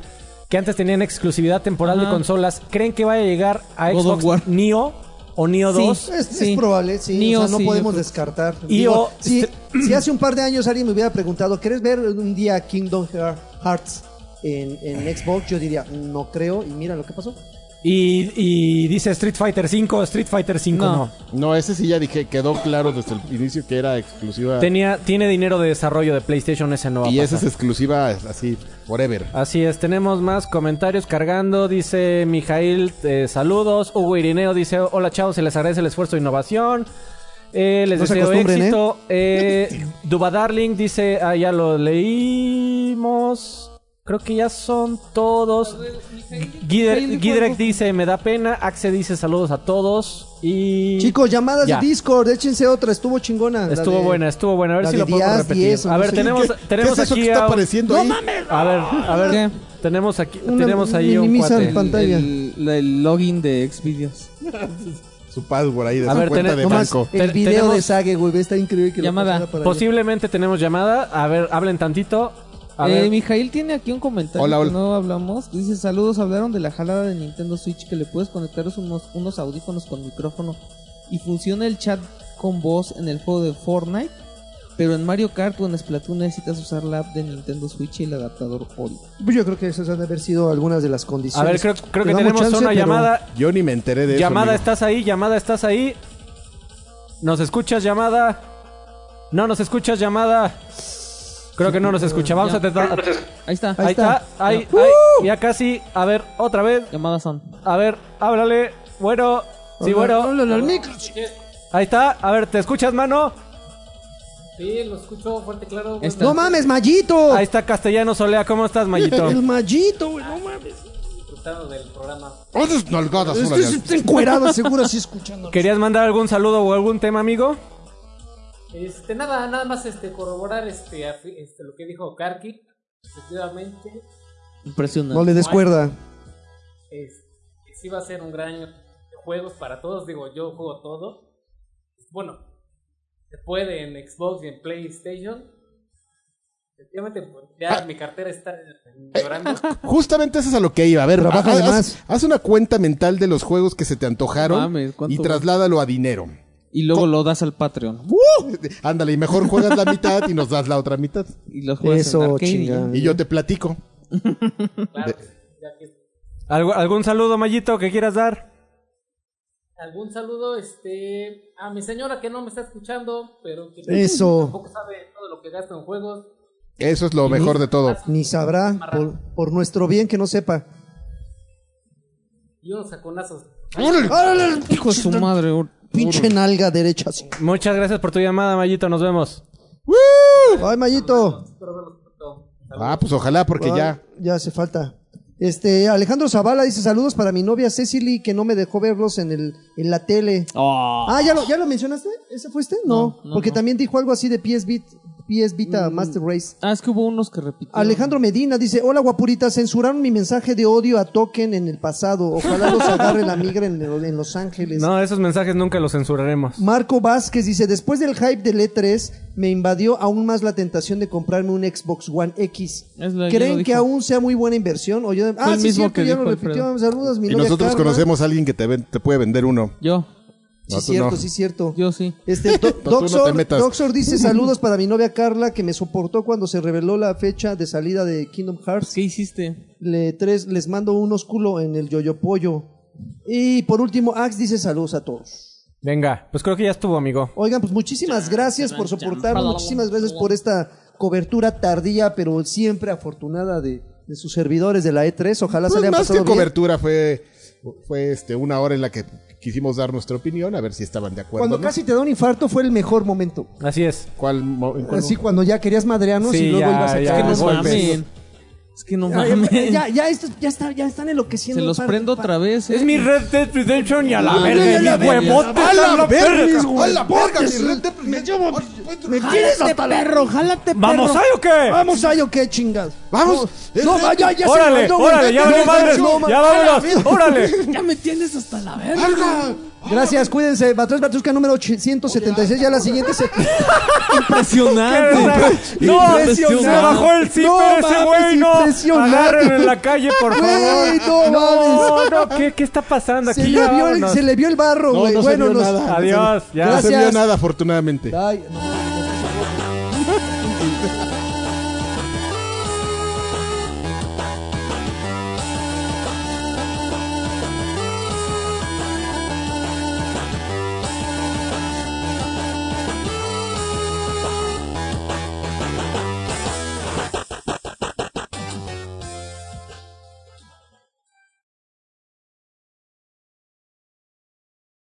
Speaker 4: que antes tenían exclusividad temporal de
Speaker 3: Ajá.
Speaker 4: consolas, ¿creen que vaya a llegar a
Speaker 3: God of War.
Speaker 4: Xbox Neo o Neo
Speaker 3: Sí.
Speaker 4: 2?
Speaker 2: Es, es
Speaker 3: Sí.
Speaker 2: probable, sí.
Speaker 3: Neo,
Speaker 2: o sea, no
Speaker 3: sí,
Speaker 2: podemos
Speaker 3: yo-
Speaker 2: descartar.
Speaker 4: Y
Speaker 2: Digo,
Speaker 4: o- este-
Speaker 2: si, si hace un par de años alguien me hubiera preguntado, ¿quieres ver un día Kingdom Hear- Hearts en, en Xbox? Yo diría, no creo. Y mira lo que pasó.
Speaker 4: Y, y dice Street Fighter 5, Street Fighter 5
Speaker 3: No.
Speaker 4: no.
Speaker 1: No, ese sí ya dije, quedó claro desde el inicio que era exclusiva.
Speaker 4: Tenía, tiene dinero de desarrollo de PlayStation, ese no va a
Speaker 1: y esa
Speaker 4: pasar.
Speaker 1: es exclusiva así, forever.
Speaker 4: Así es, tenemos más comentarios cargando. Dice Mijail, eh, saludos. Hugo Irineo dice, hola chavos, se les agradece el esfuerzo de innovación. Eh, les
Speaker 2: No se
Speaker 4: deseo
Speaker 2: acostumbren,
Speaker 4: éxito. Eh, Duba Darling dice, ah, ya lo leímos. Creo que ya son todos.
Speaker 3: Mijail
Speaker 4: Guider-
Speaker 3: dijo
Speaker 4: Guidrek
Speaker 3: algo.
Speaker 4: dice, me da pena. Axe dice, saludos a todos. Y...
Speaker 2: Chicos, llamadas
Speaker 4: Ya.
Speaker 2: de Discord, échense otra, estuvo chingona. la
Speaker 4: Estuvo
Speaker 2: de-
Speaker 4: buena, estuvo buena. A ver
Speaker 2: la
Speaker 4: si
Speaker 2: de
Speaker 4: lo podemos
Speaker 2: 10,
Speaker 4: repetir.
Speaker 2: 10,
Speaker 4: a ver,
Speaker 2: no sé.
Speaker 4: tenemos,
Speaker 1: ¿Qué-
Speaker 4: tenemos
Speaker 1: ¿Qué es eso
Speaker 4: aquí
Speaker 1: que está
Speaker 4: a-
Speaker 1: apareciendo ahí?
Speaker 4: A ver, a ver.
Speaker 3: ¿Qué?
Speaker 4: Tenemos aquí,
Speaker 2: Una-
Speaker 4: tenemos ahí un
Speaker 2: minimiza
Speaker 4: cuate.
Speaker 2: el pan- pantalla.
Speaker 3: El, el- el login de Xvideos.
Speaker 1: Su password ahí de
Speaker 4: A
Speaker 1: su
Speaker 4: ver,
Speaker 1: cuenta
Speaker 4: tené-
Speaker 1: de
Speaker 2: Nomás
Speaker 1: banco.
Speaker 2: el
Speaker 4: Ten-
Speaker 2: video
Speaker 4: tenemos-
Speaker 2: de Sage, güey, está increíble que lo
Speaker 3: Llamada.
Speaker 2: pasara para allá.
Speaker 4: Posiblemente tenemos llamada. A ver, hablen tantito. A
Speaker 3: Eh,
Speaker 4: ver.
Speaker 3: Mijail tiene aquí un comentario
Speaker 1: Hola, hola.
Speaker 3: que no hablamos. Dice, saludos, hablaron de la jalada de Nintendo Switch que le puedes conectar unos, unos audífonos con micrófono y funciona el chat con voz en el juego de Fortnite, pero en Mario Kart o en Splatoon necesitas usar la app de Nintendo Switch y el adaptador audio.
Speaker 2: Pues Yo creo que esas han de haber sido algunas de las
Speaker 4: a
Speaker 2: condiciones.
Speaker 4: ver, creo, creo
Speaker 2: Le
Speaker 4: que
Speaker 2: damos
Speaker 4: tenemos
Speaker 2: chance,
Speaker 4: una
Speaker 2: pero-
Speaker 4: llamada.
Speaker 1: Yo ni me enteré de
Speaker 4: Llamada,
Speaker 1: eso.
Speaker 4: estás ahí, llamada, estás ahí. ¿Nos escuchas, llamada? No nos escuchas, llamada. Creo que no nos escucha. Vamos
Speaker 3: Ya.
Speaker 4: a tratar.
Speaker 3: Ahí está.
Speaker 4: Ahí está. Ahí,
Speaker 3: Ya.
Speaker 4: ahí. Ya casi. A ver, otra vez.
Speaker 3: Llamadas son.
Speaker 4: A ver, háblale. Bueno. Sí, bueno.
Speaker 2: Háblale al micro.
Speaker 4: Ahí está. A ver, ¿te escuchas, mano?
Speaker 3: Ahí está.
Speaker 2: No mames, Mallito.
Speaker 4: Ahí está Castellano Solea. ¿Cómo estás, Mayito?
Speaker 2: El Mallito, güey, no mames.
Speaker 1: Otras Oh, nalgadas,
Speaker 2: Este
Speaker 1: órale.
Speaker 2: sí está encuerado, seguro así escuchando.
Speaker 4: ¿Querías mandar algún saludo o algún tema, amigo?
Speaker 7: Este, nada, nada más este, corroborar este, afi- este, lo que dijo Karki. Efectivamente,
Speaker 3: Impresionante.
Speaker 2: No le des cuerda.
Speaker 7: es- este, sí va a ser un gran de juegos para todos. Digo, yo juego todo. Bueno, se puede en Xbox y en PlayStation. Efectivamente, pues, ya mi cartera está llorando.
Speaker 1: Justamente eso es a lo que iba. A ver,
Speaker 2: Trabaja
Speaker 1: haz-
Speaker 2: de
Speaker 1: haz-
Speaker 2: más.
Speaker 1: haz una cuenta mental de los juegos que se te antojaron
Speaker 3: Mames, ¿cuánto,
Speaker 1: y
Speaker 3: güey?
Speaker 1: trasládalo a dinero.
Speaker 3: Y luego lo das al Patreon.
Speaker 1: Ándale, y mejor juegas la mitad y nos das la otra mitad.
Speaker 3: Y lo juegas
Speaker 2: Eso,
Speaker 3: en arcade. y ya.
Speaker 2: chinga.
Speaker 1: Y yo te platico.
Speaker 7: Claro, ya que-
Speaker 4: ¿Algu- ¿Algún saludo, Mayito, que quieras dar?
Speaker 7: algún saludo este a mi señora que no me está escuchando, pero que
Speaker 2: Eso.
Speaker 7: tampoco sabe todo lo que gasto en juegos.
Speaker 1: Eso es lo mejor de todo.
Speaker 2: Ni sabrá, por, por nuestro bien que no sepa.
Speaker 7: Y unos saconazos.
Speaker 2: ¡Órale,
Speaker 3: Hijo de su madre. or-
Speaker 2: Pinche nalga derecha. así.
Speaker 4: Muchas gracias por tu llamada, Mayito. Nos vemos.
Speaker 2: Ay, Mayito.
Speaker 7: Espero verlos pronto.
Speaker 1: Ah, pues ojalá, porque
Speaker 2: Ay,
Speaker 1: ya.
Speaker 2: Ya hace falta. Este, Alejandro Zavala dice saludos para mi novia Cecily que no me dejó verlos en, el, en la tele.
Speaker 3: Oh.
Speaker 2: Ah, ¿ya lo, ¿ya lo mencionaste? ¿Ese fuiste? No,
Speaker 3: No, no,
Speaker 2: porque
Speaker 3: no.
Speaker 2: también dijo algo así de PS, Vit- PS Vita Master Race.
Speaker 3: Ah, es que hubo unos que repitieron.
Speaker 2: Alejandro Medina dice, hola guapurita, censuraron mi mensaje de odio a Token en el pasado. Ojalá los agarre la migra en, en Los Ángeles.
Speaker 4: No, esos mensajes nunca los censuraremos.
Speaker 2: Marco Vázquez dice, después del hype del E3 me invadió aún más la tentación de comprarme un Xbox One X.
Speaker 3: Es lo- ya lo
Speaker 2: ¿Creen
Speaker 3: dijo.
Speaker 2: que aún sea muy buena inversión? O yo, ah,
Speaker 3: el
Speaker 2: sí,
Speaker 3: mismo
Speaker 2: cierto,
Speaker 3: que
Speaker 2: ya
Speaker 3: dijo
Speaker 2: lo
Speaker 3: Alfredo.
Speaker 2: repitió. Saludos, mi
Speaker 1: Y
Speaker 2: novia
Speaker 1: nosotros
Speaker 2: Carla.
Speaker 1: conocemos a alguien que te, ven- te puede vender uno.
Speaker 3: Yo.
Speaker 2: Sí,
Speaker 1: No, tú
Speaker 2: cierto,
Speaker 1: no.
Speaker 2: sí, cierto.
Speaker 3: Yo sí.
Speaker 2: Este, Do-
Speaker 1: no te
Speaker 2: Doxor,
Speaker 1: metas.
Speaker 2: Doxor dice saludos para mi novia Carla que me soportó cuando se reveló la fecha de salida de Kingdom Hearts.
Speaker 3: ¿Qué hiciste?
Speaker 2: Le, tres, les mando unos culo en el yoyo pollo. Y por último, Ax dice saludos a todos.
Speaker 4: Venga, pues creo que ya estuvo, amigo.
Speaker 2: Oigan, pues muchísimas gracias por soportarnos, muchísimas gracias por esta cobertura tardía, pero siempre afortunada de, de sus servidores de la E3. Ojalá se le
Speaker 1: Pues
Speaker 2: haya
Speaker 1: más que
Speaker 2: pasado bien.
Speaker 1: cobertura fue, fue este, una hora en la que quisimos dar nuestra opinión, a ver si estaban de acuerdo.
Speaker 2: Cuando
Speaker 1: ¿no?
Speaker 2: casi te da un infarto fue el mejor momento.
Speaker 4: Así es.
Speaker 1: ¿Cuál mo- en cuál
Speaker 2: Así
Speaker 1: mo-
Speaker 2: cuando ya querías madrearnos
Speaker 4: Sí,
Speaker 2: y luego
Speaker 4: ya,
Speaker 2: ibas a
Speaker 4: ya,
Speaker 2: echar
Speaker 4: no
Speaker 2: los golpes.
Speaker 3: mamen. Es que no
Speaker 2: Ay,
Speaker 3: mames.
Speaker 2: Ya, ya, estos- ya, está- ya están enloqueciendo.
Speaker 3: Se los
Speaker 2: Par-
Speaker 3: prendo
Speaker 2: par-
Speaker 3: otra vez. eh.
Speaker 4: Es mi Red Dead Redemption y a la
Speaker 2: Ay,
Speaker 4: verga,
Speaker 2: a la
Speaker 4: y mi
Speaker 2: verga,
Speaker 4: huevote,
Speaker 1: ¡A
Speaker 4: a la
Speaker 1: la verga!
Speaker 4: verga.
Speaker 1: ¡A la verga! mi Red
Speaker 4: pues,
Speaker 1: Dead!
Speaker 2: Me llevo. Me tienes hasta la-
Speaker 3: perro, jálate,
Speaker 4: ¿Vamos ahí o qué?
Speaker 2: Vamos, ay, o qué chingas.
Speaker 1: Vamos.
Speaker 2: No, no, Ah, ya, ya se
Speaker 4: Este, órale,
Speaker 2: mandó, güey.
Speaker 4: órale, ya
Speaker 2: No,
Speaker 4: valió madres.
Speaker 2: no, man.
Speaker 4: ya vámonos, órale.
Speaker 3: Ya me tienes hasta la verga.
Speaker 1: ¡Verga!
Speaker 2: Gracias, cuídense. Batrus Batrusca número 176. Ya la siguiente se.
Speaker 3: Impresionante.
Speaker 4: No,
Speaker 2: Impresionante.
Speaker 4: se bajó el zipper
Speaker 2: No
Speaker 4: ese
Speaker 2: mames,
Speaker 4: güey, no.
Speaker 2: impresionante.
Speaker 4: Agárrenlo en la calle, por favor.
Speaker 2: Güey, no mames.
Speaker 4: No, no, ¿qué, qué está pasando
Speaker 2: Se
Speaker 4: aquí?
Speaker 2: le,
Speaker 4: Ya
Speaker 2: vio el,
Speaker 4: vámonos.
Speaker 2: se le vio el barro,
Speaker 1: No,
Speaker 2: güey.
Speaker 1: no se
Speaker 2: bueno,
Speaker 1: vio
Speaker 2: nos-
Speaker 1: nada.
Speaker 4: Adiós, ya.
Speaker 1: No se
Speaker 2: Gracias.
Speaker 1: vio nada, afortunadamente.
Speaker 2: Ay, no.